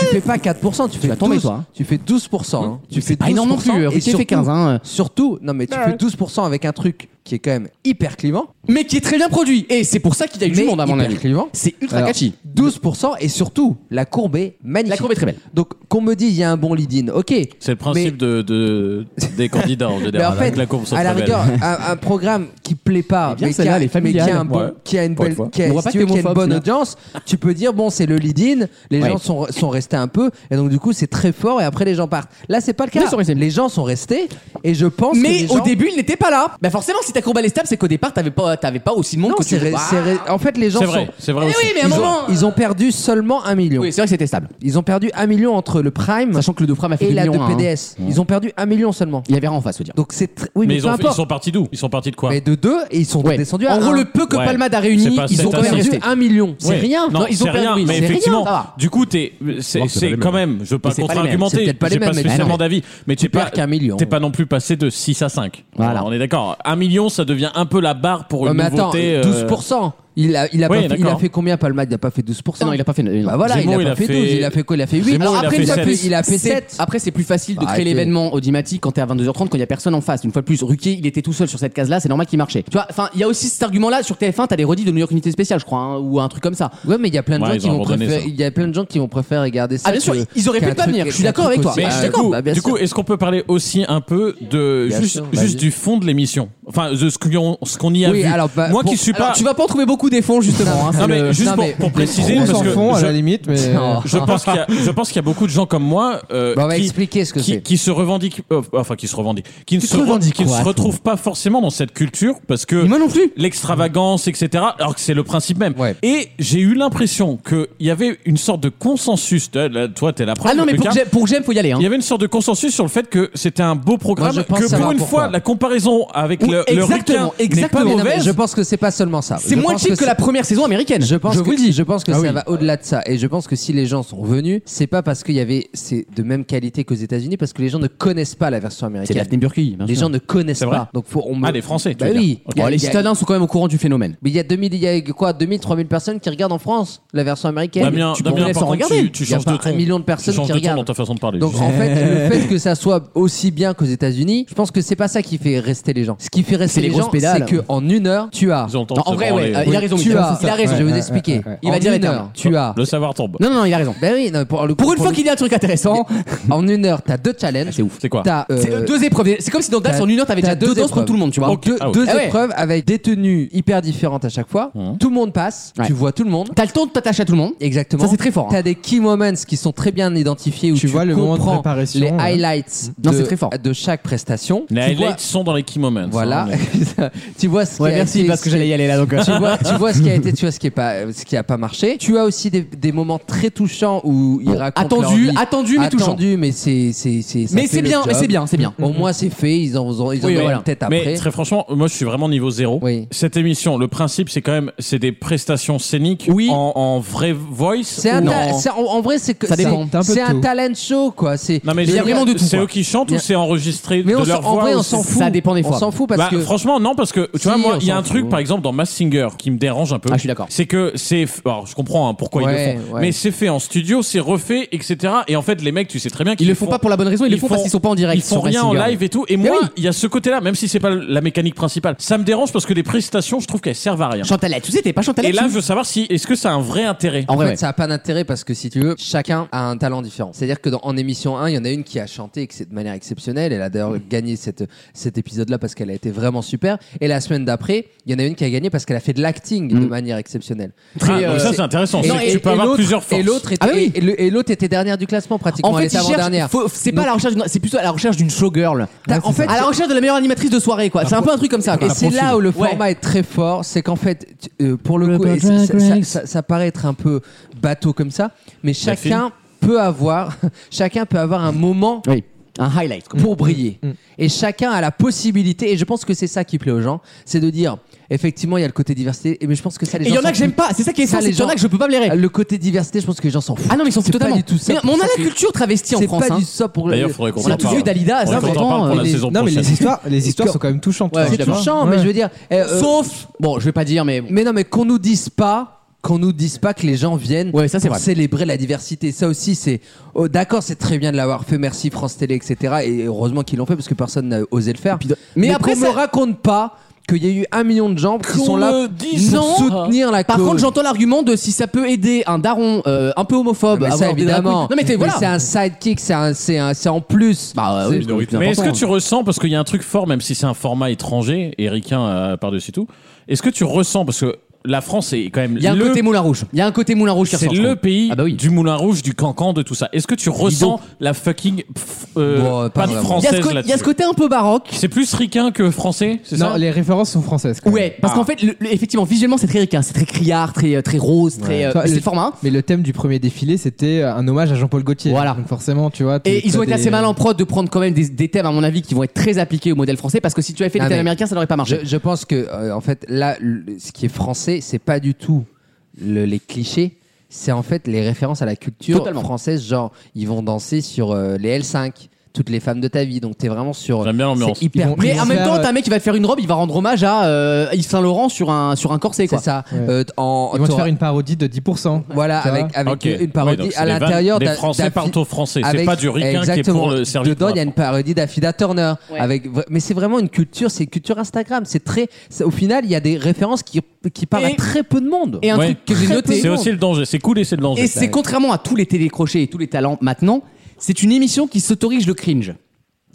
[SPEAKER 3] Tu fais pas 4%, tu fais
[SPEAKER 1] tomber,
[SPEAKER 3] 12,
[SPEAKER 1] toi, hein.
[SPEAKER 3] Tu fais 12%. hein. Tu fais
[SPEAKER 1] pas énorme non plus,
[SPEAKER 3] 12%,
[SPEAKER 1] euh,
[SPEAKER 3] et
[SPEAKER 1] Riquet fait
[SPEAKER 3] surtout-
[SPEAKER 1] 15, hein.
[SPEAKER 3] Surtout, non mais tu fais 12% avec un truc qui est quand même hyper clivant.
[SPEAKER 1] Mais qui est très bien produit. Et c'est pour ça qu'il a eu du
[SPEAKER 3] Mais
[SPEAKER 1] monde, à mon
[SPEAKER 3] hyper
[SPEAKER 1] avis.
[SPEAKER 3] clivant.
[SPEAKER 1] C'est ultra
[SPEAKER 3] Alors,
[SPEAKER 1] catchy.
[SPEAKER 3] 12% et surtout, la courbe est magnifique. La courbe est
[SPEAKER 1] très belle.
[SPEAKER 3] Donc, qu'on me dise, il y a un bon lead-in, ok.
[SPEAKER 2] C'est le principe de, de- des candidats en
[SPEAKER 3] Mais
[SPEAKER 2] général.
[SPEAKER 3] en
[SPEAKER 2] avec
[SPEAKER 3] fait,
[SPEAKER 2] la courbe soit
[SPEAKER 3] à la
[SPEAKER 2] très belle.
[SPEAKER 3] rigueur, un, un programme qui plaît pas,
[SPEAKER 1] Eh bien,
[SPEAKER 3] mais, qui
[SPEAKER 1] celle-là,
[SPEAKER 3] a,
[SPEAKER 1] elle est
[SPEAKER 3] mais qui a, un
[SPEAKER 1] familiale.
[SPEAKER 3] bon-
[SPEAKER 1] Ouais.
[SPEAKER 3] qui a une
[SPEAKER 1] Pour une
[SPEAKER 3] belle,
[SPEAKER 1] fois.
[SPEAKER 3] qui a-
[SPEAKER 1] On voit
[SPEAKER 3] si
[SPEAKER 1] pas
[SPEAKER 3] tu
[SPEAKER 1] que
[SPEAKER 3] veux, qui a une
[SPEAKER 1] homophobe,
[SPEAKER 3] bonne
[SPEAKER 1] celui-là.
[SPEAKER 3] audience, tu peux dire bon, c'est le lead-in, les
[SPEAKER 1] Ouais.
[SPEAKER 3] gens sont, sont restés un peu, et donc du coup, c'est très fort, et après les gens partent. Là, c'est pas le cas.
[SPEAKER 1] Ils sont restés.
[SPEAKER 3] les gens sont restés, et je pense. que
[SPEAKER 1] Mais
[SPEAKER 3] les
[SPEAKER 1] au
[SPEAKER 3] gens-
[SPEAKER 1] début, il n'était pas là. Bah forcément, si ta courbe elle est stable, c'est qu'au départ, t'avais pas, t'avais pas aussi de monde
[SPEAKER 3] Non,
[SPEAKER 1] que tu
[SPEAKER 3] c'est ré- c'est ré- en fait, les gens
[SPEAKER 2] C'est vrai,
[SPEAKER 3] sont- Eh
[SPEAKER 2] c'est vrai
[SPEAKER 1] Mais
[SPEAKER 2] aussi.
[SPEAKER 1] oui, mais à un
[SPEAKER 3] ils, ont,
[SPEAKER 1] moment.
[SPEAKER 3] ils ont perdu seulement un
[SPEAKER 1] Ah
[SPEAKER 3] million.
[SPEAKER 1] Oui, c'est vrai que c'était stable.
[SPEAKER 3] Ils ont perdu un million entre le Prime
[SPEAKER 1] Sachant que le 2 a fait
[SPEAKER 3] et
[SPEAKER 1] des
[SPEAKER 3] la
[SPEAKER 1] millions,
[SPEAKER 3] 2
[SPEAKER 1] hein.
[SPEAKER 3] PDS. Ils ont perdu un million seulement.
[SPEAKER 1] Il y avait rien en face, faut dire.
[SPEAKER 3] Donc c'est tr- oui,
[SPEAKER 2] mais
[SPEAKER 3] mais,
[SPEAKER 2] ils,
[SPEAKER 3] peu
[SPEAKER 2] ont fait- ils
[SPEAKER 3] importe.
[SPEAKER 2] sont partis d'où Ils sont partis de quoi
[SPEAKER 3] Mais de deux et ils sont
[SPEAKER 1] Ouais.
[SPEAKER 3] descendus à
[SPEAKER 1] En gros,
[SPEAKER 3] un.
[SPEAKER 1] le peu que
[SPEAKER 2] Ouais.
[SPEAKER 1] Palmade a
[SPEAKER 2] C'est
[SPEAKER 1] réuni,
[SPEAKER 2] pas
[SPEAKER 1] ils ont
[SPEAKER 2] sept à
[SPEAKER 1] quand même
[SPEAKER 2] six.
[SPEAKER 1] resté.
[SPEAKER 3] un million.
[SPEAKER 1] C'est
[SPEAKER 2] Ouais.
[SPEAKER 1] rien.
[SPEAKER 2] Non,
[SPEAKER 1] Non, ils ont
[SPEAKER 2] c'est
[SPEAKER 1] perdu,
[SPEAKER 2] rien.
[SPEAKER 1] oui,
[SPEAKER 2] Mais
[SPEAKER 1] c'est rien,
[SPEAKER 2] effectivement,
[SPEAKER 1] ça va.
[SPEAKER 2] du coup, t'es, c'est,
[SPEAKER 1] Non, c'est pas
[SPEAKER 2] c'est
[SPEAKER 1] les
[SPEAKER 2] quand
[SPEAKER 1] mêmes.
[SPEAKER 2] même, je veux pas
[SPEAKER 1] Mais c'est pas les mêmes, c'est
[SPEAKER 2] contre-argumenter,
[SPEAKER 1] peut-être pas les
[SPEAKER 2] j'ai pas
[SPEAKER 1] mêmes, mais non.
[SPEAKER 2] spécialement d'avis, mais t'es pas,
[SPEAKER 3] perds qu'un million.
[SPEAKER 2] t'es pas non plus passé de 6 à 5. Voilà. On est d'accord. 1 million, ça devient un peu la barre pour
[SPEAKER 3] Ouais,
[SPEAKER 2] une
[SPEAKER 3] mais attends,
[SPEAKER 2] nouveauté. euh,
[SPEAKER 3] 12%. Il a, il, a
[SPEAKER 2] Oui,
[SPEAKER 3] pas fait, il a
[SPEAKER 2] d'accord.
[SPEAKER 3] fait combien Palmade Il a pas fait 12%.
[SPEAKER 1] Ah Non, il a pas fait. non.
[SPEAKER 3] Bah voilà,
[SPEAKER 2] Zemmour,
[SPEAKER 3] il a pas fait 12. Il a fait quoi Il a fait 8.
[SPEAKER 2] Zemmour,
[SPEAKER 3] Alors
[SPEAKER 2] il a
[SPEAKER 3] après,
[SPEAKER 2] fait
[SPEAKER 3] il a
[SPEAKER 2] sept.
[SPEAKER 3] fait, il a fait
[SPEAKER 1] C'est-
[SPEAKER 3] 7.
[SPEAKER 1] Après, c'est plus facile de
[SPEAKER 3] Bah,
[SPEAKER 1] créer
[SPEAKER 3] arrêtez.
[SPEAKER 1] l'événement Audimatique quand t'es à 22h30, quand il y a personne en face. Une fois de plus, Ruquier, il était tout seul sur cette case-là, c'est normal qu'il marchait. Tu vois, enfin, il y a aussi cet argument-là sur TF1, t'as des redis de New York Unité Spéciale, je crois, hein, ou un truc comme ça.
[SPEAKER 3] Ouais, mais il y a plein de
[SPEAKER 2] Ouais,
[SPEAKER 3] gens
[SPEAKER 2] ils
[SPEAKER 3] qui
[SPEAKER 2] ont
[SPEAKER 3] vont
[SPEAKER 2] abandonné
[SPEAKER 3] préférer.
[SPEAKER 2] ça.
[SPEAKER 3] Il y a plein de gens qui vont préférer regarder ça.
[SPEAKER 1] Ah, bien sûr,
[SPEAKER 3] que-
[SPEAKER 1] ils auraient
[SPEAKER 3] qu'un
[SPEAKER 1] pu pas
[SPEAKER 3] truc-
[SPEAKER 1] venir, je suis
[SPEAKER 3] qu'un
[SPEAKER 1] d'accord
[SPEAKER 3] truc
[SPEAKER 1] avec toi.
[SPEAKER 3] aussi-
[SPEAKER 2] Mais
[SPEAKER 1] Ah,
[SPEAKER 3] euh,
[SPEAKER 2] du coup,
[SPEAKER 3] bah, bien
[SPEAKER 2] du
[SPEAKER 3] sûr.
[SPEAKER 2] coup, est-ce qu'on peut parler aussi un peu de
[SPEAKER 3] Bien
[SPEAKER 2] juste,
[SPEAKER 3] sûr,
[SPEAKER 2] juste
[SPEAKER 3] vas-y.
[SPEAKER 2] du fond de l'émission, enfin de ce qu'on ce qu'on y a
[SPEAKER 3] Oui,
[SPEAKER 2] vu.
[SPEAKER 3] alors, bah,
[SPEAKER 2] Moi qui
[SPEAKER 3] pour-
[SPEAKER 2] suis
[SPEAKER 1] Alors,
[SPEAKER 2] pas,
[SPEAKER 1] tu vas pas en trouver beaucoup des fonds, justement. hein,
[SPEAKER 2] non
[SPEAKER 1] c'est
[SPEAKER 2] mais
[SPEAKER 1] le-
[SPEAKER 2] juste
[SPEAKER 3] non,
[SPEAKER 2] pour,
[SPEAKER 3] mais-
[SPEAKER 2] pour préciser
[SPEAKER 4] On
[SPEAKER 2] parce
[SPEAKER 4] s'en
[SPEAKER 2] que
[SPEAKER 4] fond à
[SPEAKER 2] je-
[SPEAKER 4] la limite, mais.
[SPEAKER 3] Non.
[SPEAKER 2] je pense qu'il y a, je pense qu'il y a beaucoup de gens comme moi euh,
[SPEAKER 3] Bah, on va
[SPEAKER 2] qui,
[SPEAKER 3] expliquer ce que
[SPEAKER 2] qui,
[SPEAKER 3] c'est.
[SPEAKER 2] qui se revendiquent, euh, enfin qui se revendiquent, qui ne
[SPEAKER 1] Tu te
[SPEAKER 2] se, re-
[SPEAKER 1] revendiques
[SPEAKER 2] qui ne
[SPEAKER 1] quoi,
[SPEAKER 2] se
[SPEAKER 1] toi
[SPEAKER 2] retrouvent pas forcément dans cette culture parce que
[SPEAKER 1] Mais Moi non plus.
[SPEAKER 2] l'extravagance, etc. Alors que c'est le principe même.
[SPEAKER 3] Ouais.
[SPEAKER 2] Et j'ai eu l'impression que il y avait une sorte de consensus. Toi, là, Toi, t'es la preuve.
[SPEAKER 1] Ah non, mais pour
[SPEAKER 2] Lucas.
[SPEAKER 1] que j'aime- pour que j'aime, faut y aller. hein.
[SPEAKER 2] Il y avait une sorte de consensus sur le fait que c'était un beau programme,
[SPEAKER 3] Moi, je pense
[SPEAKER 2] que pour
[SPEAKER 3] savoir
[SPEAKER 2] une
[SPEAKER 3] pourquoi.
[SPEAKER 2] fois, la comparaison avec
[SPEAKER 1] Oui,
[SPEAKER 2] le, le
[SPEAKER 1] exactement,
[SPEAKER 2] Ricain n'est
[SPEAKER 1] exactement.
[SPEAKER 2] pas
[SPEAKER 3] Mais non, mais
[SPEAKER 2] mauvaise.
[SPEAKER 3] Je pense que c'est pas seulement ça.
[SPEAKER 1] C'est
[SPEAKER 3] Je
[SPEAKER 1] moins
[SPEAKER 3] pense
[SPEAKER 1] cheap que,
[SPEAKER 3] c'est-
[SPEAKER 1] la première saison américaine.
[SPEAKER 3] Je pense
[SPEAKER 1] je
[SPEAKER 3] que,
[SPEAKER 1] vous le dis.
[SPEAKER 3] Je pense que
[SPEAKER 1] Ah
[SPEAKER 3] ça
[SPEAKER 1] oui.
[SPEAKER 3] va au-delà de ça. Et je pense que si les gens sont venus, c'est pas parce qu'il y avait c'est de même qualité qu'aux États-Unis, parce que les gens ne connaissent pas la version
[SPEAKER 1] C'est
[SPEAKER 3] américaine.
[SPEAKER 1] Daphne Burki. bien
[SPEAKER 3] Les
[SPEAKER 1] sûr.
[SPEAKER 3] gens ne connaissent
[SPEAKER 2] C'est vrai.
[SPEAKER 3] pas. Donc faut on me-
[SPEAKER 2] Ah, les Français, tu
[SPEAKER 3] Bah
[SPEAKER 2] veux dire.
[SPEAKER 3] oui.
[SPEAKER 2] Ok.
[SPEAKER 3] Il y a-
[SPEAKER 1] Bon, les
[SPEAKER 3] il y a-
[SPEAKER 1] citadins sont quand même au courant du phénomène.
[SPEAKER 3] Mais il y a 2000, il y a quoi 2000, 3000 personnes qui regardent en France la version américaine.
[SPEAKER 2] Damien,
[SPEAKER 3] tu
[SPEAKER 2] Damien,
[SPEAKER 3] pourrais
[SPEAKER 2] bah, par
[SPEAKER 3] sans
[SPEAKER 2] contre,
[SPEAKER 3] regarder.
[SPEAKER 2] tu, tu
[SPEAKER 3] Il y a
[SPEAKER 2] changes
[SPEAKER 3] pas
[SPEAKER 2] de ton.
[SPEAKER 3] un million de
[SPEAKER 2] tu
[SPEAKER 3] personnes
[SPEAKER 2] changes
[SPEAKER 3] qui
[SPEAKER 2] de ton
[SPEAKER 3] regardent.
[SPEAKER 2] dans ta façon de parler.
[SPEAKER 3] Donc en fait, le fait que ça soit aussi bien qu'aux États-Unis, je pense que c'est pas ça qui fait rester les gens. Ce qui fait
[SPEAKER 1] C'est
[SPEAKER 3] rester
[SPEAKER 1] les
[SPEAKER 3] les,
[SPEAKER 1] grosses
[SPEAKER 3] gens,
[SPEAKER 1] pédales.
[SPEAKER 3] c'est que en une heure, tu as
[SPEAKER 2] Ils ont le temps
[SPEAKER 1] Non,
[SPEAKER 2] de
[SPEAKER 1] en
[SPEAKER 2] se
[SPEAKER 1] vrai,
[SPEAKER 2] branler.
[SPEAKER 1] ouais, euh,
[SPEAKER 2] Oui.
[SPEAKER 1] il a raison,
[SPEAKER 3] Tu
[SPEAKER 1] Mickaël.
[SPEAKER 3] as-
[SPEAKER 1] Il a raison.
[SPEAKER 3] je vais vous expliquer. Il va dire les termes. Tu as.
[SPEAKER 2] Le savoir tombe.
[SPEAKER 1] Non, non, non, il a raison.
[SPEAKER 3] Ben oui, non, pour,
[SPEAKER 1] Pour une fois qu'il y a un truc intéressant.
[SPEAKER 3] En une heure, t'as deux challenges.
[SPEAKER 1] C'est ouf.
[SPEAKER 2] C'est quoi
[SPEAKER 3] T'as euh,
[SPEAKER 1] C'est euh, deux épreuves. C'est comme si dans Dax,
[SPEAKER 3] t'as-
[SPEAKER 1] en une heure, t'avais
[SPEAKER 3] t'as
[SPEAKER 1] déjà deux danses pour
[SPEAKER 3] épreuves.
[SPEAKER 1] tout le monde, tu vois. Ah
[SPEAKER 3] Donc, deux,
[SPEAKER 2] Ah
[SPEAKER 3] deux épreuves avec des tenues hyper différentes à chaque fois.
[SPEAKER 2] Mmh.
[SPEAKER 3] Tout le monde passe, tu vois tout le monde.
[SPEAKER 1] T'as le temps de t'attacher à tout le monde.
[SPEAKER 3] Exactement.
[SPEAKER 1] Ça, c'est très fort, hein.
[SPEAKER 3] T'as des key moments qui sont très bien identifiés où tu,
[SPEAKER 4] vois le moment de
[SPEAKER 3] comprends
[SPEAKER 4] préparation,
[SPEAKER 3] les
[SPEAKER 4] ouais.
[SPEAKER 3] highlights
[SPEAKER 1] Non,
[SPEAKER 3] de,
[SPEAKER 1] c'est très fort.
[SPEAKER 3] de chaque prestation.
[SPEAKER 2] Les
[SPEAKER 3] Tu vois-
[SPEAKER 2] highlights sont dans les key moments.
[SPEAKER 3] Voilà.
[SPEAKER 2] hein, mais-
[SPEAKER 3] tu vois ce qui
[SPEAKER 1] Ouais,
[SPEAKER 3] a
[SPEAKER 1] merci,
[SPEAKER 3] été-
[SPEAKER 1] parce que j'allais y aller là, donc. euh.
[SPEAKER 3] tu vois, tu vois ce qui a été, tu vois ce qui est pas, ce qui a pas marché. Tu as aussi des, des moments très touchants où ils racontent
[SPEAKER 1] attendu,
[SPEAKER 3] leur vie.
[SPEAKER 1] attendu, mais touchant.
[SPEAKER 3] attendu, mais c'est, c'est, c'est. ça
[SPEAKER 1] Mais
[SPEAKER 3] fait
[SPEAKER 1] c'est
[SPEAKER 3] le
[SPEAKER 1] bien, mais
[SPEAKER 3] job.
[SPEAKER 1] c'est bien, c'est bien.
[SPEAKER 3] Au moins c'est fait. Ils en ont, ils en
[SPEAKER 1] Oui,
[SPEAKER 3] ont
[SPEAKER 1] voilà.
[SPEAKER 3] une tête après.
[SPEAKER 2] Mais très franchement, moi je suis vraiment niveau zéro. Cette émission, le principe c'est quand même c'est des prestations scéniques en, en vrai voice.
[SPEAKER 3] C'est un
[SPEAKER 2] ou
[SPEAKER 3] ta-
[SPEAKER 2] en-
[SPEAKER 3] c'est- en, en vrai, c'est que
[SPEAKER 2] Ça
[SPEAKER 3] c'est-
[SPEAKER 2] dépend. T'as un peu
[SPEAKER 3] c'est
[SPEAKER 2] de
[SPEAKER 3] un
[SPEAKER 2] tout.
[SPEAKER 3] talent show, quoi. C'est
[SPEAKER 2] Non mais,
[SPEAKER 3] il y a vraiment de tout.
[SPEAKER 2] C'est
[SPEAKER 3] quoi.
[SPEAKER 2] eux qui chantent ou c'est enregistré
[SPEAKER 3] Mais
[SPEAKER 2] de
[SPEAKER 3] on
[SPEAKER 2] leur
[SPEAKER 3] s'en- en
[SPEAKER 2] voix
[SPEAKER 3] vrai,
[SPEAKER 2] ou
[SPEAKER 3] on s'en
[SPEAKER 2] c'est-
[SPEAKER 3] fout. Ça dépend des fois. On s'en fout parce
[SPEAKER 2] Bah,
[SPEAKER 3] que-
[SPEAKER 2] franchement non parce que tu vois
[SPEAKER 3] Si,
[SPEAKER 2] moi
[SPEAKER 3] on
[SPEAKER 2] il y a
[SPEAKER 3] s'en
[SPEAKER 2] un truc
[SPEAKER 3] fout.
[SPEAKER 2] par exemple dans Mass Singer qui me dérange un peu.
[SPEAKER 1] Ah, je suis d'accord.
[SPEAKER 2] C'est que c'est alors je comprends hein, pourquoi
[SPEAKER 1] Ouais,
[SPEAKER 2] ils le font
[SPEAKER 1] ouais.
[SPEAKER 2] mais c'est fait en studio c'est refait etc et en fait les mecs tu sais très bien qu'ils
[SPEAKER 1] Ils le font pas pour la bonne raison, ils le font parce qu'ils sont pas en direct
[SPEAKER 2] Ils font
[SPEAKER 1] sur
[SPEAKER 2] rien en
[SPEAKER 1] Mazinger.
[SPEAKER 2] live et tout et
[SPEAKER 1] Mais
[SPEAKER 2] moi
[SPEAKER 1] oui.
[SPEAKER 2] il y a ce côté là même si c'est pas la mécanique principale ça me dérange parce que les prestations je trouve qu'elles servent à rien.
[SPEAKER 1] Chantalette, tu sais, t'es pas Chantalette.
[SPEAKER 2] Et là,
[SPEAKER 1] tu-
[SPEAKER 2] je veux savoir si est-ce que ça a un vrai intérêt.
[SPEAKER 3] En, fait, ça a pas d'intérêt parce que si tu veux, chacun a un talent différent. C'est-à-dire que dans, en émission 1, il y en a une qui a chanté ex- de manière exceptionnelle. Elle a d'ailleurs gagné cette, cet épisode-là parce qu'elle a été vraiment super. Et la semaine d'après, il y en a une qui a gagné parce qu'elle a fait de l'acting de manière exceptionnelle.
[SPEAKER 2] Ah, donc
[SPEAKER 1] euh,
[SPEAKER 2] ça, c'est intéressant. C'est que tu peux avoir
[SPEAKER 3] l'autre-
[SPEAKER 2] plusieurs forces.
[SPEAKER 3] Et l'autre était,
[SPEAKER 1] Ah oui.
[SPEAKER 3] et le- et l'autre était dernière du classement pratiquement.
[SPEAKER 1] En
[SPEAKER 3] elle
[SPEAKER 1] fait,
[SPEAKER 3] était
[SPEAKER 1] ils
[SPEAKER 3] avant-dernière.
[SPEAKER 1] cherchent- faut- c'est pas à
[SPEAKER 3] Donc,
[SPEAKER 1] la recherche, d'une- c'est plutôt à la recherche d'une showgirl.
[SPEAKER 3] T'as- en fait,
[SPEAKER 1] à la recherche de la meilleure animatrice de soirée, quoi. C'est un peu un truc comme ça. quoi.
[SPEAKER 3] Ah, Et c'est là où le format est très fort, c'est qu'en fait, tu- euh, pour le coup, et ça, ça- ça- ça- ça paraît être un peu bateau comme ça, mais chacun
[SPEAKER 1] film.
[SPEAKER 3] peut avoir, chacun peut avoir un moment.
[SPEAKER 1] Un highlight. quoi.
[SPEAKER 3] Pour briller.
[SPEAKER 1] mm.
[SPEAKER 3] Et chacun a la possibilité, et je pense que c'est ça qui plaît aux gens, c'est de dire, effectivement, il y a le côté diversité, et mais je pense que ça les
[SPEAKER 1] Et
[SPEAKER 3] gens.
[SPEAKER 1] y en a
[SPEAKER 3] s'en
[SPEAKER 1] que j'aime
[SPEAKER 3] foutent.
[SPEAKER 1] pas, c'est ça Ah, qui est fort,
[SPEAKER 3] les
[SPEAKER 1] c'est qu'il y en a
[SPEAKER 3] gens-
[SPEAKER 1] que je peux pas blairer.
[SPEAKER 3] Le côté diversité, je pense que les gens s'en foutent.
[SPEAKER 1] Ah non, mais ils s'en foutent
[SPEAKER 3] C'est pas
[SPEAKER 1] totalement.
[SPEAKER 3] du tout ça
[SPEAKER 1] Mais
[SPEAKER 3] pour
[SPEAKER 1] on a
[SPEAKER 3] ça
[SPEAKER 1] la
[SPEAKER 3] que-
[SPEAKER 1] culture travestie en
[SPEAKER 3] C'est
[SPEAKER 1] France.
[SPEAKER 3] pas
[SPEAKER 1] hein.
[SPEAKER 3] du ça pour
[SPEAKER 2] D'ailleurs, faudrait qu'on
[SPEAKER 1] On a
[SPEAKER 2] en
[SPEAKER 1] tous
[SPEAKER 2] parle.
[SPEAKER 1] vu Dalida,
[SPEAKER 2] Faudrait
[SPEAKER 1] ça,
[SPEAKER 2] qu'on en
[SPEAKER 1] vraiment,
[SPEAKER 2] parle pour
[SPEAKER 1] euh,
[SPEAKER 2] la
[SPEAKER 1] les-
[SPEAKER 2] saison
[SPEAKER 4] Non, mais
[SPEAKER 2] prochaine.
[SPEAKER 4] les histoires, les histoires sont quand même touchantes.
[SPEAKER 3] Ouais,
[SPEAKER 4] hein,
[SPEAKER 3] c'est
[SPEAKER 4] tu vois.
[SPEAKER 3] touchant, mais
[SPEAKER 4] Ouais.
[SPEAKER 3] je veux dire. euh,
[SPEAKER 1] Sauf. Bon, je vais pas dire, mais. bon.
[SPEAKER 3] Mais non, mais qu'on nous dise pas. Qu'on nous dise pas que les gens viennent
[SPEAKER 1] Ouais, ça, c'est
[SPEAKER 3] pour
[SPEAKER 1] vrai.
[SPEAKER 3] célébrer la diversité. Ça aussi, c'est. oh, D'accord, c'est très bien de l'avoir fait, merci France Télé, etc. Et heureusement qu'ils l'ont fait parce que personne n'a osé le faire.
[SPEAKER 1] Mais
[SPEAKER 3] mais,
[SPEAKER 1] après,
[SPEAKER 3] après,
[SPEAKER 1] ça-
[SPEAKER 3] me raconte pas qu'il y a eu un million de gens qui
[SPEAKER 1] Qu'on
[SPEAKER 3] sont là
[SPEAKER 1] me dise
[SPEAKER 3] pour
[SPEAKER 1] non.
[SPEAKER 3] soutenir la
[SPEAKER 1] Par
[SPEAKER 3] cause.
[SPEAKER 1] contre, j'entends l'argument de si ça peut aider un daron euh, un peu homophobe
[SPEAKER 3] Mais
[SPEAKER 1] à
[SPEAKER 3] ça,
[SPEAKER 1] avoir des drag queens.
[SPEAKER 3] évidemment.
[SPEAKER 1] Non, mais t'es- voilà.
[SPEAKER 3] c'est un sidekick, c'est un- c'est un- c'est en plus.
[SPEAKER 1] Bah, euh, oui, c'est plus
[SPEAKER 2] Mais est-ce que
[SPEAKER 1] important,
[SPEAKER 2] tu ressens, parce qu'il y a un truc fort, même si c'est un format étranger, et ricain euh, par-dessus tout, est-ce que tu ressens, parce que la France est quand même
[SPEAKER 1] Il y a un
[SPEAKER 2] le,
[SPEAKER 1] côté Moulin Rouge. Il y a un côté Moulin Rouge qui Ah bah
[SPEAKER 2] c'est
[SPEAKER 1] ressort, je
[SPEAKER 2] le
[SPEAKER 1] trouve.
[SPEAKER 2] pays du Moulin Rouge, du cancan, de tout ça. Est-ce que tu ressens la fucking pff, euh,
[SPEAKER 3] Bon, pas
[SPEAKER 2] patte
[SPEAKER 3] vraiment.
[SPEAKER 1] Il y, a ce
[SPEAKER 2] française
[SPEAKER 1] co- il y a ce
[SPEAKER 2] là-dessus
[SPEAKER 1] côté un peu baroque.
[SPEAKER 2] C'est plus ricain que français, c'est
[SPEAKER 4] Non,
[SPEAKER 2] ça
[SPEAKER 4] les références sont françaises. quand même.
[SPEAKER 1] Ouais, parce
[SPEAKER 2] Ah.
[SPEAKER 1] qu'en fait, le- le- effectivement, visuellement, c'est très ricain, c'est très criard, très, euh, très rose, très. euh,
[SPEAKER 4] Toi,
[SPEAKER 1] c'est
[SPEAKER 4] le-
[SPEAKER 1] le format.
[SPEAKER 4] Mais le thème du premier défilé, c'était euh, un hommage à Jean-Paul Gaultier.
[SPEAKER 1] Voilà.
[SPEAKER 4] Donc forcément, tu vois.
[SPEAKER 1] Et ils ont été assez malins en prod de prendre quand même des, des thèmes, à mon avis, qui vont être très appliqués au modèle français, parce que si tu avais
[SPEAKER 4] Ah,
[SPEAKER 1] fait des
[SPEAKER 3] Non,
[SPEAKER 1] thèmes
[SPEAKER 3] mais-
[SPEAKER 1] américains, ça n'aurait pas marché.
[SPEAKER 3] Je, je pense que, euh, en fait, là, le- ce qui est français, c'est pas du tout le- les clichés. C'est en fait les références à la culture
[SPEAKER 1] Totalement.
[SPEAKER 3] française. Genre, ils vont danser sur euh, les L5, toutes les femmes de ta vie. Donc, t'es vraiment sur.
[SPEAKER 2] J'aime bien l'ambiance.
[SPEAKER 3] C'est hyper.
[SPEAKER 4] Ils vont-
[SPEAKER 1] Mais en même
[SPEAKER 4] faire,
[SPEAKER 1] temps,
[SPEAKER 4] euh,
[SPEAKER 1] t'as un mec qui va te faire une robe, il va rendre hommage à euh, Yves Saint Laurent sur un, sur un corset,
[SPEAKER 3] C'est
[SPEAKER 1] quoi.
[SPEAKER 3] ça.
[SPEAKER 4] Ouais.
[SPEAKER 3] Euh, t- en,
[SPEAKER 4] Ils vont te
[SPEAKER 3] t'auras-
[SPEAKER 4] faire une parodie de 10%.
[SPEAKER 3] Voilà,
[SPEAKER 4] Ça
[SPEAKER 3] avec,
[SPEAKER 4] va
[SPEAKER 3] avec
[SPEAKER 2] Ok.
[SPEAKER 3] une parodie
[SPEAKER 2] Oui, donc c'est
[SPEAKER 3] à
[SPEAKER 2] des vannes
[SPEAKER 3] l'intérieur.
[SPEAKER 2] des
[SPEAKER 3] d'a-
[SPEAKER 2] Français
[SPEAKER 3] d'affi-
[SPEAKER 2] partent aux Français. C'est
[SPEAKER 3] avec-
[SPEAKER 2] pas du ricain qui est
[SPEAKER 3] exactement.
[SPEAKER 2] pour le service
[SPEAKER 3] Dedans, il y a
[SPEAKER 2] propre.
[SPEAKER 3] une parodie d'Affida Turner. Avec, vra- mais c'est vraiment une culture, c'est une culture Instagram. C'est très. c'est- Au final, il y a des références qui, qui parlent
[SPEAKER 1] Et-
[SPEAKER 3] à très peu de monde.
[SPEAKER 1] Et un
[SPEAKER 2] Ouais.
[SPEAKER 1] truc que j'ai
[SPEAKER 3] Très
[SPEAKER 1] noté.
[SPEAKER 3] peu
[SPEAKER 2] C'est aussi le danger, c'est cool et c'est le danger.
[SPEAKER 1] Et c'est contrairement à tous les télécrochets et tous les talents maintenant, c'est une émission qui s'autorise le cringe.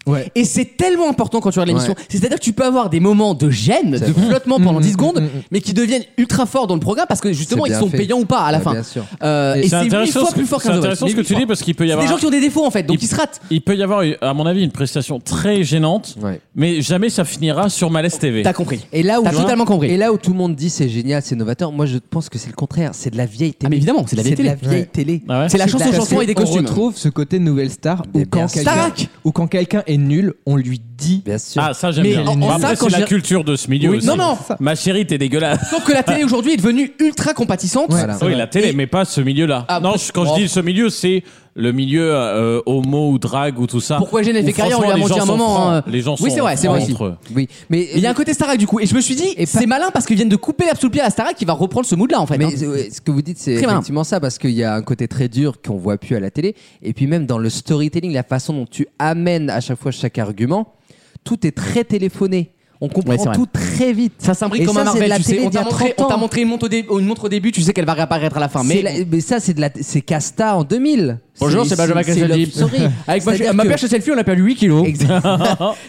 [SPEAKER 4] Ouais.
[SPEAKER 1] Et c'est tellement important quand tu regardes l'émission.
[SPEAKER 3] Ouais. Mm,
[SPEAKER 1] C'est-à-dire que tu peux avoir des moments de gêne, de flottement pendant 10 secondes, mais qui deviennent ultra forts dans le programme parce que justement ils
[SPEAKER 3] C'est bien
[SPEAKER 1] sont
[SPEAKER 3] fait.
[SPEAKER 1] payants ou pas à la
[SPEAKER 3] Ouais,
[SPEAKER 1] fin.
[SPEAKER 3] bien sûr.
[SPEAKER 1] Euh, et
[SPEAKER 2] C'est
[SPEAKER 1] c'est mille
[SPEAKER 2] intéressant
[SPEAKER 1] fois
[SPEAKER 2] ce que
[SPEAKER 1] plus fort
[SPEAKER 2] c'est
[SPEAKER 1] qu'un Zoé.
[SPEAKER 2] intéressant ce que
[SPEAKER 1] Mille
[SPEAKER 2] tu
[SPEAKER 1] fois.
[SPEAKER 2] dis parce qu'il peut y
[SPEAKER 1] C'est
[SPEAKER 2] avoir
[SPEAKER 1] des gens qui ont des défauts en fait, donc
[SPEAKER 2] Il-
[SPEAKER 1] ils se ratent.
[SPEAKER 2] Il peut y avoir, à mon avis, une prestation très gênante,
[SPEAKER 3] Ouais.
[SPEAKER 2] mais jamais ça finira sur Malaise TV.
[SPEAKER 1] T'as compris.
[SPEAKER 3] Et là où
[SPEAKER 1] T'as
[SPEAKER 3] je-
[SPEAKER 1] totalement compris.
[SPEAKER 3] Et là où tout le monde dit c'est génial, c'est novateur, moi je pense que c'est le contraire. C'est de la vieille télé.
[SPEAKER 1] Ah mais évidemment, c'est de la vieille
[SPEAKER 3] C'est de
[SPEAKER 1] télé.
[SPEAKER 3] la vieille télé.
[SPEAKER 2] Ah ouais
[SPEAKER 1] C'est la
[SPEAKER 3] C'est de
[SPEAKER 1] chanson
[SPEAKER 3] la-
[SPEAKER 1] chanson et des
[SPEAKER 4] On
[SPEAKER 1] costumes.
[SPEAKER 4] retrouve ce côté nouvelle star
[SPEAKER 3] Mais
[SPEAKER 1] Eh
[SPEAKER 4] où quand,
[SPEAKER 3] bien
[SPEAKER 4] quelqu'un,
[SPEAKER 1] Starac
[SPEAKER 4] où quand quelqu'un est nul, on lui dit.
[SPEAKER 3] Bien sûr.
[SPEAKER 2] Ah, ça j'aime
[SPEAKER 1] Mais
[SPEAKER 2] bien.
[SPEAKER 1] en-
[SPEAKER 2] Bon,
[SPEAKER 1] en ça,
[SPEAKER 2] après,
[SPEAKER 1] quand
[SPEAKER 2] c'est la
[SPEAKER 1] j'ai-
[SPEAKER 2] culture de ce milieu
[SPEAKER 1] Oui,
[SPEAKER 2] aussi.
[SPEAKER 1] non, non.
[SPEAKER 2] Ma chérie, t'es dégueulasse.
[SPEAKER 1] Sauf que la télé aujourd'hui est devenue ultra compatissante.
[SPEAKER 3] Voilà.
[SPEAKER 2] Ah Oui, la télé, mais pas ce milieu-là.
[SPEAKER 1] Ah,
[SPEAKER 2] non,
[SPEAKER 1] bah,
[SPEAKER 2] je- quand
[SPEAKER 1] oh.
[SPEAKER 2] je dis ce milieu, c'est le milieu euh, homo ou drague ou tout ça.
[SPEAKER 1] Pourquoi Gêne et
[SPEAKER 2] Où,
[SPEAKER 1] Fécaria, on lui a
[SPEAKER 2] franchement, les
[SPEAKER 1] menti
[SPEAKER 2] gens
[SPEAKER 1] un
[SPEAKER 2] sont
[SPEAKER 1] moment,
[SPEAKER 2] francs.
[SPEAKER 1] hein.
[SPEAKER 2] Les gens sont
[SPEAKER 1] Oui, c'est vrai, c'est vrai
[SPEAKER 2] francs
[SPEAKER 1] aussi.
[SPEAKER 2] entre eux.
[SPEAKER 3] Oui, mais
[SPEAKER 1] Mais Il y a un côté Starac du coup. Et je me suis dit,
[SPEAKER 3] Et
[SPEAKER 1] c'est
[SPEAKER 3] pas-
[SPEAKER 1] malin parce qu'ils viennent de couper l'absolu pied à la Starac qui va reprendre ce mood là en fait.
[SPEAKER 3] mais
[SPEAKER 1] hein.
[SPEAKER 3] euh, ce que vous dites, c'est
[SPEAKER 1] Très malin.
[SPEAKER 3] effectivement ça, parce qu'il y a un côté très dur qu'on voit plus à la télé. Et puis même dans le storytelling, la façon dont tu amènes à chaque fois chaque argument, tout est très téléphoné. On comprend
[SPEAKER 1] Ouais, c'est vrai.
[SPEAKER 3] tout très vite.
[SPEAKER 1] Ça s'imbrique
[SPEAKER 3] Et
[SPEAKER 1] comme
[SPEAKER 3] ça,
[SPEAKER 1] un
[SPEAKER 3] c'est de
[SPEAKER 1] Marvel,
[SPEAKER 3] la
[SPEAKER 1] tu sais.
[SPEAKER 3] télé
[SPEAKER 1] On
[SPEAKER 3] d'il y
[SPEAKER 1] t'a
[SPEAKER 3] a
[SPEAKER 1] montré,
[SPEAKER 3] 30
[SPEAKER 1] on t'a
[SPEAKER 3] ans.
[SPEAKER 1] montré une montre au, dé- une montre au début, tu sais qu'elle va réapparaître à la fin.
[SPEAKER 3] C'est
[SPEAKER 1] Mais
[SPEAKER 3] la- mais ça, c'est de la, c'est Casta en 2000.
[SPEAKER 1] Bonjour, c'est Benjamin Castaldi.
[SPEAKER 3] Love Story.
[SPEAKER 1] Avec ma-
[SPEAKER 3] C'est-à-dire
[SPEAKER 1] ma
[SPEAKER 3] que-
[SPEAKER 1] perche selfie, on l'appelle 8 kilos.
[SPEAKER 3] Exact.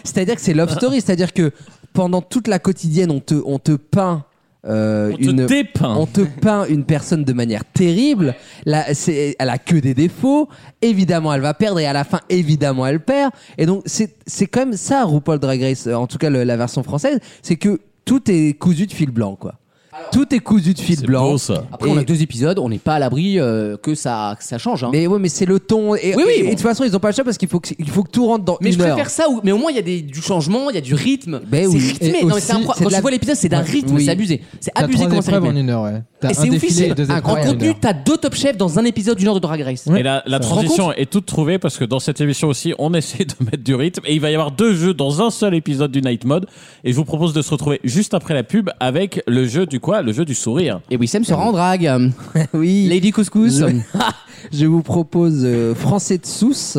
[SPEAKER 3] C'est-à-dire que c'est Love Story, c'est-à-dire que pendant toute la quotidienne, on te, on te peint. euh,
[SPEAKER 2] On te
[SPEAKER 3] une,
[SPEAKER 2] dépeint.
[SPEAKER 3] on te peint une personne de manière terrible. Là, c'est, elle a que des défauts. Évidemment, elle va perdre et à la fin, évidemment, elle perd. Et donc, c'est, c'est quand même ça, RuPaul Drag Race, euh, en tout cas le- la version française, c'est que tout est cousu de fil blanc, quoi. Tout est cousu de fil blanc.
[SPEAKER 2] beau, ça.
[SPEAKER 1] Après, on a
[SPEAKER 3] Et-
[SPEAKER 1] deux épisodes, on n'est pas à l'abri euh, que ça, que ça change. hein.
[SPEAKER 3] Mais ouais, mais c'est le ton. Et,
[SPEAKER 1] Oui, oui,
[SPEAKER 3] et- et
[SPEAKER 1] bon.
[SPEAKER 3] de toute façon, ils ont pas le choix parce qu'il faut que, il faut que tout rentre dans
[SPEAKER 1] Mais
[SPEAKER 3] une
[SPEAKER 1] je
[SPEAKER 3] heure.
[SPEAKER 1] préfère ça, où- mais au moins il y a des, du changement, il y a du rythme.
[SPEAKER 3] Ben
[SPEAKER 1] c'est
[SPEAKER 3] oui.
[SPEAKER 1] rythmé.
[SPEAKER 3] Et
[SPEAKER 1] Non, mais
[SPEAKER 3] aussi,
[SPEAKER 1] c'est impro-
[SPEAKER 3] c'est
[SPEAKER 1] Quand
[SPEAKER 3] de
[SPEAKER 1] tu
[SPEAKER 3] la-
[SPEAKER 1] vois l'épisode, c'est d'un
[SPEAKER 3] Ouais.
[SPEAKER 1] rythme,
[SPEAKER 3] Oui.
[SPEAKER 1] c'est abusé. C'est
[SPEAKER 4] T'as
[SPEAKER 1] abusé
[SPEAKER 4] trois
[SPEAKER 1] comment c'est
[SPEAKER 4] épreuves en
[SPEAKER 1] rythmé.
[SPEAKER 4] une heure, ouais. T'as
[SPEAKER 1] Et
[SPEAKER 4] un
[SPEAKER 1] c'est
[SPEAKER 4] défilé et
[SPEAKER 1] officiel.
[SPEAKER 4] deux
[SPEAKER 1] En
[SPEAKER 4] épreuves en une
[SPEAKER 1] contenu,
[SPEAKER 4] heure.
[SPEAKER 1] t'as deux top chefs dans un épisode d'une heure de Drag Race.
[SPEAKER 2] Et la, la
[SPEAKER 1] Ça rend
[SPEAKER 2] transition
[SPEAKER 1] compte
[SPEAKER 2] est toute trouvée parce que dans cette émission aussi, on essaie de mettre du rythme et il va y avoir deux jeux dans un seul épisode du Night Mode. Et je vous propose de se retrouver juste après la pub avec le jeu du quoi Le jeu du sourire.
[SPEAKER 1] Et Wissem sera en drague.
[SPEAKER 3] oui.
[SPEAKER 1] Lady Couscous.
[SPEAKER 3] Je- Je vous propose euh, Français de Sousse,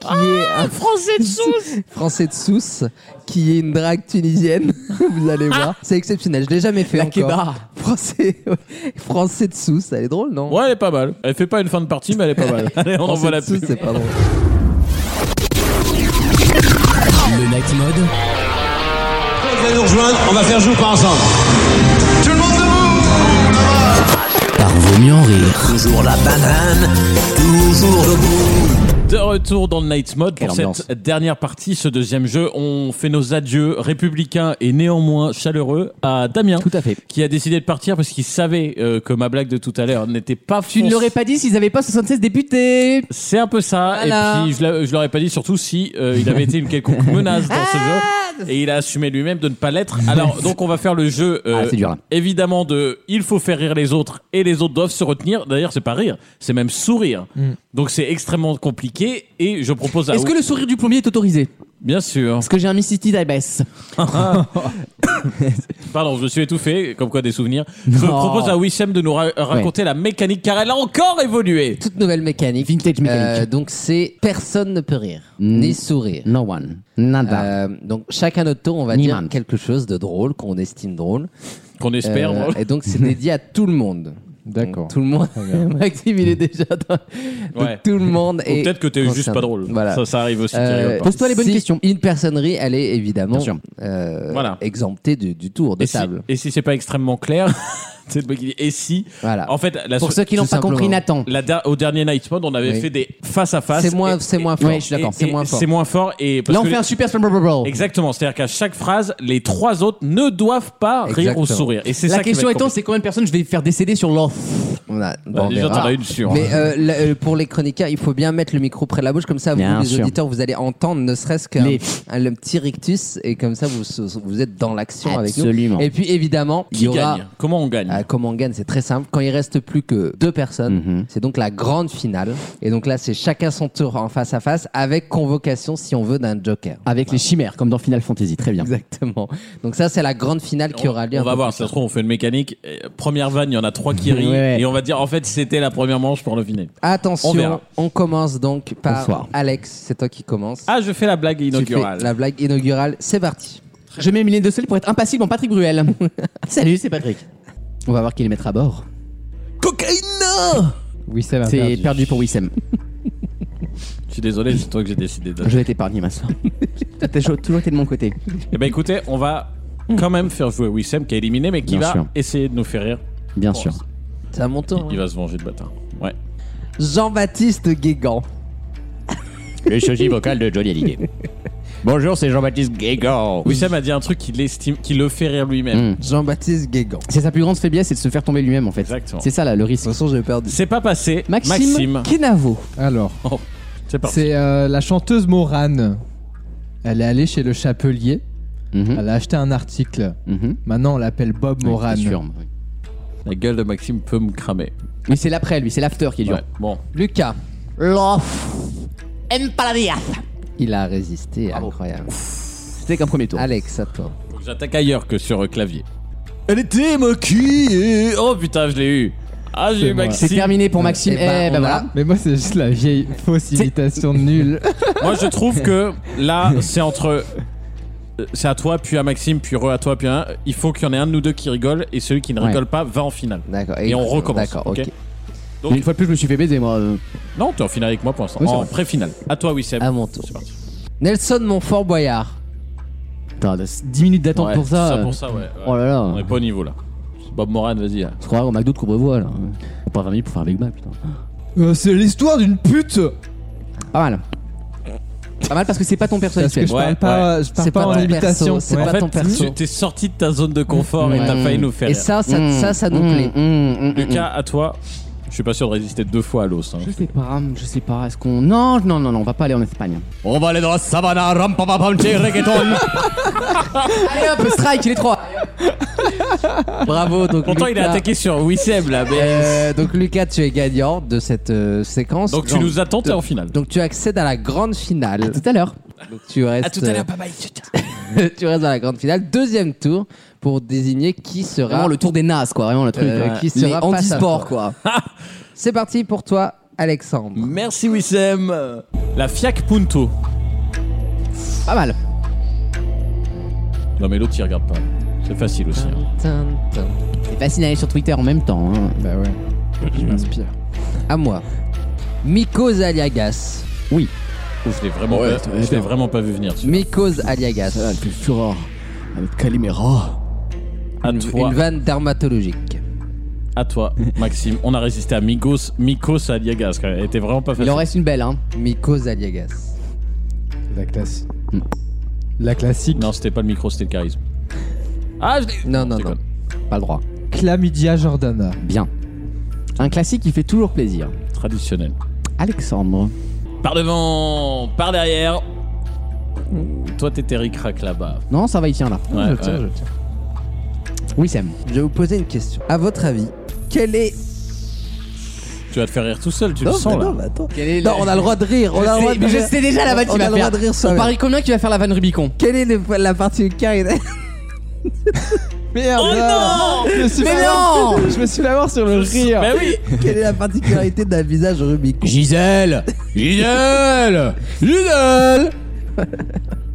[SPEAKER 3] qui est un
[SPEAKER 1] Français de sous
[SPEAKER 3] Français de Sousse, qui est une drague tunisienne. Vous allez voir, c'est exceptionnel. Je l'ai jamais fait
[SPEAKER 1] La
[SPEAKER 3] encore.
[SPEAKER 1] Keba.
[SPEAKER 3] Français, ouais. Français de Sousse, elle est drôle, non
[SPEAKER 2] Ouais, elle est pas mal. Elle fait pas une fin de partie, mais elle est pas mal. Allez, on
[SPEAKER 3] Français
[SPEAKER 2] envoie
[SPEAKER 3] de
[SPEAKER 2] la
[SPEAKER 3] Sousse,
[SPEAKER 2] pub.
[SPEAKER 3] c'est pas drôle.
[SPEAKER 10] Le Night Mode,
[SPEAKER 13] Vous allez nous rejoindre, on va faire jouer pas ensemble. Tout le monde
[SPEAKER 10] par Vaut mieux en rire.
[SPEAKER 13] Toujours la banane, toujours debout.
[SPEAKER 2] De retour dans le Night Mode
[SPEAKER 1] Quelle
[SPEAKER 2] pour
[SPEAKER 1] ambiance.
[SPEAKER 2] cette dernière partie, ce deuxième jeu. On fait nos adieux républicains et néanmoins chaleureux à Damien.
[SPEAKER 1] Tout à fait.
[SPEAKER 2] Qui a décidé de partir parce qu'il savait euh, que ma blague de tout à l'heure n'était pas
[SPEAKER 1] Tu ne
[SPEAKER 2] fonce-
[SPEAKER 1] l'aurais pas dit s'ils n'avaient pas 76 députés.
[SPEAKER 2] C'est un peu ça.
[SPEAKER 1] Voilà.
[SPEAKER 2] Et puis, je l'a- je l'aurais pas dit, surtout si euh, il avait été une quelconque menace dans ce
[SPEAKER 1] Ah,
[SPEAKER 2] jeu. Et il a assumé lui-même de ne pas l'être. Alors, donc, on va faire le jeu, euh,
[SPEAKER 1] Ah, c'est dur, là.
[SPEAKER 2] évidemment, de il faut faire rire les autres et les autres doivent se retenir. D'ailleurs, c'est pas rire, c'est même sourire.
[SPEAKER 1] Hmm.
[SPEAKER 2] Donc, c'est extrêmement compliqué. Et je propose à.
[SPEAKER 1] Est-ce que le sourire du plombier est autorisé
[SPEAKER 2] Bien sûr.
[SPEAKER 1] Parce que j'ai un Mississippi d'Ibès.
[SPEAKER 2] Pardon, je me suis étouffé, comme quoi des souvenirs. Je
[SPEAKER 1] Non.
[SPEAKER 2] propose à Wissem de nous ra- raconter la mécanique, car elle a encore évolué.
[SPEAKER 3] Toute nouvelle mécanique.
[SPEAKER 1] Vintage mécanique.
[SPEAKER 3] Euh, donc c'est personne ne peut rire,
[SPEAKER 2] Mm.
[SPEAKER 3] ni sourire.
[SPEAKER 1] No one.
[SPEAKER 2] bah.
[SPEAKER 1] Nada.
[SPEAKER 3] Euh, donc chacun notre tour, on va
[SPEAKER 1] Niemand.
[SPEAKER 3] dire quelque chose de drôle qu'on estime drôle.
[SPEAKER 2] Qu'on espère.
[SPEAKER 3] Euh,
[SPEAKER 2] voilà.
[SPEAKER 3] Et donc c'est dédié à tout le monde.
[SPEAKER 4] D'accord.
[SPEAKER 3] Donc, Tout le monde. Maxime, il est déjà dans. Donc,
[SPEAKER 2] Ouais.
[SPEAKER 3] Tout le monde
[SPEAKER 2] Ou
[SPEAKER 3] est.
[SPEAKER 2] peut-être que t'es juste
[SPEAKER 3] concerné.
[SPEAKER 2] pas drôle.
[SPEAKER 3] Voilà.
[SPEAKER 2] Ça, ça arrive aussi. tu
[SPEAKER 3] Euh,
[SPEAKER 2] rigoles pas.
[SPEAKER 1] Pose-toi les bonnes
[SPEAKER 3] si
[SPEAKER 1] questions.
[SPEAKER 3] Une personnerie, elle est évidemment
[SPEAKER 1] sûr.
[SPEAKER 3] euh,
[SPEAKER 2] Voilà.
[SPEAKER 3] exemptée du, du tour de
[SPEAKER 2] Et si,
[SPEAKER 3] table.
[SPEAKER 2] et si c'est pas extrêmement clair, c'est le mec qui dit et si.
[SPEAKER 3] Voilà.
[SPEAKER 2] En fait, la,
[SPEAKER 1] Pour
[SPEAKER 2] so-
[SPEAKER 1] ceux qui l'ont
[SPEAKER 3] tout
[SPEAKER 1] pas compris,
[SPEAKER 3] simplement.
[SPEAKER 1] Nathan.
[SPEAKER 2] la der- au dernier Night Mode, on avait
[SPEAKER 3] Oui.
[SPEAKER 2] fait des face à face.
[SPEAKER 3] C'est moins-
[SPEAKER 2] et-
[SPEAKER 3] c'est
[SPEAKER 2] et-
[SPEAKER 3] moins fort.
[SPEAKER 2] et-
[SPEAKER 3] Ouais, je suis d'accord,
[SPEAKER 2] et-
[SPEAKER 3] c'est
[SPEAKER 2] et-
[SPEAKER 3] moins fort.
[SPEAKER 2] C'est moins fort et parce
[SPEAKER 1] Là, on
[SPEAKER 2] que
[SPEAKER 1] fait
[SPEAKER 2] les-
[SPEAKER 1] un super Slam Roll.
[SPEAKER 2] Exactement, c'est-à-dire qu'à chaque phrase, les trois autres ne doivent pas rire ou
[SPEAKER 3] Exactement.
[SPEAKER 2] sourire. Et c'est ça
[SPEAKER 1] La
[SPEAKER 2] qui va
[SPEAKER 1] question
[SPEAKER 2] être
[SPEAKER 1] étant, c'est combien de personnes je vais faire décéder sur l'off
[SPEAKER 3] Voilà.
[SPEAKER 2] compliqué.
[SPEAKER 3] Bon, on
[SPEAKER 2] bah, déjà,
[SPEAKER 3] verra.
[SPEAKER 2] t'en as une sûre.
[SPEAKER 3] Mais euh, la- euh, pour les chroniqueurs, il faut bien mettre le micro près de la bouche, comme ça, vous,
[SPEAKER 1] Bien
[SPEAKER 3] les
[SPEAKER 1] sûr.
[SPEAKER 3] auditeurs, vous allez entendre ne serait-ce qu'un
[SPEAKER 1] Les-
[SPEAKER 3] un- le petit rictus, et comme ça, vous, vous êtes dans l'action avec nous.
[SPEAKER 1] Absolument.
[SPEAKER 3] Et puis, évidemment, il
[SPEAKER 2] Qui
[SPEAKER 3] y aura.
[SPEAKER 2] gagne Comment on gagne
[SPEAKER 3] Euh, comment on gagne, c'est très simple. Quand il reste plus que deux personnes,
[SPEAKER 1] Mhm.
[SPEAKER 3] c'est donc la grande finale. Et donc là, c'est chacun son tour en face à face avec convocation, si on veut, d'un joker.
[SPEAKER 1] Avec les chimères, comme dans Final Fantasy. Très bien.
[SPEAKER 3] Exactement. Donc ça, c'est la grande finale qui
[SPEAKER 2] On-
[SPEAKER 3] aura lieu.
[SPEAKER 2] on
[SPEAKER 3] un
[SPEAKER 2] va
[SPEAKER 3] peu
[SPEAKER 2] voir,
[SPEAKER 3] plus
[SPEAKER 2] ça se
[SPEAKER 3] tard.
[SPEAKER 2] trouve, on fait une mécanique. Et, Première vanne, il y en a trois qui rient.
[SPEAKER 1] Ouais.
[SPEAKER 2] Et on va dire, en fait, c'était la première manche pour le final. On
[SPEAKER 3] Attention,
[SPEAKER 2] verra.
[SPEAKER 3] on, commence donc par
[SPEAKER 1] Bonsoir.
[SPEAKER 3] Alex. C'est toi qui commence.
[SPEAKER 2] Ah, je fais la blague
[SPEAKER 3] Tu fais
[SPEAKER 2] inaugurale.
[SPEAKER 3] la blague inaugurale. C'est parti.
[SPEAKER 1] Je mets Mylène de Soleil pour être impassible en Patrick Bruel. Salut, c'est Patrick. On va voir qui les mettra à bord. Cocaïne
[SPEAKER 4] Oui, ça va.
[SPEAKER 1] C'est Ah, perdu. pour Wissem.
[SPEAKER 2] Je suis désolé, c'est toi que j'ai décidé de.
[SPEAKER 1] Je vais t'épargner, ma soeur. T'as toujours toujours été de mon côté.
[SPEAKER 2] Eh ben écoutez, on va quand même faire jouer Wissem qui est éliminé mais qui
[SPEAKER 1] Bien
[SPEAKER 2] va
[SPEAKER 1] sûr.
[SPEAKER 2] essayer de nous faire rire.
[SPEAKER 1] Bien sûr.
[SPEAKER 3] C'est à mon tour.
[SPEAKER 2] Il
[SPEAKER 3] hein.
[SPEAKER 2] va se venger de bâtard. Ouais.
[SPEAKER 3] Jean-Baptiste Guégan.
[SPEAKER 7] Le sosie vocal de Johnny Hallyday. Bonjour, c'est Jean-Baptiste Guégan.
[SPEAKER 2] Wissem a dit un truc qui l'estime, qui le fait rire lui-même.
[SPEAKER 1] Mm.
[SPEAKER 3] Jean-Baptiste Guégan. De
[SPEAKER 1] C'est sa plus grande faiblesse, c'est de se faire tomber lui-même en fait.
[SPEAKER 2] Exactement.
[SPEAKER 1] C'est ça là, le risque.
[SPEAKER 3] toute façon, j'ai perdu.
[SPEAKER 2] C'est pas passé.
[SPEAKER 1] Maxime, Kenavo.
[SPEAKER 4] Alors,
[SPEAKER 2] C'est parti.
[SPEAKER 4] c'est euh, la chanteuse Morane. Elle est allée chez le chapelier.
[SPEAKER 1] Mhm.
[SPEAKER 4] Elle a acheté un article.
[SPEAKER 1] Mhm.
[SPEAKER 4] Maintenant, on l'appelle Bob
[SPEAKER 1] Ouais,
[SPEAKER 4] Morane.
[SPEAKER 1] c'est sûr.
[SPEAKER 2] La gueule de Maxime peut me cramer.
[SPEAKER 1] Mais c'est l'après lui, c'est l'after qui est dur.
[SPEAKER 2] Ouais, Bon.
[SPEAKER 3] Lucas.
[SPEAKER 1] L'off. Empaladias.
[SPEAKER 3] Il a résisté.
[SPEAKER 1] Ah
[SPEAKER 3] Incroyable.
[SPEAKER 1] C'était qu'un premier tour.
[SPEAKER 3] Alex, à toi.
[SPEAKER 2] Faut que j'attaque ailleurs que sur euh, clavier. Elle était maquillée. Oh putain, je l'ai eu. Ah, j'ai
[SPEAKER 4] C'est
[SPEAKER 2] eu
[SPEAKER 4] moi.
[SPEAKER 1] C'est
[SPEAKER 2] Maxime.
[SPEAKER 1] terminé pour Maxime.
[SPEAKER 3] Eh
[SPEAKER 1] Eh
[SPEAKER 3] ben,
[SPEAKER 1] ben,
[SPEAKER 3] on a-
[SPEAKER 1] voilà.
[SPEAKER 4] Mais moi, c'est juste la vieille fausse imitation nulle.
[SPEAKER 2] Moi, je trouve que là, c'est entre euh, c'est à toi, puis à Maxime, puis re à toi, puis à un. Il faut qu'il y en ait un de nous deux qui rigole et celui qui ne rigole ouais. pas va en finale.
[SPEAKER 3] D'accord.
[SPEAKER 2] Et, on recommence.
[SPEAKER 3] D'accord, ok.
[SPEAKER 2] ok.
[SPEAKER 1] Donc, une fois de plus, je me suis fait baiser, moi. euh.
[SPEAKER 2] Non, t'es en finale avec moi pour l'instant.
[SPEAKER 1] Oui, c'est
[SPEAKER 2] en
[SPEAKER 1] vrai.
[SPEAKER 2] pré-finale. À toi, Wissem.
[SPEAKER 3] À mon tour. Nelson Montfort Boyard.
[SPEAKER 1] Putain, là, c'est 10 minutes d'attente
[SPEAKER 2] Ouais,
[SPEAKER 1] pour ça.
[SPEAKER 2] tout ça
[SPEAKER 1] euh.
[SPEAKER 2] pour ça, ouais, ouais.
[SPEAKER 1] Oh là là.
[SPEAKER 2] On est pas au niveau là. Bob Moran, vas-y. hein. là.
[SPEAKER 1] Je crois au McDo de Courbevoie, là. hein. On pas 20 minutes pour faire un Big Mac, putain.
[SPEAKER 4] Euh, c'est l'histoire d'une pute
[SPEAKER 1] Pas mal. Pas mal parce que c'est pas ton perso.
[SPEAKER 4] Parce que je
[SPEAKER 1] Axel.
[SPEAKER 4] parle pas, je parle
[SPEAKER 1] C'est
[SPEAKER 4] pas,
[SPEAKER 1] pas
[SPEAKER 4] en
[SPEAKER 1] ton
[SPEAKER 4] imitation.
[SPEAKER 1] perso, c'est
[SPEAKER 4] Ouais.
[SPEAKER 1] pas
[SPEAKER 2] En fait,
[SPEAKER 1] ton perso.
[SPEAKER 2] tu t'es sorti de ta zone de confort et
[SPEAKER 1] Ouais. Mm.
[SPEAKER 2] t'as failli nous faire.
[SPEAKER 3] Et
[SPEAKER 2] rire.
[SPEAKER 3] ça, ça, ça, ça nous plaît.
[SPEAKER 2] Lucas, à toi. Je suis pas sûr de résister deux fois à l'os. hein.
[SPEAKER 1] Je sais pas, je sais pas. Est-ce qu'on. Non, non, non, non, on va pas aller en Espagne.
[SPEAKER 7] On va aller dans la savana, ram pam pam pam, tchè, reggaeton.
[SPEAKER 1] Allez hop, strike, les trois Bravo, donc.
[SPEAKER 2] Pourtant, il est
[SPEAKER 1] Lucas-
[SPEAKER 2] attaqué sur Wissem là. Mais...
[SPEAKER 3] Euh, donc Lucas, tu es gagnant de cette euh, séquence.
[SPEAKER 2] Donc tu
[SPEAKER 3] Jean-
[SPEAKER 2] nous attends, t'es en finale.
[SPEAKER 3] Donc tu accèdes à la grande finale.
[SPEAKER 1] Tout à l'heure.
[SPEAKER 3] Donc tu restes. euh, tu restes dans la grande finale. Deuxième tour pour désigner qui sera.
[SPEAKER 1] Vraiment le tour des nazes, quoi. Vraiment le truc.
[SPEAKER 3] Euh,
[SPEAKER 1] euh,
[SPEAKER 3] qui
[SPEAKER 1] les
[SPEAKER 3] sera face à
[SPEAKER 1] handisports,
[SPEAKER 3] toi.
[SPEAKER 1] quoi.
[SPEAKER 3] C'est parti pour toi, Alexandre.
[SPEAKER 2] Merci Wissem. La Fiac Punto.
[SPEAKER 1] Pas mal.
[SPEAKER 2] Non mais l'autre il regarde pas. C'est facile aussi. hein.
[SPEAKER 3] Tin, tin.
[SPEAKER 1] C'est facile d'aller sur Twitter en même temps. hein.
[SPEAKER 4] Bah ouais. Je m'inspire.
[SPEAKER 3] À moi. Mikos Aliagas.
[SPEAKER 2] Ouf, je l'ai vraiment,
[SPEAKER 1] Ouais,
[SPEAKER 2] pas,
[SPEAKER 1] ouais,
[SPEAKER 2] je
[SPEAKER 1] ouais.
[SPEAKER 2] l'ai vraiment pas vu venir. celui-là.
[SPEAKER 3] Mikos Aliagas.
[SPEAKER 1] Ça, elle fait fureur. Avec Calimera.
[SPEAKER 2] À
[SPEAKER 3] Une
[SPEAKER 2] toi,
[SPEAKER 3] vanne dermatologique.
[SPEAKER 2] à toi, Maxime. On a résisté à Migos, Mikos Aliagas. quand même. Elle était vraiment pas
[SPEAKER 1] Il
[SPEAKER 2] facile.
[SPEAKER 1] en reste une belle, hein.
[SPEAKER 3] Mikos Aliagas.
[SPEAKER 4] La classe.
[SPEAKER 1] Hmm.
[SPEAKER 4] La classique.
[SPEAKER 2] Non, c'était pas le micro, c'était le charisme. Ah, je l'ai eu.
[SPEAKER 3] Non, non,
[SPEAKER 2] c'est
[SPEAKER 3] non.
[SPEAKER 2] con.
[SPEAKER 1] Pas le droit.
[SPEAKER 4] Chlamydia Jordana.
[SPEAKER 1] Bien. Un classique qui fait toujours plaisir.
[SPEAKER 2] Traditionnel.
[SPEAKER 1] Alexandre.
[SPEAKER 2] Par devant, par derrière. Toi, t'étais ricrac là-bas.
[SPEAKER 1] Non, ça va, il tient là.
[SPEAKER 2] Ouais, ouais.
[SPEAKER 1] Oui, Sam.
[SPEAKER 3] Je vais vous poser une question. À votre avis, quel est.
[SPEAKER 2] Tu vas te faire rire tout seul, tu le sens
[SPEAKER 3] mais
[SPEAKER 2] là.
[SPEAKER 3] non, mais attends.
[SPEAKER 1] Quel est
[SPEAKER 3] Non, on a le droit de rire. On a le droit de
[SPEAKER 1] je
[SPEAKER 3] rire.
[SPEAKER 1] sais déjà la vanne
[SPEAKER 3] On
[SPEAKER 1] qu'il
[SPEAKER 3] a
[SPEAKER 1] va
[SPEAKER 3] le droit
[SPEAKER 1] faire.
[SPEAKER 3] de rire
[SPEAKER 1] On
[SPEAKER 3] soi-même.
[SPEAKER 1] parie combien que tu vas faire la vanne Rubicon
[SPEAKER 3] Quelle est le- la partie carré
[SPEAKER 4] Merde Je me suis
[SPEAKER 1] Oh Mais
[SPEAKER 4] fait avoir- Je me suis fait avoir sur le rire
[SPEAKER 2] Mais oui
[SPEAKER 3] Quelle est la particularité d'un visage Rubicon
[SPEAKER 7] Gisèle Gisèle Gisèle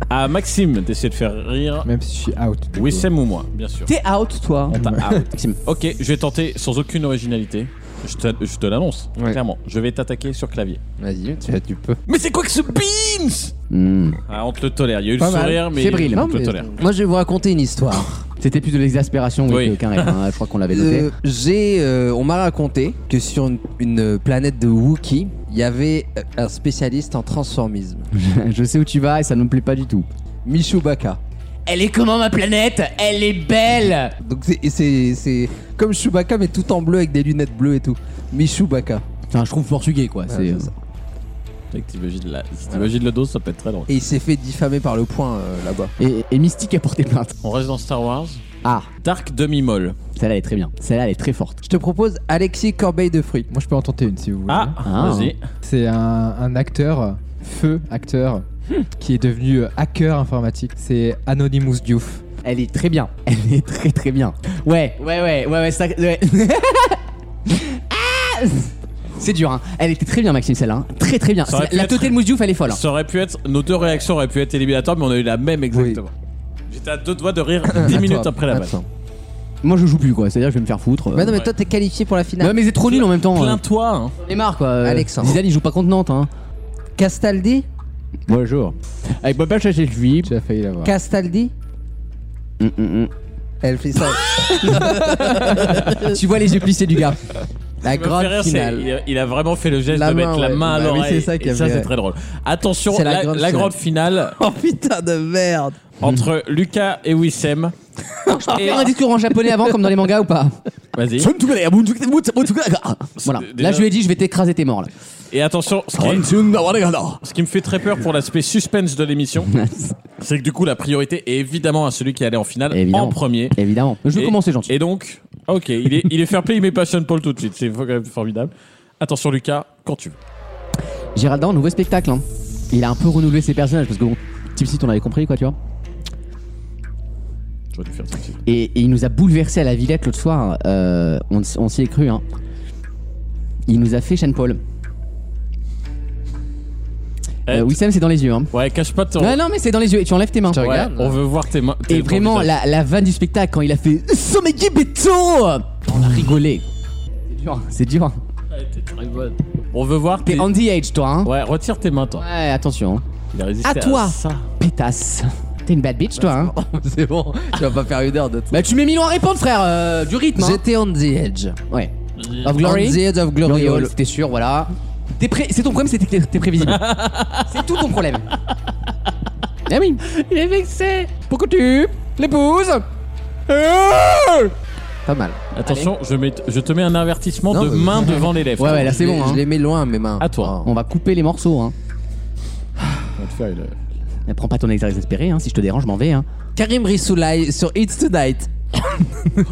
[SPEAKER 2] Ah, Maxime, t'essayes de faire rire.
[SPEAKER 4] Même si je suis out. du coup.
[SPEAKER 2] Wissem ou moi, bien sûr.
[SPEAKER 1] T'es out, toi.
[SPEAKER 2] On t'a out.
[SPEAKER 1] Maxime.
[SPEAKER 2] Ok, je vais tenter sans aucune originalité. Je te, je te l'annonce,
[SPEAKER 3] Ouais.
[SPEAKER 2] clairement. Je vais t'attaquer sur clavier.
[SPEAKER 3] Vas-y, tu, tu peux.
[SPEAKER 2] Mais c'est quoi que ce Beans ah, On te le tolère. Il y a eu
[SPEAKER 3] Pas
[SPEAKER 2] le
[SPEAKER 3] mal.
[SPEAKER 2] sourire, mais
[SPEAKER 1] Hmm. Fébrile.
[SPEAKER 2] on
[SPEAKER 3] Non,
[SPEAKER 2] te le
[SPEAKER 3] mais-
[SPEAKER 2] tolère.
[SPEAKER 3] moi, je vais vous raconter une histoire.
[SPEAKER 1] C'était plus de l'exaspération oui,
[SPEAKER 2] Oui.
[SPEAKER 1] que qu'un rêve. hein. Je crois qu'on l'avait noté.
[SPEAKER 3] Euh, J'ai, euh, on m'a raconté que sur une, une planète de Wookiee, il y avait euh, un spécialiste en transformisme,
[SPEAKER 1] je sais où tu vas et ça ne me plaît pas du tout.
[SPEAKER 3] Michou Baka.
[SPEAKER 1] Elle est comment ma planète Elle est belle
[SPEAKER 3] Donc c'est- c'est c'est comme Chewbacca mais tout en bleu avec des lunettes bleues et tout. Mais Chewbacca.
[SPEAKER 1] Enfin, je trouve portugais quoi. c'est
[SPEAKER 3] c'est ça.
[SPEAKER 2] Tu sais que t'imagines la- si t'imagines le dos, ça peut être très drôle.
[SPEAKER 3] Et il s'est fait diffamer par le point euh, là-bas.
[SPEAKER 1] et, et Mystique a porté plainte.
[SPEAKER 2] On reste dans Star Wars.
[SPEAKER 1] Ah,
[SPEAKER 2] Dark demi-molle.
[SPEAKER 1] celle-là elle est très bien. Celle-là elle est très forte.
[SPEAKER 3] Je te propose Alexis Corbeil de Fruits.
[SPEAKER 4] Moi je peux en tenter une si vous voulez.
[SPEAKER 2] Ah,
[SPEAKER 1] Ah.
[SPEAKER 2] vas-y.
[SPEAKER 4] C'est un, un acteur, euh, feu acteur,
[SPEAKER 1] Hmm.
[SPEAKER 4] qui est devenu euh, hacker informatique. C'est Anonymous Diouf.
[SPEAKER 1] Elle est très bien. Elle est très très bien. Ouais, ouais, ouais, ouais, ouais, ça. ouais. Ah C'est dur, hein. Elle était très bien, Maxime, celle-là. hein. Très très bien.
[SPEAKER 2] Ça aurait
[SPEAKER 1] C'est-
[SPEAKER 2] pu
[SPEAKER 1] La
[SPEAKER 2] être-
[SPEAKER 1] totale mousse Diouf, elle est folle. hein.
[SPEAKER 2] Ça aurait pu être. Nos deux réactions auraient pu être éliminatoires, mais on a eu la même exactement. J'étais à deux doigts de rire 10 minutes
[SPEAKER 3] Attends,
[SPEAKER 2] après la balle.
[SPEAKER 3] attends.
[SPEAKER 1] Moi, je joue plus, quoi. C'est-à-dire, je vais me faire foutre. euh.
[SPEAKER 3] Bah non mais toi t'es qualifié pour la finale.
[SPEAKER 1] Ouais, mais c'est trop nul en même temps. euh.
[SPEAKER 2] Plains-toi. hein.
[SPEAKER 1] J'en ai marre, quoi. Euh,
[SPEAKER 3] Alexandre.
[SPEAKER 1] Zidane, il joue pas contre Nantes, hein.
[SPEAKER 3] Castaldi
[SPEAKER 1] Bonjour. Avec Papa Chachelvi.
[SPEAKER 4] Tu as failli l'avoir.
[SPEAKER 3] Castaldi Hum, Elle fait ça.
[SPEAKER 1] tu vois les yeux plissés du gars.
[SPEAKER 3] la
[SPEAKER 2] Ce qui me fait
[SPEAKER 3] grande
[SPEAKER 2] rire, c'est-
[SPEAKER 3] finale.
[SPEAKER 2] il a- Il a vraiment fait le geste
[SPEAKER 3] La
[SPEAKER 2] de
[SPEAKER 3] main,
[SPEAKER 2] mettre la
[SPEAKER 3] ouais.
[SPEAKER 2] main à
[SPEAKER 3] Bah oui,
[SPEAKER 2] l'oreille.
[SPEAKER 3] c'est ça qui
[SPEAKER 2] et
[SPEAKER 3] a
[SPEAKER 2] ça,
[SPEAKER 3] fait-
[SPEAKER 2] c'est très drôle. Attention,
[SPEAKER 3] C'est
[SPEAKER 2] la,
[SPEAKER 3] la grande
[SPEAKER 2] la grande finale
[SPEAKER 3] Oh putain de merde.
[SPEAKER 2] entre Lucas et Wissem.
[SPEAKER 1] Faire un discours en japonais avant, comme dans les mangas ou pas
[SPEAKER 2] Vas-y. Ah,
[SPEAKER 1] Voilà. Là, je lui ai dit, je vais t'écraser tes morts, là.
[SPEAKER 2] Et attention, ce qui, ce qui me fait très peur pour l'aspect suspense de l'émission, c'est que du coup, la priorité est évidemment à celui qui allait en finale
[SPEAKER 1] Évidemment.
[SPEAKER 2] en premier.
[SPEAKER 1] Évidemment. Je veux
[SPEAKER 2] Et-
[SPEAKER 1] commencer gentil.
[SPEAKER 2] Et donc, ah, ok, il est, il est fair play, il met Passion Paul tout de suite. C'est quand même formidable. Attention, Lucas, quand tu veux.
[SPEAKER 1] Géraldin, nouveau spectacle. hein. Il a un peu renouvelé ses personnages parce que bon, Tipsit, on avait compris quoi, tu vois.
[SPEAKER 2] J'aurais dû faire tout de suite.
[SPEAKER 1] Et, et il nous a bouleversé à la Villette l'autre soir. hein. Euh, on s- on s'y est cru. Hein. Il nous a fait Shane Paul. Euh, Wissem, c'est dans les yeux. Hein.
[SPEAKER 2] Ouais, cache pas ton.
[SPEAKER 1] Non, non, mais c'est dans les yeux. Et tu enlèves tes mains.
[SPEAKER 2] Oh. Tu ouais, regardes, on veut voir tes mains. tes
[SPEAKER 1] Et
[SPEAKER 2] beaux
[SPEAKER 1] vraiment,
[SPEAKER 2] visages.
[SPEAKER 1] la, la vanne du spectacle, quand il a fait Somegibeto On a rigolé. C'est dur, c'est dur.
[SPEAKER 2] Ouais, t'es très bonne. On veut voir
[SPEAKER 1] T'es
[SPEAKER 2] tes.
[SPEAKER 1] on the edge, toi. Hein.
[SPEAKER 2] Ouais, retire tes mains, toi.
[SPEAKER 1] Ouais, attention. hein.
[SPEAKER 2] Il a résisté
[SPEAKER 1] À toi,
[SPEAKER 2] ça.
[SPEAKER 1] pétasse. T'es une bad bitch, toi. Hein.
[SPEAKER 3] C'est bon, tu vas pas faire une heure de tout.
[SPEAKER 1] Bah, tu mets mille ans à répondre, frère. euh, du rythme. hein.
[SPEAKER 3] J'étais on the edge.
[SPEAKER 1] Ouais. Of Glory.
[SPEAKER 3] On the edge of glory
[SPEAKER 1] Glory
[SPEAKER 3] hole.
[SPEAKER 1] hole, c'était sûr, voilà. T'es pré- C'est ton problème, c'est que t'es- t'es prévisible. c'est tout ton problème. Ah oui.
[SPEAKER 14] Il est vexé.
[SPEAKER 1] Pourquoi tu l'épouses
[SPEAKER 3] Pas mal.
[SPEAKER 2] Attention, je, mets, je te mets un avertissement
[SPEAKER 3] Non,
[SPEAKER 2] de
[SPEAKER 3] mais-
[SPEAKER 2] main devant les lèvres.
[SPEAKER 1] Ouais, ouais, là
[SPEAKER 3] Je
[SPEAKER 1] c'est bon.
[SPEAKER 3] les-
[SPEAKER 1] Hein.
[SPEAKER 3] Je les mets loin, mes mains. Ah.
[SPEAKER 2] À toi.
[SPEAKER 1] On va couper les morceaux. Hein.
[SPEAKER 2] On va te faire une-
[SPEAKER 1] Mais Prends pas ton exercice espéré, hein. si je te dérange, je m'en vais. Hein.
[SPEAKER 3] Karim Rissoulaï sur It's Tonight. non,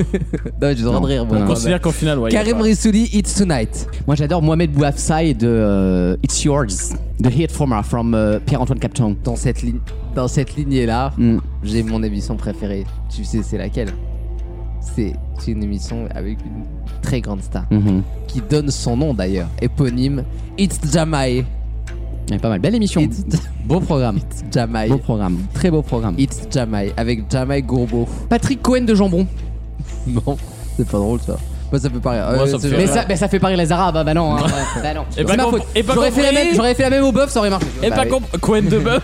[SPEAKER 3] je dois
[SPEAKER 1] Non,
[SPEAKER 3] de rire.
[SPEAKER 1] non,
[SPEAKER 3] moi.
[SPEAKER 1] non. bah,
[SPEAKER 2] On considère qu'au final, ouais. il y a
[SPEAKER 3] Karim
[SPEAKER 2] pas-
[SPEAKER 3] Rissouli, It's Tonight.
[SPEAKER 1] Moi j'adore Mohamed Bouafsaï de euh, It's Yours, de Hit Former from euh, Pierre-Antoine Capton.
[SPEAKER 3] Dans cette, ligne, dans cette lignée-là,
[SPEAKER 1] Mm.
[SPEAKER 3] j'ai mon émission préférée. Tu sais, c'est laquelle C'est c'est une émission avec une très grande star.
[SPEAKER 1] Mhm.
[SPEAKER 3] Qui donne son nom d'ailleurs, éponyme. It's Jamai.
[SPEAKER 1] Ouais, pas mal, belle émission.
[SPEAKER 3] It's,
[SPEAKER 1] Beau programme.
[SPEAKER 3] It's Jamai.
[SPEAKER 1] Beau programme. Très beau programme.
[SPEAKER 3] It's Jamai. Avec Jamai Gourbeau.
[SPEAKER 1] Patrick Cohen de Jambon.
[SPEAKER 3] Non, c'est pas drôle ça. Moi ça fait pas rire.
[SPEAKER 2] Moi,
[SPEAKER 3] Euh,
[SPEAKER 2] ça me
[SPEAKER 3] c'est
[SPEAKER 2] fait
[SPEAKER 3] vrai.
[SPEAKER 1] Mais ça, mais ça fait pas rire les Arabes, ah bah non. hein. bah non.
[SPEAKER 2] Et
[SPEAKER 1] C'est
[SPEAKER 2] pas
[SPEAKER 1] ma
[SPEAKER 2] comp-
[SPEAKER 1] faute.
[SPEAKER 2] et pas
[SPEAKER 1] J'aurais fait, la
[SPEAKER 2] compris.
[SPEAKER 1] même- j'aurais fait la même au bœuf, ça aurait marché.
[SPEAKER 2] Et Eh,
[SPEAKER 3] Bah
[SPEAKER 2] pas
[SPEAKER 3] oui.
[SPEAKER 2] comp. Cohen de bœuf.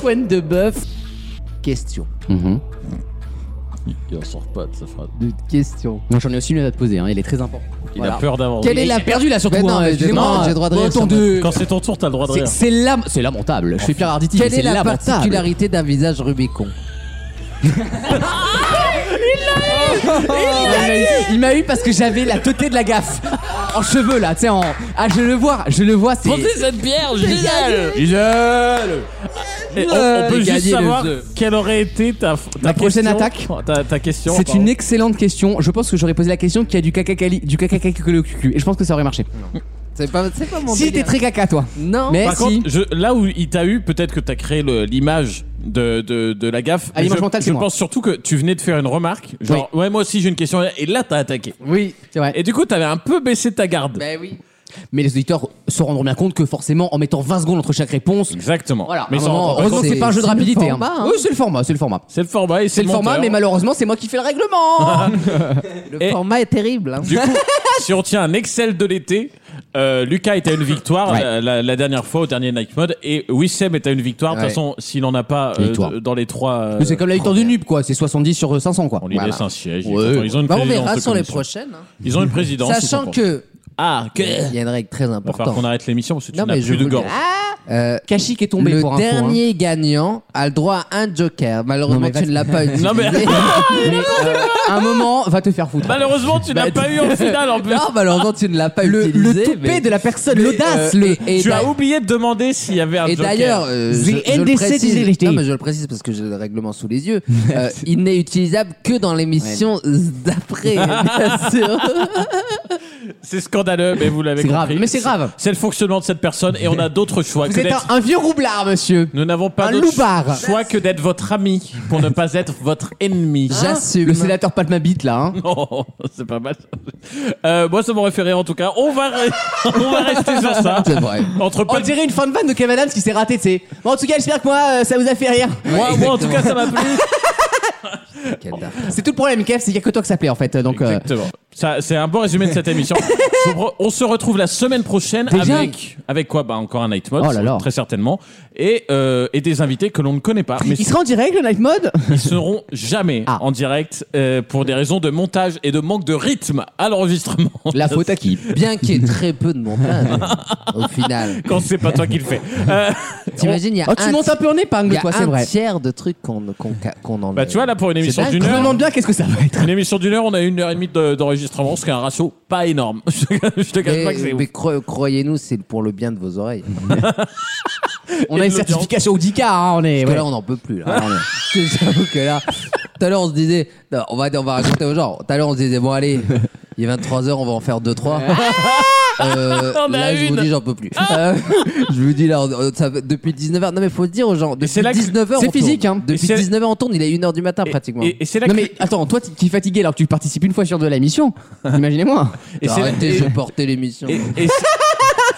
[SPEAKER 1] Cohen de bœuf.
[SPEAKER 3] Question.
[SPEAKER 2] Il en sort pas de sa phrase.
[SPEAKER 3] Une question.
[SPEAKER 1] Moi j'en ai aussi une à te poser, hein. elle est très importante.
[SPEAKER 2] Il a peur d'avancer.
[SPEAKER 1] Quelle est la perdu là surtout
[SPEAKER 3] Mais non,
[SPEAKER 1] hein,
[SPEAKER 3] mais j'ai
[SPEAKER 1] excusez-moi.
[SPEAKER 3] droit- j'ai droit de rire
[SPEAKER 1] Attends,
[SPEAKER 3] sur
[SPEAKER 1] de-
[SPEAKER 2] Quand c'est ton tour, t'as le droit de
[SPEAKER 1] C'est-
[SPEAKER 2] rire.
[SPEAKER 1] C'est lam- c'est lamentable. Je suis Pierre Arditi. mais
[SPEAKER 3] Quelle
[SPEAKER 1] c'est
[SPEAKER 3] est la
[SPEAKER 1] lamentable.
[SPEAKER 3] particularité d'un visage Rubicon
[SPEAKER 1] Il m'a eu- Il m'a eu parce que j'avais la teuté de la gaffe en cheveux là, tu sais en ah je le vois, je le vois, c'est
[SPEAKER 2] cette bière, Gisèle Et on,
[SPEAKER 1] Euh,
[SPEAKER 2] on peut juste
[SPEAKER 3] Gagner le
[SPEAKER 2] savoir
[SPEAKER 3] jeu.
[SPEAKER 2] quelle aurait été ta, ta
[SPEAKER 1] La prochaine
[SPEAKER 2] question-
[SPEAKER 1] attaque
[SPEAKER 2] Ta, ta question.
[SPEAKER 1] c'est
[SPEAKER 2] pardon.
[SPEAKER 1] une excellente question. Je pense que j'aurais posé la question qui a du caca cali- du caca caca que le cul et je pense que ça aurait marché.
[SPEAKER 3] C'est pas, c'est pas mon
[SPEAKER 1] Si t'es
[SPEAKER 3] délire.
[SPEAKER 1] très caca toi.
[SPEAKER 3] Non.
[SPEAKER 1] Mais
[SPEAKER 2] Par
[SPEAKER 1] si.
[SPEAKER 2] contre, je- là où il t'a eu, peut-être que t'as créé le- l'image de, de, de la gaffe.
[SPEAKER 1] Ah, l'image
[SPEAKER 2] je,
[SPEAKER 1] mentale, c'est
[SPEAKER 2] je
[SPEAKER 1] moi.
[SPEAKER 2] pense surtout que tu venais de faire une remarque. Genre, ouais, moi aussi j'ai une question. Et là, t'as attaqué.
[SPEAKER 1] Oui, c'est vrai.
[SPEAKER 2] Et du coup, t'avais un peu baissé ta garde.
[SPEAKER 1] Bah,
[SPEAKER 3] Ben oui.
[SPEAKER 1] Mais les auditeurs se rendront bien compte que forcément en mettant 20 secondes entre chaque réponse,
[SPEAKER 2] Exactement.
[SPEAKER 1] voilà,
[SPEAKER 2] Mais
[SPEAKER 1] à un
[SPEAKER 2] ils s'en
[SPEAKER 1] moment,
[SPEAKER 2] rendent pas
[SPEAKER 1] heureusement
[SPEAKER 2] compte.
[SPEAKER 1] que c'est pas un jeu de
[SPEAKER 3] Oh, c'est le
[SPEAKER 1] rapidité. hein.
[SPEAKER 3] format, hein.
[SPEAKER 1] Oui, c'est le format, c'est le format.
[SPEAKER 2] c'est le format et c'est
[SPEAKER 1] C'est le format,
[SPEAKER 2] monteur.
[SPEAKER 1] mais malheureusement, c'est moi qui fais le règlement.
[SPEAKER 3] Le
[SPEAKER 2] Et-
[SPEAKER 3] format est terrible. hein.
[SPEAKER 2] Du coup, si on tient un Excel de l'été, euh, Lucas est à une victoire
[SPEAKER 1] Ouais.
[SPEAKER 2] la, la- la dernière fois au dernier Night Mode et Wissem est à une victoire. De
[SPEAKER 3] Ouais.
[SPEAKER 2] toute façon, s'il en a pas euh,
[SPEAKER 1] Victoire.
[SPEAKER 2] d- dans les trois, euh,
[SPEAKER 1] Mais c'est comme la victoire du noob, quoi. C'est 70 sur 500, quoi.
[SPEAKER 2] on lui laisse un siège. il est
[SPEAKER 1] Ouais.
[SPEAKER 2] content. Ils ont une
[SPEAKER 3] Bah, on
[SPEAKER 2] présidence
[SPEAKER 3] verra
[SPEAKER 2] de
[SPEAKER 3] sur les
[SPEAKER 2] commission.
[SPEAKER 3] prochaines. hein.
[SPEAKER 2] Ils ont une présidence. ils sont
[SPEAKER 3] Sachant
[SPEAKER 2] contents.
[SPEAKER 3] que.
[SPEAKER 2] ah que
[SPEAKER 3] Il y a une règle très
[SPEAKER 2] Il va falloir qu'on
[SPEAKER 3] importante.
[SPEAKER 2] arrête l'émission parce que tu
[SPEAKER 3] Non,
[SPEAKER 2] n'as
[SPEAKER 3] mais je
[SPEAKER 2] plus
[SPEAKER 3] vous
[SPEAKER 2] de
[SPEAKER 3] le
[SPEAKER 2] gorge.
[SPEAKER 3] Euh,
[SPEAKER 1] Kachik est tombé
[SPEAKER 3] le
[SPEAKER 1] pour info, hein.
[SPEAKER 3] dernier gagnant a le droit à un joker.
[SPEAKER 1] Non,
[SPEAKER 3] Malheureusement,
[SPEAKER 1] mais
[SPEAKER 3] tu ne l'as pas utilisé.
[SPEAKER 2] Non, mais-
[SPEAKER 1] Mais, euh, un moment, va te faire foutre.
[SPEAKER 2] Malheureusement, tu n'as pas eu en finale en plus.
[SPEAKER 3] Bah, Non, malheureusement, tu ne l'as pas
[SPEAKER 1] le, le
[SPEAKER 3] utilisé.
[SPEAKER 1] toupet
[SPEAKER 3] mais-
[SPEAKER 1] de la personne,
[SPEAKER 3] mais,
[SPEAKER 1] l'audace,
[SPEAKER 3] euh,
[SPEAKER 1] le.
[SPEAKER 3] et- et
[SPEAKER 2] tu as
[SPEAKER 3] d'a-
[SPEAKER 2] oublié de demander s'il y avait un
[SPEAKER 3] Et
[SPEAKER 2] joker.
[SPEAKER 3] d'ailleurs, euh,
[SPEAKER 1] The
[SPEAKER 3] je, je le
[SPEAKER 1] NDC disait les
[SPEAKER 3] précise,
[SPEAKER 1] ch'tis.
[SPEAKER 3] non, mais je le précise parce que j'ai le règlement sous les yeux. euh, il n'est utilisable que dans l'émission d'après, bien sûr.
[SPEAKER 2] c'est scandaleux, mais vous l'avez
[SPEAKER 1] C'est
[SPEAKER 2] compris.
[SPEAKER 1] grave, mais c'est grave.
[SPEAKER 2] C'est le fonctionnement de cette personne et on a d'autres choix.
[SPEAKER 1] Vous
[SPEAKER 2] que
[SPEAKER 1] êtes
[SPEAKER 2] d'être-
[SPEAKER 1] un, un vieux roublard, monsieur.
[SPEAKER 2] Nous n'avons pas
[SPEAKER 1] Un
[SPEAKER 2] d'autre
[SPEAKER 1] loupard.
[SPEAKER 2] choix que d'être votre ami pour ne pas être votre ennemi.
[SPEAKER 3] J'assume.
[SPEAKER 1] Le sénateur palme ma bite, là. hein.
[SPEAKER 2] Non, c'est pas mal. Euh, moi, ça m'aurait fait rire en tout cas. On va, re- on va rester sur ça.
[SPEAKER 3] C'est vrai.
[SPEAKER 2] Entre
[SPEAKER 1] On
[SPEAKER 2] pas
[SPEAKER 1] dirait une fin de vanne de Kevin Adams qui s'est raté, tu sais. Bon, en tout cas, j'espère que moi, euh, ça vous a fait rire.
[SPEAKER 2] moi, moi, en tout cas, ça m'a plu.
[SPEAKER 3] Quel dard.
[SPEAKER 1] C'est tout le problème, Kev, c'est qu'il y a que toi que ça plaît, en fait. Donc, euh,
[SPEAKER 2] Exactement. Ça, c'est un bon résumé de cette émission. Je vous pro- on se retrouve la semaine prochaine
[SPEAKER 1] Déjà
[SPEAKER 2] avec avec quoi Bah encore un night mode,
[SPEAKER 1] Oh là là.
[SPEAKER 2] très certainement, et euh, et des invités que l'on ne connaît pas, mais
[SPEAKER 1] il sera en direct, le night mode
[SPEAKER 2] ils seront jamais
[SPEAKER 1] Ah.
[SPEAKER 2] en direct euh, pour des raisons de montage et de manque de rythme à l'enregistrement.
[SPEAKER 1] La faute à qui
[SPEAKER 3] Bien qu'il y ait très peu de montage, au final.
[SPEAKER 2] Quand c'est pas toi qui le fais. Euh,
[SPEAKER 3] T'imagines, il y a
[SPEAKER 1] Oh,
[SPEAKER 3] un
[SPEAKER 1] tu montes un peu en
[SPEAKER 3] il y
[SPEAKER 1] épingle,
[SPEAKER 3] a
[SPEAKER 1] toi, c'est
[SPEAKER 3] un
[SPEAKER 1] vrai.
[SPEAKER 3] tiers de trucs qu'on qu'on ca- qu'on enlève.
[SPEAKER 2] bah tu vois là pour une émission
[SPEAKER 3] dingue.
[SPEAKER 2] d'une
[SPEAKER 1] Je me
[SPEAKER 2] heure.
[SPEAKER 1] demande bien qu'est-ce que ça va être.
[SPEAKER 2] Une émission d'une heure, on a une heure et demie de- d'enregistrement, ce qui est un ratio pas énorme. je te cache pas
[SPEAKER 1] Eh
[SPEAKER 3] mais,
[SPEAKER 2] que c'est
[SPEAKER 3] mais
[SPEAKER 2] ouf.
[SPEAKER 3] cro- croyez-nous, c'est pour le bien de vos oreilles.
[SPEAKER 1] On
[SPEAKER 2] Et
[SPEAKER 1] a une
[SPEAKER 2] de l'audience.
[SPEAKER 1] certification Audica, hein, on est.
[SPEAKER 3] Parce
[SPEAKER 1] ouais.
[SPEAKER 3] que
[SPEAKER 1] Ah.
[SPEAKER 3] là, on n'en peut plus. Là. J'avoue que là, tout à l'heure, on se disait, non, on, va, on va raconter aux gens. Tout à l'heure, on se disait, bon, allez, il est 23h, on va en faire 2-3. Euh,
[SPEAKER 2] On en a
[SPEAKER 3] là, je vous
[SPEAKER 2] une.
[SPEAKER 3] dis, j'en peux plus.
[SPEAKER 1] Ah.
[SPEAKER 3] Euh, je vous dis, là, on- on- ça fait- depuis 19h, non, mais faut se dire aux gens, depuis
[SPEAKER 2] c'est là que-
[SPEAKER 3] 19h,
[SPEAKER 1] c'est
[SPEAKER 3] on
[SPEAKER 1] physique,
[SPEAKER 3] tourne.
[SPEAKER 1] hein.
[SPEAKER 3] Depuis
[SPEAKER 2] Et c'est-
[SPEAKER 3] 19h, on tourne, il est 1h du matin pratiquement.
[SPEAKER 2] Et, et c'est là
[SPEAKER 1] non
[SPEAKER 2] que-
[SPEAKER 1] mais attends, toi t- qui es fatigué alors que tu participes une fois sur deux à l'émission, imaginez-moi.
[SPEAKER 2] et c'est là-
[SPEAKER 3] Arrêtez, je portais l'émission.
[SPEAKER 2] et- et c'est-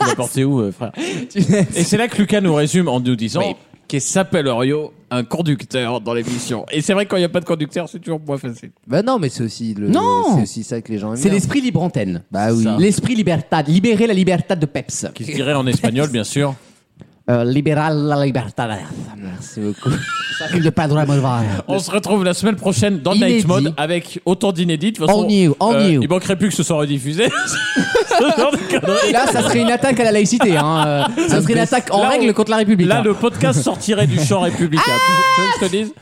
[SPEAKER 2] Tu l'as porté où, euh, frère Et c'est là que Lucas nous résume en nous disant
[SPEAKER 1] Oui.
[SPEAKER 2] qu'il s'appelle Rio un conducteur dans l'émission. Et c'est vrai que quand il n'y a pas de conducteur, c'est toujours moins facile.
[SPEAKER 3] Bah non, mais c'est aussi, le-
[SPEAKER 1] Non
[SPEAKER 3] c'est aussi ça que les gens aiment.
[SPEAKER 1] C'est
[SPEAKER 3] bien.
[SPEAKER 1] l'esprit libre antenne.
[SPEAKER 3] Bah oui.
[SPEAKER 1] L'esprit libertad. Libérer la libertad de Peps.
[SPEAKER 2] Qui se dirait en espagnol, bien sûr.
[SPEAKER 1] Euh, libéral la libertad. Merci beaucoup. Ça arrive de pas droit à me voir.
[SPEAKER 2] On se retrouve la semaine prochaine dans
[SPEAKER 1] Inédit.
[SPEAKER 2] Night Mode avec autant d'inédits. De toute façon, euh,
[SPEAKER 1] On y est, on y est.
[SPEAKER 2] Il manquerait plus que ce soit rediffusé. Ce genre de conneries.
[SPEAKER 1] Là, ça serait une attaque à la laïcité. Hein. Euh, Ça serait une attaque en
[SPEAKER 2] Là, on-
[SPEAKER 1] règle contre la République.
[SPEAKER 2] Là,
[SPEAKER 1] hein.
[SPEAKER 2] le podcast sortirait du champ républicain. Tu veux que je te dise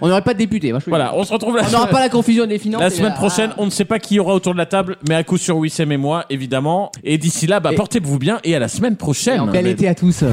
[SPEAKER 1] On n'aurait pas de député. moi, je suis-
[SPEAKER 2] Voilà, on se retrouve la
[SPEAKER 1] On n'aura pas la confusion des finances.
[SPEAKER 2] La
[SPEAKER 1] et
[SPEAKER 2] semaine prochaine, on ne sait pas qui y aura autour de la table, mais à coup sûr, Wissem et moi, évidemment. Et d'ici là, bah, portez-vous bien et à la semaine prochaine.
[SPEAKER 1] Bel été à tous.